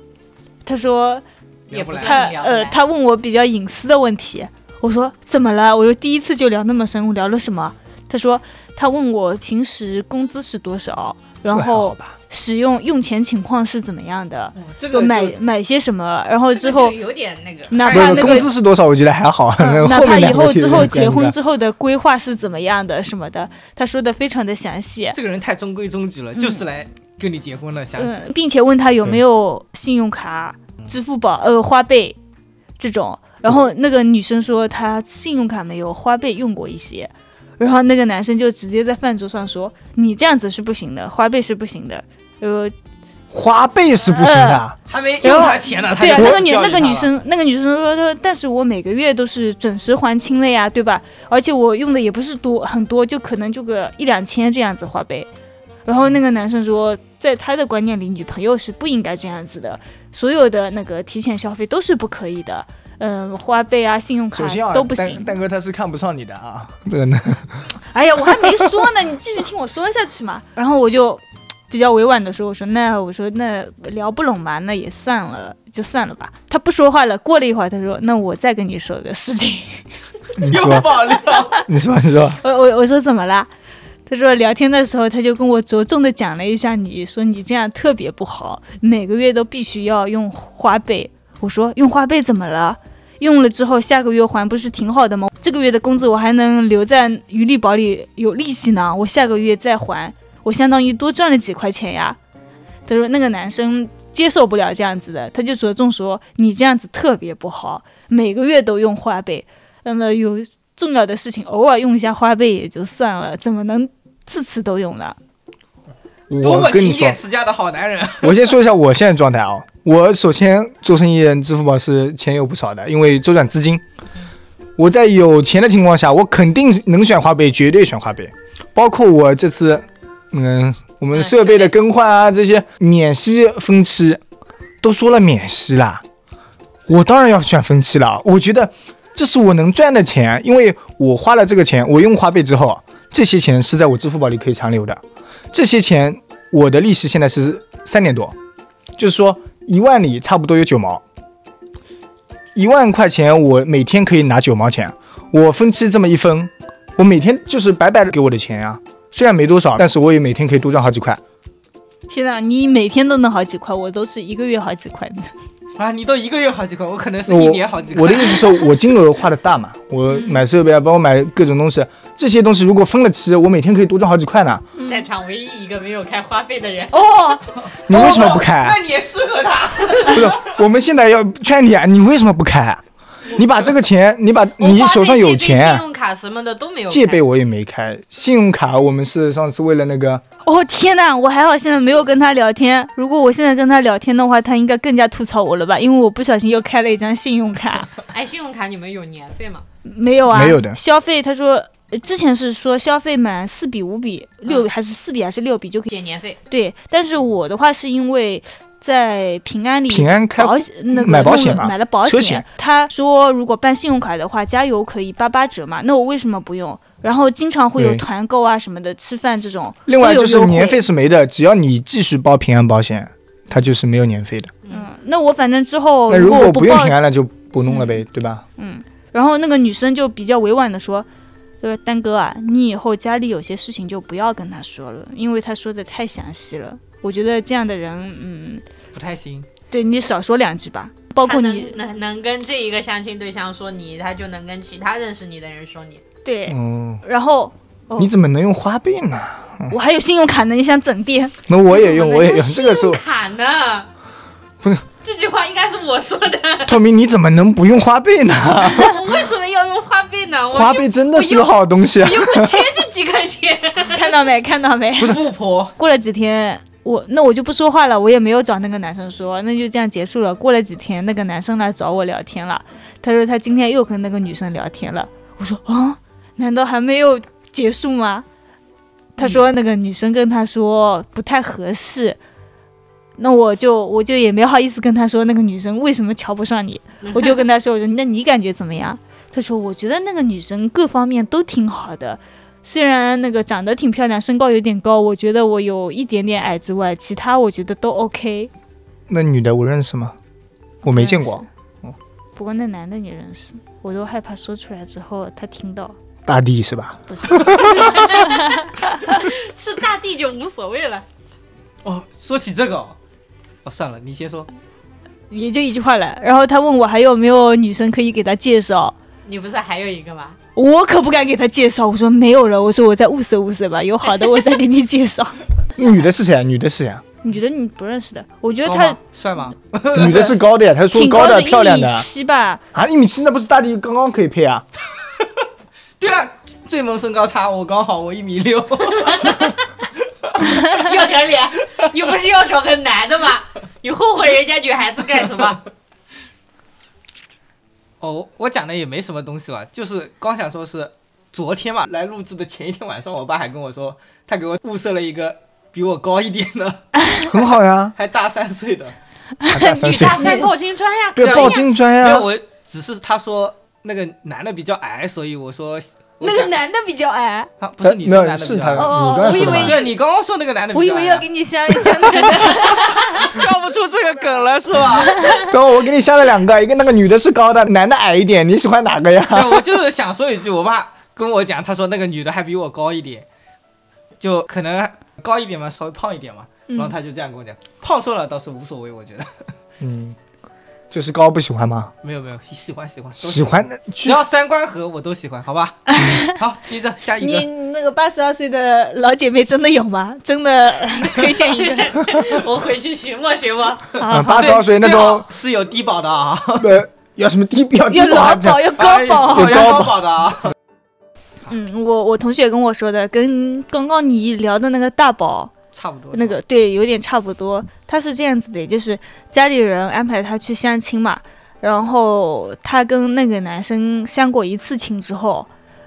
Speaker 2: 他说
Speaker 4: 也不是
Speaker 2: 他
Speaker 4: 很聊得
Speaker 2: 呃
Speaker 4: 来
Speaker 2: 他问我比较隐私的问题，我说怎么了？我说第一次就聊那么深，我聊了什么？他说他问我平时工资是多少，然
Speaker 1: 这还好
Speaker 2: 后
Speaker 1: 吧，嗯
Speaker 2: 使用用钱情况是怎么样的，
Speaker 3: 这
Speaker 2: 我
Speaker 3: 个
Speaker 2: 买
Speaker 3: 就
Speaker 2: 买些什么，然后
Speaker 4: 这
Speaker 2: 之
Speaker 4: 个就
Speaker 2: 后
Speaker 4: 有点那个，
Speaker 2: 哪
Speaker 1: 不
Speaker 2: 怕
Speaker 1: 是
Speaker 2: 那个
Speaker 1: 工资是多少，我觉得还好。
Speaker 2: 嗯哪
Speaker 1: 后
Speaker 2: 怕
Speaker 1: 面
Speaker 2: 以
Speaker 1: 两个
Speaker 2: 后
Speaker 1: 就
Speaker 2: 之
Speaker 1: 有
Speaker 2: 后
Speaker 1: 点尴
Speaker 2: 结婚
Speaker 1: 尬
Speaker 2: 之后的规划是怎么样的什么的，他说的非常的详细。
Speaker 3: 这个人太中规中矩了，就是来跟你结婚了，想起来。嗯
Speaker 2: 嗯，并且问他有没有信用卡、支付宝、呃花呗这种。然后那个女生说她信用卡没有，花呗用过一些。然后那个男生就直接在饭桌上说：“你这样子是不行的，花呗是不行的。”呃，
Speaker 1: 花呗是不行的，
Speaker 3: 还没用他钱呢，他
Speaker 2: 对
Speaker 3: 就
Speaker 2: 啊，
Speaker 3: 开
Speaker 2: 那个
Speaker 3: 始
Speaker 2: 女
Speaker 3: 教育
Speaker 2: 那个
Speaker 3: 他
Speaker 2: 女
Speaker 3: 了，
Speaker 2: 生那个女生说说，但是我每个月都是准时还清了呀，对吧？而且我用的也不是多很多，就可能就个一两千这样子花呗。然后那个男生说，在他的观念里，女朋友是不应该这样子的，所有的那个提前消费都是不可以的，嗯，花呗啊、信用卡
Speaker 1: 首先啊，
Speaker 2: 都不
Speaker 1: 蛋
Speaker 2: 行。
Speaker 1: 蛋哥他是看不上你的 啊，真的。
Speaker 2: 哎呀，我还没说呢，你继续听我说下去嘛。然后我就比较委婉的说，我说那我说那聊不拢嘛，那也算了，就算了吧。他不说话了，过了一会儿，他说那我再跟你说个事情。
Speaker 1: 你
Speaker 3: 又
Speaker 1: 说，
Speaker 3: 爆料，
Speaker 1: 你说，你说，
Speaker 2: 我我我说怎么啦？他说聊天的时候，他就跟我着重的讲了一下你，说你这样特别不好，每个月都必须要用花呗。我说用花呗怎么了？用了之后下个月还不是挺好的吗？这个月的工资我还能留在余力宝里有利息呢，我下个月再还，我相当于多赚了几块钱呀。他说那个男生接受不了这样子的，他就着重说你这样子特别不好，每个月都用花呗，那么有重要的事情偶尔用一下花呗也就算了，怎么能次次都用呢？
Speaker 3: 多
Speaker 1: 我
Speaker 3: 么
Speaker 1: 跟你说
Speaker 3: 勤俭，持家的好男人。
Speaker 1: 我先说一下我现在状态啊。我首先做生意，支付宝是钱有不少的，因为周转资金。我在有钱的情况下，我肯定能选花呗，绝对选花呗。包括我这次，嗯，我们
Speaker 4: 嗯
Speaker 1: 设备
Speaker 4: 设备
Speaker 1: 的更换啊，这些免息分期，都说了免息啦，我当然要选分期了。我觉得这是我能赚的钱，因为我花了这个钱，我用花呗之后，啊这些钱是在我支付宝里可以长留的，这些钱我的利息现在是三点多，就是说一万里差不多有九毛，一万块钱我每天可以拿九毛钱，我分期这么一分，我每天就是白白的给我的钱呀、虽然没多少，但是我也每天可以多赚好几块。
Speaker 2: 天哪，你每天都能好几块，我都是一个月好几块的。
Speaker 3: 啊，你都一个月好几块，我可能是一年好几块。
Speaker 1: 我的意思是说，我金额花的大嘛，我买设备啊，包括买各种东西，这些东西如果分了期，我每天可以多赚好几块呢。
Speaker 4: 在场唯一一个没有开花费的人，
Speaker 2: 哦，
Speaker 1: 你为什么不 开？
Speaker 3: 那你也适合他。
Speaker 1: 不是，我们现在要劝你啊，你为什么不开啊？你把这个钱，你把
Speaker 4: 我
Speaker 1: 你
Speaker 4: 花
Speaker 1: 手
Speaker 4: 呗
Speaker 1: 上有
Speaker 4: 借呗信
Speaker 1: 钱，啊
Speaker 4: 用卡什么的都没有开。
Speaker 1: 借呗我也没开，信用卡我们是上次为了那个，
Speaker 2: 哦天呐，我还好现在没有跟他聊天。如果我现在跟他聊天的话，他应该更加吐槽我了吧？因为我不小心又开了一张信用卡。
Speaker 4: 哎，信用卡你们有年费吗？
Speaker 2: 没有啊，
Speaker 1: 没有的
Speaker 2: 消费，他说呃之前是说消费满四笔、五笔、六笔还是四笔还是六笔就可以。
Speaker 4: 减年费，
Speaker 2: 对，但是我的话是因为在平安里
Speaker 1: 平安开
Speaker 2: 保险那个
Speaker 1: 买保险
Speaker 2: 弄了
Speaker 1: 嘛
Speaker 2: 买了保
Speaker 1: 车险
Speaker 2: 他说如果办信用卡的话，加油可以八八折嘛，那我为什么不用？然后经常会有
Speaker 1: 对
Speaker 2: 团购啊什么的，吃饭这种。
Speaker 1: 另外就是
Speaker 2: 都有优惠
Speaker 1: 年费是没的，只要你继续报平安保险，它就是没有年费的。
Speaker 2: 嗯，那我反正之后
Speaker 1: 那
Speaker 2: 哦如
Speaker 1: 如
Speaker 2: 果我
Speaker 1: 果
Speaker 2: 不
Speaker 1: 不用
Speaker 2: 报
Speaker 1: 平安了，就不弄了呗，对吧？
Speaker 2: 然后那个女生就比较委婉的说：“呃，丹哥啊，你以后家里有些事情就不要跟他说了，因为他说的太详细了。我觉得这样的人，嗯，
Speaker 3: 不太行，
Speaker 2: 对你少说两句吧。包括
Speaker 4: 他
Speaker 2: 你
Speaker 4: 能，能能跟这一个相亲对象说你，他就能跟其他认识你的人说你。
Speaker 2: 对，
Speaker 1: 嗯，
Speaker 2: 然后哦
Speaker 1: 你怎么能用花呗呢？
Speaker 2: 我还有信用卡呢，你想怎地？
Speaker 1: 那我也用，
Speaker 4: 怎么能
Speaker 1: 我也用，这
Speaker 4: 信
Speaker 1: 个是
Speaker 4: 用卡呢？不是这句话应该是我说的，
Speaker 1: 透明，你怎么能不用花呗呢？
Speaker 4: 我 为什么要用花呗呢？我
Speaker 1: 花
Speaker 4: 就
Speaker 1: 呗真的是个好东 西啊！
Speaker 4: 又不缺这几块钱。
Speaker 2: 看到没？看到没？
Speaker 3: 富婆
Speaker 2: 过了几天，我那我就不说话了，我也没有找那个男生说，那就这样结束了。过了几天，那个男生来找我聊天了，他说他今天又跟那个女生聊天了。我说啊，难道还没有结束吗？他说那个女生跟他说不太合适，那我就我就也没好意思跟他说那个女生为什么瞧不上你，我就跟他说我说那你感觉怎么样？他说我觉得那个女生各方面都挺好的，虽然那个长得挺漂亮，身高有点高，我觉得我有一点点矮之外，其他我觉得都 OK。
Speaker 1: 那女的我认识吗？我没见过。
Speaker 2: 不过那男的你认识，我都害怕说出来之后他听到。
Speaker 1: 大地是吧？
Speaker 2: 不是，
Speaker 4: 是大地就无所谓了。
Speaker 3: 哦，说起这个哦，哦算了，你先说。
Speaker 2: 也就一句话了。然后他问我还有没有女生可以给他介绍，
Speaker 4: 你不是还有一个吗？
Speaker 2: 我可不敢给他介绍。我说没有了，我说我再物色物色吧，有好的我再给你介绍。
Speaker 1: 女的是谁啊？女的是谁啊？
Speaker 2: 你觉得你不认识的？我觉得
Speaker 3: 高
Speaker 2: 他
Speaker 3: 吗帅吗？
Speaker 1: 女的是高的呀，她说
Speaker 2: 挺
Speaker 1: 高
Speaker 2: 的，
Speaker 1: 漂亮
Speaker 2: 一
Speaker 1: 的
Speaker 2: 米七吧。
Speaker 1: 啊，一米七那不是大地刚刚可以配啊？
Speaker 3: 对啊，最萌身高差，我刚好我一米六。
Speaker 4: 要点脸，你不是要找个男的吗？你后悔人家女孩子干什么？
Speaker 3: 哦，我我讲的也没什么东西了，就是刚想说是昨天嘛，来录制的前一天晚上，我爸还跟我说，他给我物色了一个比我高一点的，
Speaker 1: 很好呀，
Speaker 3: 还大三岁的。
Speaker 1: 还大三
Speaker 4: 女
Speaker 1: 岁
Speaker 4: 大，三抱金砖 呀！
Speaker 1: 对
Speaker 3: 对，啊
Speaker 1: 抱金砖
Speaker 3: 因为
Speaker 1: 哎呀。
Speaker 3: 我只是他说那个男的比较矮，所以我说 我
Speaker 2: 那个
Speaker 3: 想
Speaker 2: 男的比较矮，
Speaker 3: 啊，不是你说
Speaker 1: 那
Speaker 3: 男的
Speaker 1: 呃
Speaker 3: 比
Speaker 1: 哎是
Speaker 3: 较
Speaker 1: 他，
Speaker 3: 矮
Speaker 1: 你
Speaker 2: 哦哦
Speaker 1: 刚才说的
Speaker 2: 我以
Speaker 1: 吧
Speaker 2: 为
Speaker 3: 对你刚刚说那个男的比较矮啊，
Speaker 2: 我以为要给你相相那个男的。
Speaker 3: 绕不出这个梗了是吧？
Speaker 1: 等会儿我给你下了两个，一个那个女的是高的，男的矮一点，你喜欢哪个 呀？
Speaker 3: 对，我就是想说一句，我爸跟我讲，他说那个女的还比我高一点，就可能高一点嘛，稍微胖一点嘛，然后他就这样跟我讲，嗯胖瘦了倒是无所谓，我觉得
Speaker 1: 嗯， 就是高不喜欢吗？
Speaker 3: 没有没有喜欢喜欢都
Speaker 1: 喜，欢的
Speaker 3: 只要三观合我都喜欢，好 吧？好，接着下一
Speaker 2: 你
Speaker 3: 个，
Speaker 2: 那个八十二岁的老姐妹真的有吗？真的 推荐一个？
Speaker 4: 我回去寻摸寻摸。
Speaker 2: 好
Speaker 3: 啊
Speaker 1: 嗯，
Speaker 2: 好，
Speaker 1: 八十二岁那
Speaker 3: 最
Speaker 1: 种
Speaker 3: 好是有低保的啊，
Speaker 1: 呃，要什么低标低
Speaker 2: 又
Speaker 1: 保
Speaker 2: 劳
Speaker 1: 啊这
Speaker 3: 哎
Speaker 2: 保又高保。
Speaker 1: 有
Speaker 3: 有
Speaker 1: 高
Speaker 3: 高
Speaker 1: 保
Speaker 3: 保的啊，
Speaker 2: 嗯，我我同学跟我说的，跟刚刚你聊的那个大宝
Speaker 3: 差不多
Speaker 2: 那个对有点差不多。他是这样子的，也就是家里人安排他去相亲嘛，然后他跟那个男生相过一次亲之后。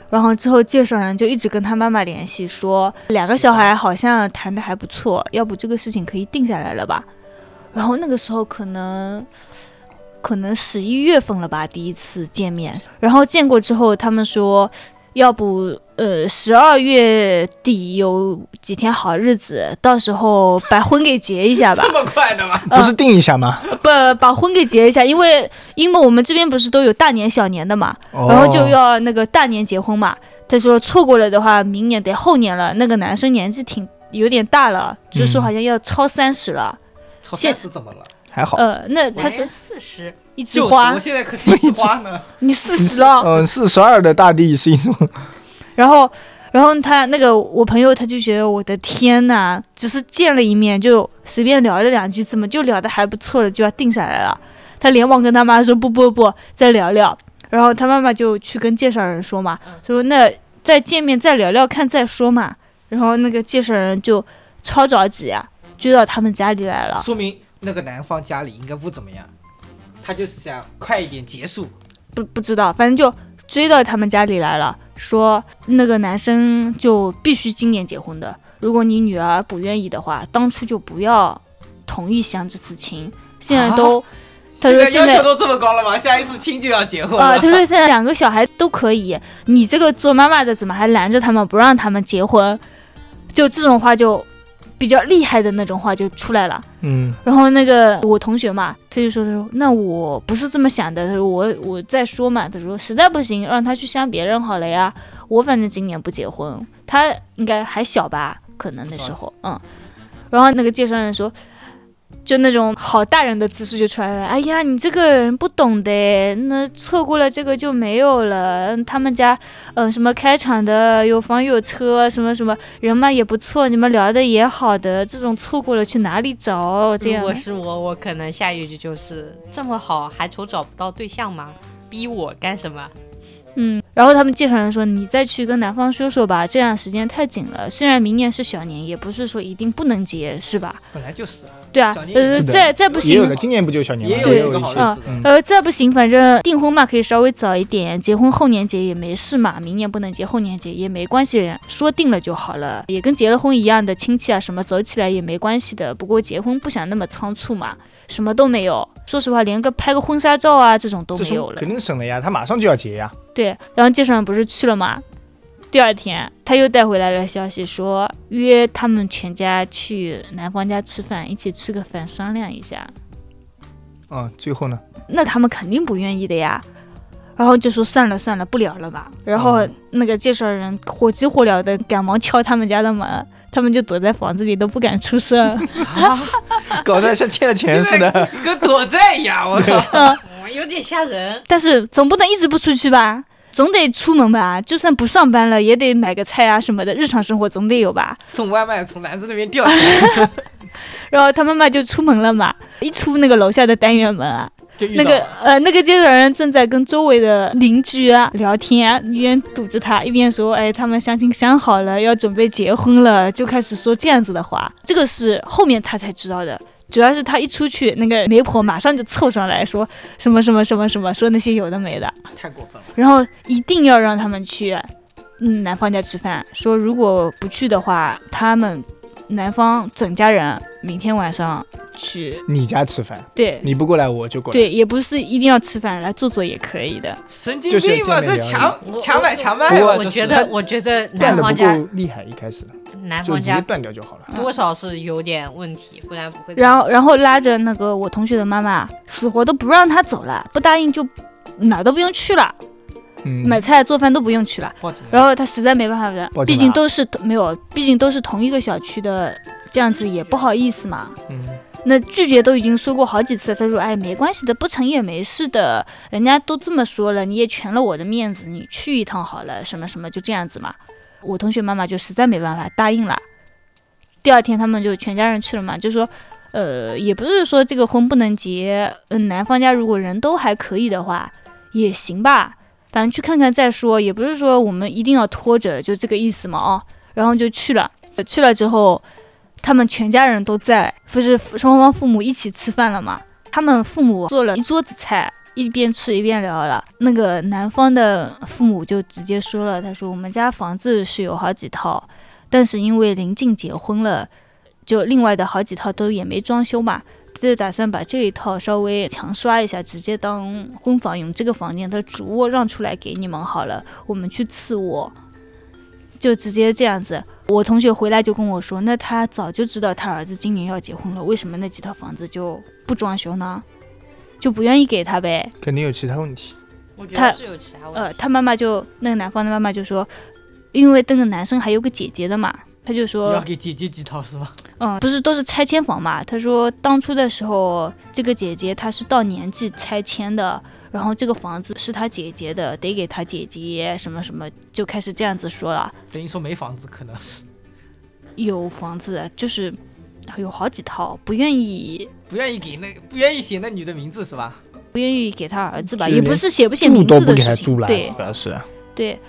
Speaker 2: 然后之后介绍人就一直跟他妈妈联系，说两个小孩好像谈的还不错，要不这个事情可以定下来了吧？然后那个时候可能可能十一月份了吧，第一次见面。然后见过之后，他们说，要不呃十二月底有几天好日子，到时候把婚给结一下 吧
Speaker 3: 这。么快的吗？
Speaker 1: 不是
Speaker 2: 嗯
Speaker 1: 定一下吗？
Speaker 2: 不把婚给结一下，因为因为我们这边不是都有大年小年的嘛，
Speaker 1: 哦
Speaker 2: 然后就要那个大年结婚嘛。他说错过了的话，明年得后年了。那个男生年纪挺有点大了，据说
Speaker 1: 嗯
Speaker 2: 好像要超三十了。
Speaker 3: 超
Speaker 2: 现
Speaker 3: 三十怎么了？
Speaker 1: 还好。
Speaker 2: 呃，那
Speaker 4: 我
Speaker 2: 他
Speaker 4: 才
Speaker 2: 说
Speaker 4: 四十，
Speaker 2: 一枝
Speaker 3: 就是
Speaker 2: 花
Speaker 3: 我，现在可是一枝花呢。
Speaker 2: 你四十了，
Speaker 1: 嗯，四十二的大地是一种，
Speaker 2: 然后。然后他那个我朋友他就觉得我的天呐，只是见了一面就随便聊了两句，怎么就聊得还不错了，就要定下来了？他连忙跟他妈说不不不，再聊聊。然后他妈妈就去跟介绍人说嘛，就说那再见面再聊聊看再说嘛。然后那个介绍人就超着急啊，追到他们家里来了。
Speaker 3: 说明那个男方家里应该不怎么样，他就是想快一点结束。
Speaker 2: 不不知道，反正就追到他们家里来了，说那个男生就必须今年结婚的，如果你女儿不愿意的话，当初就不要同意相这次亲。现在都，他说现
Speaker 3: 在
Speaker 2: 在
Speaker 3: 要求。啊都这么高了吗？下一次亲就要结婚了？
Speaker 2: 啊、他说现在两个小孩都可以，你这个做妈妈的怎么还拦着他们不让他们结婚？就这种话就比较厉害的那种话就出来了。
Speaker 1: 嗯，
Speaker 2: 然后那个我同学嘛，他就说他说那我不是这么想的，他说我我再说嘛，他说实在不行让他去相别人好了呀，我反正今年不结婚，他应该还小吧，可能那时候嗯，然后那个介绍人说。就那种好大人的姿势就出来了。哎呀，你这个人不懂的，那错过了这个就没有了。嗯他们家，嗯、什么开厂的，有房有车，什么什么人嘛也不错，你们聊的也好的，这种错过了去哪里找？这
Speaker 4: 如
Speaker 2: 样
Speaker 4: 果是嗯我，我可能下一句就是这么好，还愁找不到对象吗？逼我干什么？
Speaker 2: 嗯，然后他们介绍人说，你再去跟男方说说吧，这样时间太紧了。虽然明年是小年，也不是说一定不能结，是吧？
Speaker 3: 本来就是，
Speaker 2: 对啊
Speaker 3: 小，年
Speaker 2: 呃，
Speaker 1: 是的
Speaker 2: 再再不
Speaker 1: 也有
Speaker 2: 行
Speaker 1: 的，，今年不就小年
Speaker 3: 也
Speaker 1: 吗？
Speaker 3: 有
Speaker 1: 也
Speaker 3: 几
Speaker 1: 有
Speaker 3: 个
Speaker 1: 一
Speaker 3: 好
Speaker 1: 些
Speaker 3: 日子的。
Speaker 1: 嗯
Speaker 2: 呃，再不行，反正订婚嘛，可以稍微早一点，结婚后年结也没事嘛，明年不能结，后年结也没关系，说定了就好了，也跟结了婚一样的亲戚啊什么走起来也没关系的。不过结婚不想那么仓促嘛，什么都没有，说实话，连个拍个婚纱照啊这种都
Speaker 1: 这
Speaker 2: 没
Speaker 1: 时
Speaker 2: 有
Speaker 1: 候
Speaker 2: 了
Speaker 1: 肯。定省了呀，他马上就要结呀。
Speaker 2: 对，然后介绍人不是去了吗？第二天他又带回来了消息说，约他们全家去男方家吃饭，一起吃个饭商量一下。
Speaker 1: 嗯，最后呢，
Speaker 2: 那他们肯定不愿意的呀。然后就说算了算了，不聊了吧。然后那个介绍人火急火燎的赶忙敲他们家的门，他们就躲在房子里都不敢出声。
Speaker 1: 搞得像欠了钱似的。
Speaker 3: 现在跟躲债一样，我靠！
Speaker 4: 嗯，有点吓人。
Speaker 2: 但是总不能一直不出去吧，总得出门吧。就算不上班了，也得买个菜啊什么的，日常生活总得有吧。
Speaker 3: 送外卖从篮子那边掉下来，
Speaker 2: 然后他妈妈就出门了嘛，一出那个楼下的单元门啊，
Speaker 3: 就遇
Speaker 2: 那
Speaker 3: 到
Speaker 2: 个
Speaker 3: 了
Speaker 2: 呃，那个接诊人正在跟周围的邻居啊聊天、啊，一边堵着他，一边说：“哎，他们相亲相好了，要准备结婚了。”就开始说这样子的话。这个是后面他才知道的，主要是他一出去，那个媒婆马上就凑上来说什么什么什么什么，说那些有的没的，
Speaker 3: 太过分了。
Speaker 2: 然后一定要让他们去，嗯，男方家吃饭，说如果不去的话，他们男方整家人明天晚上去，
Speaker 1: 你家吃饭，
Speaker 2: 对，
Speaker 1: 你不过来我就过来。
Speaker 2: 对，也不是一定要吃饭，来坐坐也可以的。
Speaker 3: 神经
Speaker 1: 就是
Speaker 3: 病吧，
Speaker 1: 见面
Speaker 3: 这
Speaker 1: 聊一
Speaker 3: 强
Speaker 4: 我
Speaker 3: 强买强卖吧
Speaker 4: 我，
Speaker 3: 这
Speaker 4: 我
Speaker 3: 是
Speaker 4: 觉得，我觉得
Speaker 1: 断
Speaker 4: 男
Speaker 1: 的
Speaker 4: 方
Speaker 1: 不
Speaker 4: 家
Speaker 1: 够厉害，一开始
Speaker 4: 男
Speaker 1: 就
Speaker 4: 方
Speaker 1: 直接
Speaker 4: 家
Speaker 1: 断掉就好了。
Speaker 4: 多少是有点问题，不嗯然不会这样。
Speaker 2: 然后，然后拉着那个我同学的妈妈，死活都不让他走了，不答应就哪儿都不用去了，
Speaker 1: 嗯，
Speaker 2: 买菜做饭都不用去了。
Speaker 3: 报警
Speaker 2: 然后他实在没办法了
Speaker 1: 报，警
Speaker 2: 毕竟
Speaker 1: 了
Speaker 2: 都是没有，毕竟都是同一个小区的，这样子也不好意思嘛。
Speaker 1: 嗯，
Speaker 2: 那拒绝都已经说过好几次，他说：“哎，没关系的，不成也没事的，人家都这么说了，你也全了我的面子，你去一趟好了，什么什么，就这样子嘛。”我同学妈妈就实在没办法，答应了。第二天他们就全家人去了嘛，就说，呃，也不是说这个婚不能结，嗯、男方家如果人都还可以的话，也行吧，反正去看看再说，也不是说我们一定要拖着，就这个意思嘛，哦，然后就去了，呃去了之后，他们全家人都在，不是双方父母一起吃饭了嘛？他们父母做了一桌子菜，一边吃一边聊了。那个男方的父母就直接说了，他说我们家房子是有好几套，但是因为临近结婚了，就另外的好几套都也没装修嘛。就打算把这一套稍微强刷一下，直接当婚房用。这个房间的主卧让出来给你们好了，我们去次卧，就直接这样子。我同学回来就跟我说，那他早就知道他儿子今年要结婚了，为什么那几套房子就不装修呢？就不愿意给他呗。
Speaker 1: 肯定有其他问题。
Speaker 4: 我觉
Speaker 2: 他
Speaker 4: 得是有其他问
Speaker 2: 呃，
Speaker 4: 题。
Speaker 2: 他妈妈就那个男方的妈妈就说，因为那个男生还有个姐姐的嘛，他就
Speaker 3: 要
Speaker 2: 说
Speaker 3: 给姐姐几套是吧？
Speaker 2: 嗯，不是都是拆迁房嘛？他说当初的时候，这个姐姐她是到年纪拆迁的，然后这个房子是她姐姐的，得给她姐姐什么什么，就开始这样子说了。
Speaker 3: 等于说没房子可能。
Speaker 2: 有房子就是有好几套，不愿意
Speaker 3: 不愿意给那不愿意写那女的名字是吧？
Speaker 2: 不愿意给他儿子吧，
Speaker 1: 就
Speaker 2: 也
Speaker 1: 连
Speaker 2: 不是写不写
Speaker 1: 住
Speaker 2: 名
Speaker 1: 都不
Speaker 2: 字的
Speaker 1: 给
Speaker 2: 事
Speaker 1: 他
Speaker 2: 情
Speaker 1: 住，了，
Speaker 2: 对
Speaker 1: 主要是
Speaker 2: 对。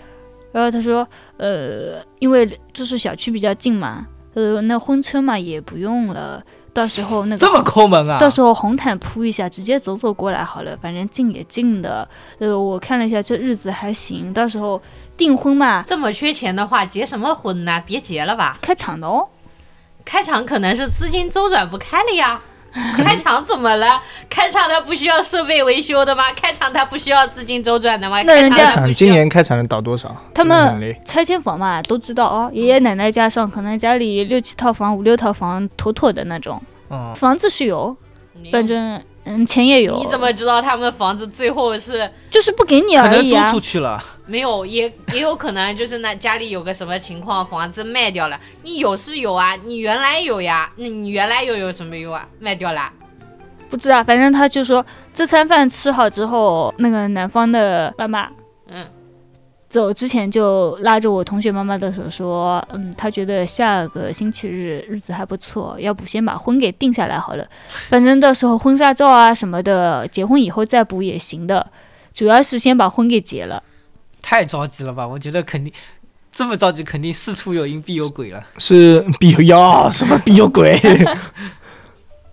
Speaker 2: 然后他说，呃，因为就是小区比较近嘛，他说那婚车嘛也不用了，到时候那个
Speaker 3: 这么抠门啊！
Speaker 2: 到时候红毯铺一下，直接走走过来好了，反正近也近的。呃，我看了一下，这日子还行，到时候订婚嘛，
Speaker 4: 这么缺钱的话，结什么婚呢？别结了吧，
Speaker 2: 开场的哦。
Speaker 4: 开场可能是资金周转不开了 呀。开场怎么了？开场它不需要设备维修的吗？开场它不需要资金周转的吗？
Speaker 2: 那人家
Speaker 4: 开
Speaker 1: 开
Speaker 4: 场它
Speaker 1: 场
Speaker 4: 不需
Speaker 1: 今
Speaker 4: 要
Speaker 1: 年开场能倒多少？
Speaker 2: 他
Speaker 1: 真的很
Speaker 2: 们
Speaker 1: 累
Speaker 2: 拆迁房嘛，都知道哦，爷爷奶奶加上可能家里六七套房、五六套房，妥妥的那种。
Speaker 3: 嗯，
Speaker 2: 房子是有，
Speaker 4: 你
Speaker 2: 反正嗯钱也有，
Speaker 4: 你怎么知道他们房子最后是
Speaker 2: 就是不给你
Speaker 3: 可
Speaker 2: 而
Speaker 3: 能
Speaker 2: 已
Speaker 3: 租
Speaker 2: 啊
Speaker 3: 出？去了，
Speaker 4: 没有？也也有可能就是那家里有个什么情况，房子卖掉了。你有是有啊，你原来有呀，那你原来又有什么用啊？卖掉了，
Speaker 2: 不知道，反正他就说这餐饭吃好之后，那个男方的爸妈
Speaker 4: 嗯，
Speaker 2: 走之前就拉着我同学妈妈的手说，嗯，她觉得下个星期日日子还不错，要不先把婚给定下来好了，反正到时候婚纱照啊什么的，结婚以后再补也行的，主要是先把婚给结了。
Speaker 3: 太着急了吧？我觉得肯定这么着急，肯定事出有因必有鬼了。
Speaker 1: 是必有妖，什么必有 鬼？
Speaker 4: 嗯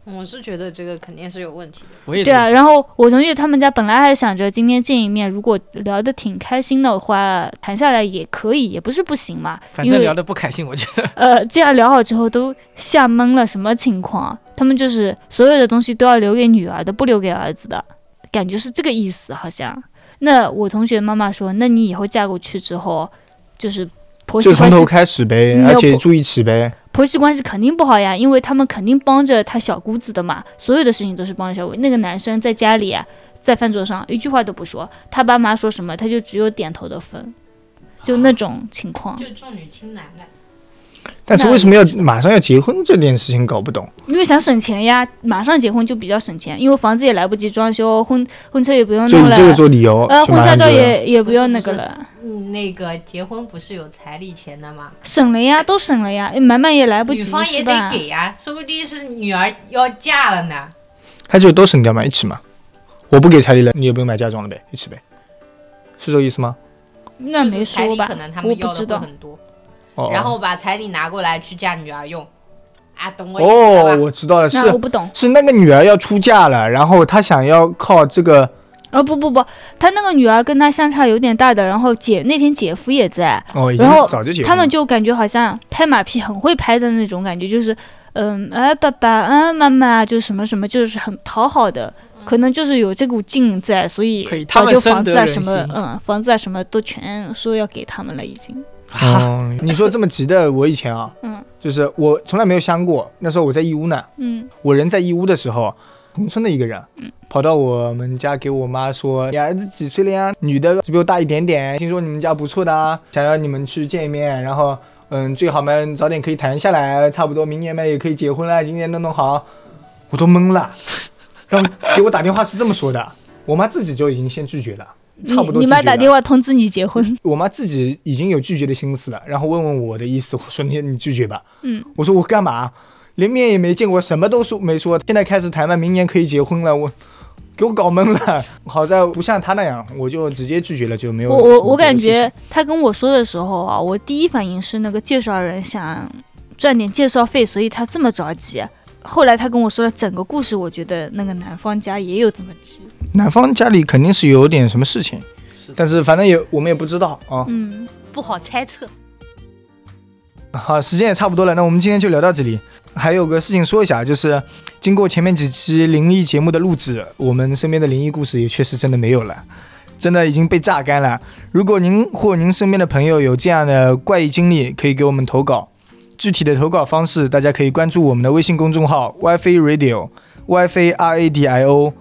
Speaker 4: 我是觉得这个肯定是有问题的。
Speaker 3: 我也
Speaker 2: 对啊，
Speaker 3: 觉得
Speaker 2: 然后我同学他们家本来还想着今天见一面，如果聊得挺开心的话，谈下来也可以，也不是不行嘛。
Speaker 3: 反
Speaker 2: 因
Speaker 3: 正
Speaker 2: 为
Speaker 3: 聊得不开心，我觉得
Speaker 2: 呃，这样聊好之后都吓懵了，什么情况啊？他们就是所有的东西都要留给女儿的，不留给儿子的，感觉是这个意思，好像。那我同学妈妈说，那你以后嫁过去之后，就是婆媳
Speaker 1: 就从
Speaker 2: 关系
Speaker 1: 头，开始呗，
Speaker 2: 没有
Speaker 1: 而且
Speaker 2: 不
Speaker 1: 住一起呗。
Speaker 2: 婆媳关系肯定不好呀，因为他们肯定帮着他小姑子的嘛，所有的事情都是帮着小姑。那个男生在家里、啊，在饭桌上一句话都不说，他爸妈说什么，他就只有点头的份，就那种情况。
Speaker 4: 就重女轻男的，
Speaker 1: 但是
Speaker 2: 那
Speaker 1: 为什么要马上要结婚这件事情搞不懂？
Speaker 2: 因为想省钱呀，马上结婚就比较省钱，因为房子也来不及装修，婚婚车也不用
Speaker 1: 就
Speaker 2: 弄
Speaker 1: 以
Speaker 2: 了，
Speaker 1: 这个做理由，
Speaker 2: 呃，
Speaker 1: 就
Speaker 2: 婚
Speaker 1: 马
Speaker 2: 纱
Speaker 1: 上
Speaker 2: 照
Speaker 1: 结婚
Speaker 2: 也也不用那
Speaker 4: 不是
Speaker 2: 个
Speaker 4: 不是
Speaker 2: 了，
Speaker 4: 嗯，那个结婚不是有彩礼钱的吗？
Speaker 2: 省了呀，都省了呀，哎买买也来不
Speaker 4: 女
Speaker 2: 及
Speaker 4: 方也
Speaker 2: 是
Speaker 4: 得
Speaker 2: 吧？
Speaker 4: 给呀、说不定是女儿要嫁了呢。
Speaker 1: 他就都省掉嘛，一起嘛。我不给彩礼了，你也不用买嫁妆了呗，一起呗，是这个意思吗？
Speaker 2: 那
Speaker 4: 就是
Speaker 2: 没
Speaker 4: 彩
Speaker 2: 说
Speaker 4: 礼
Speaker 2: 吧
Speaker 4: 可能他，
Speaker 2: 我
Speaker 4: 们
Speaker 2: 不
Speaker 4: 要
Speaker 2: 知
Speaker 4: 的
Speaker 2: 道
Speaker 4: 会。很多，
Speaker 1: 哦，
Speaker 4: 然后把彩礼拿过来去嫁女儿用，啊，懂我意思
Speaker 1: 哦，
Speaker 4: 了吧？
Speaker 1: 我知道了，是
Speaker 2: 那我不懂
Speaker 1: 是那个女儿要出嫁了，然后她想要靠这个
Speaker 2: 啊！不不不，他那个女儿跟他相差有点大的，然后姐那天姐夫也在，
Speaker 1: 哦，已经
Speaker 2: 然后
Speaker 1: 早就结婚了，
Speaker 2: 他们就感觉好像拍马屁很会拍的那种感觉，就是嗯，哎，爸爸，嗯，妈妈，就什么什么，就是很讨好的，可能就是有这股劲在，所以
Speaker 3: 可以他
Speaker 2: 早
Speaker 3: 们
Speaker 2: 就
Speaker 3: 深
Speaker 2: 房子
Speaker 3: 得
Speaker 2: 啊
Speaker 3: 人
Speaker 2: 什么
Speaker 3: 心，
Speaker 2: 嗯，房子啊什么都全说要给他们了，已经。啊
Speaker 1: 嗯，你说这么急的，我以前啊，
Speaker 2: 嗯，
Speaker 1: 就是我从来没有想过，那时候我在义乌呢，
Speaker 2: 嗯，
Speaker 1: 我人在义乌的时候，同村的一个人，跑到我们家给我妈说，你儿子几岁了呀？女的只比我大一点点，听说你们家不错的啊，想要你们去见一面，然后嗯，最好嘛早点可以谈下来，差不多明年嘛也可以结婚了，今年弄弄好，我都懵了， 然后给我打电话是这么说的，我妈自己就已经先拒绝了。
Speaker 2: 你
Speaker 1: 差不多
Speaker 2: 你
Speaker 1: 拒
Speaker 2: 妈
Speaker 1: 绝
Speaker 2: 打
Speaker 1: 了
Speaker 2: 电话通知你结婚，
Speaker 1: 我妈自己已经有拒绝的心思了，然后问问我的意思，我说你你拒绝吧，
Speaker 2: 嗯，
Speaker 1: 我说我干嘛，连面也没见过，什么都说没说，现在开始谈吧，明年可以结婚了，我给我搞懵了。 好在不像他那样，我就直接拒绝了，就没有
Speaker 2: 我
Speaker 1: 什么别
Speaker 2: 我
Speaker 1: 的
Speaker 2: 我感
Speaker 1: 事情
Speaker 2: 觉他跟我说的时候啊，我第一反应是那个介绍人想赚点介绍费，所以他这么着急。啊后来他跟我说了整个故事，我觉得那个男方家也有这么急。
Speaker 1: 男方家里肯定是有点什么事情
Speaker 3: 是的，
Speaker 1: 但是反正也我们也不知道啊。
Speaker 2: 嗯，
Speaker 4: 不好猜测。
Speaker 1: 好，啊时间也差不多了，那我们今天就聊到这里。还有个事情说一下，就是经过前面几期灵异节目的录制，我们身边的灵异故事也确实真的没有了，真的已经被榨干了。如果您或您身边的朋友有这样的怪异经历，可以给我们投稿。具体的投稿方式，大家可以关注我们的微信公众号 WiFi Radio，WiFi R A D I O。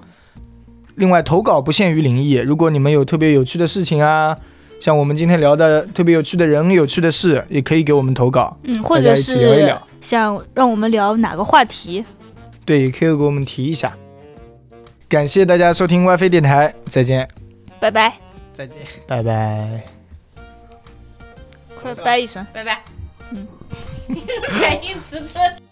Speaker 1: 另外，投稿不限于灵异，如果你们有特别有趣的事情啊，像我们今天聊的特别有趣的人、有趣的事，也可以给我们投稿。
Speaker 2: 嗯，或
Speaker 1: 大
Speaker 2: 者
Speaker 1: 家一起
Speaker 2: 是
Speaker 1: 聊一聊
Speaker 2: 想让我们聊哪个话题。
Speaker 1: 对，可以给我们提一下。感谢大家收听 WiFi 电台，再见，
Speaker 2: 拜拜，
Speaker 3: 再见。
Speaker 1: 拜拜。
Speaker 2: 快拜一声。
Speaker 4: 拜拜。嗯，反应迟钝。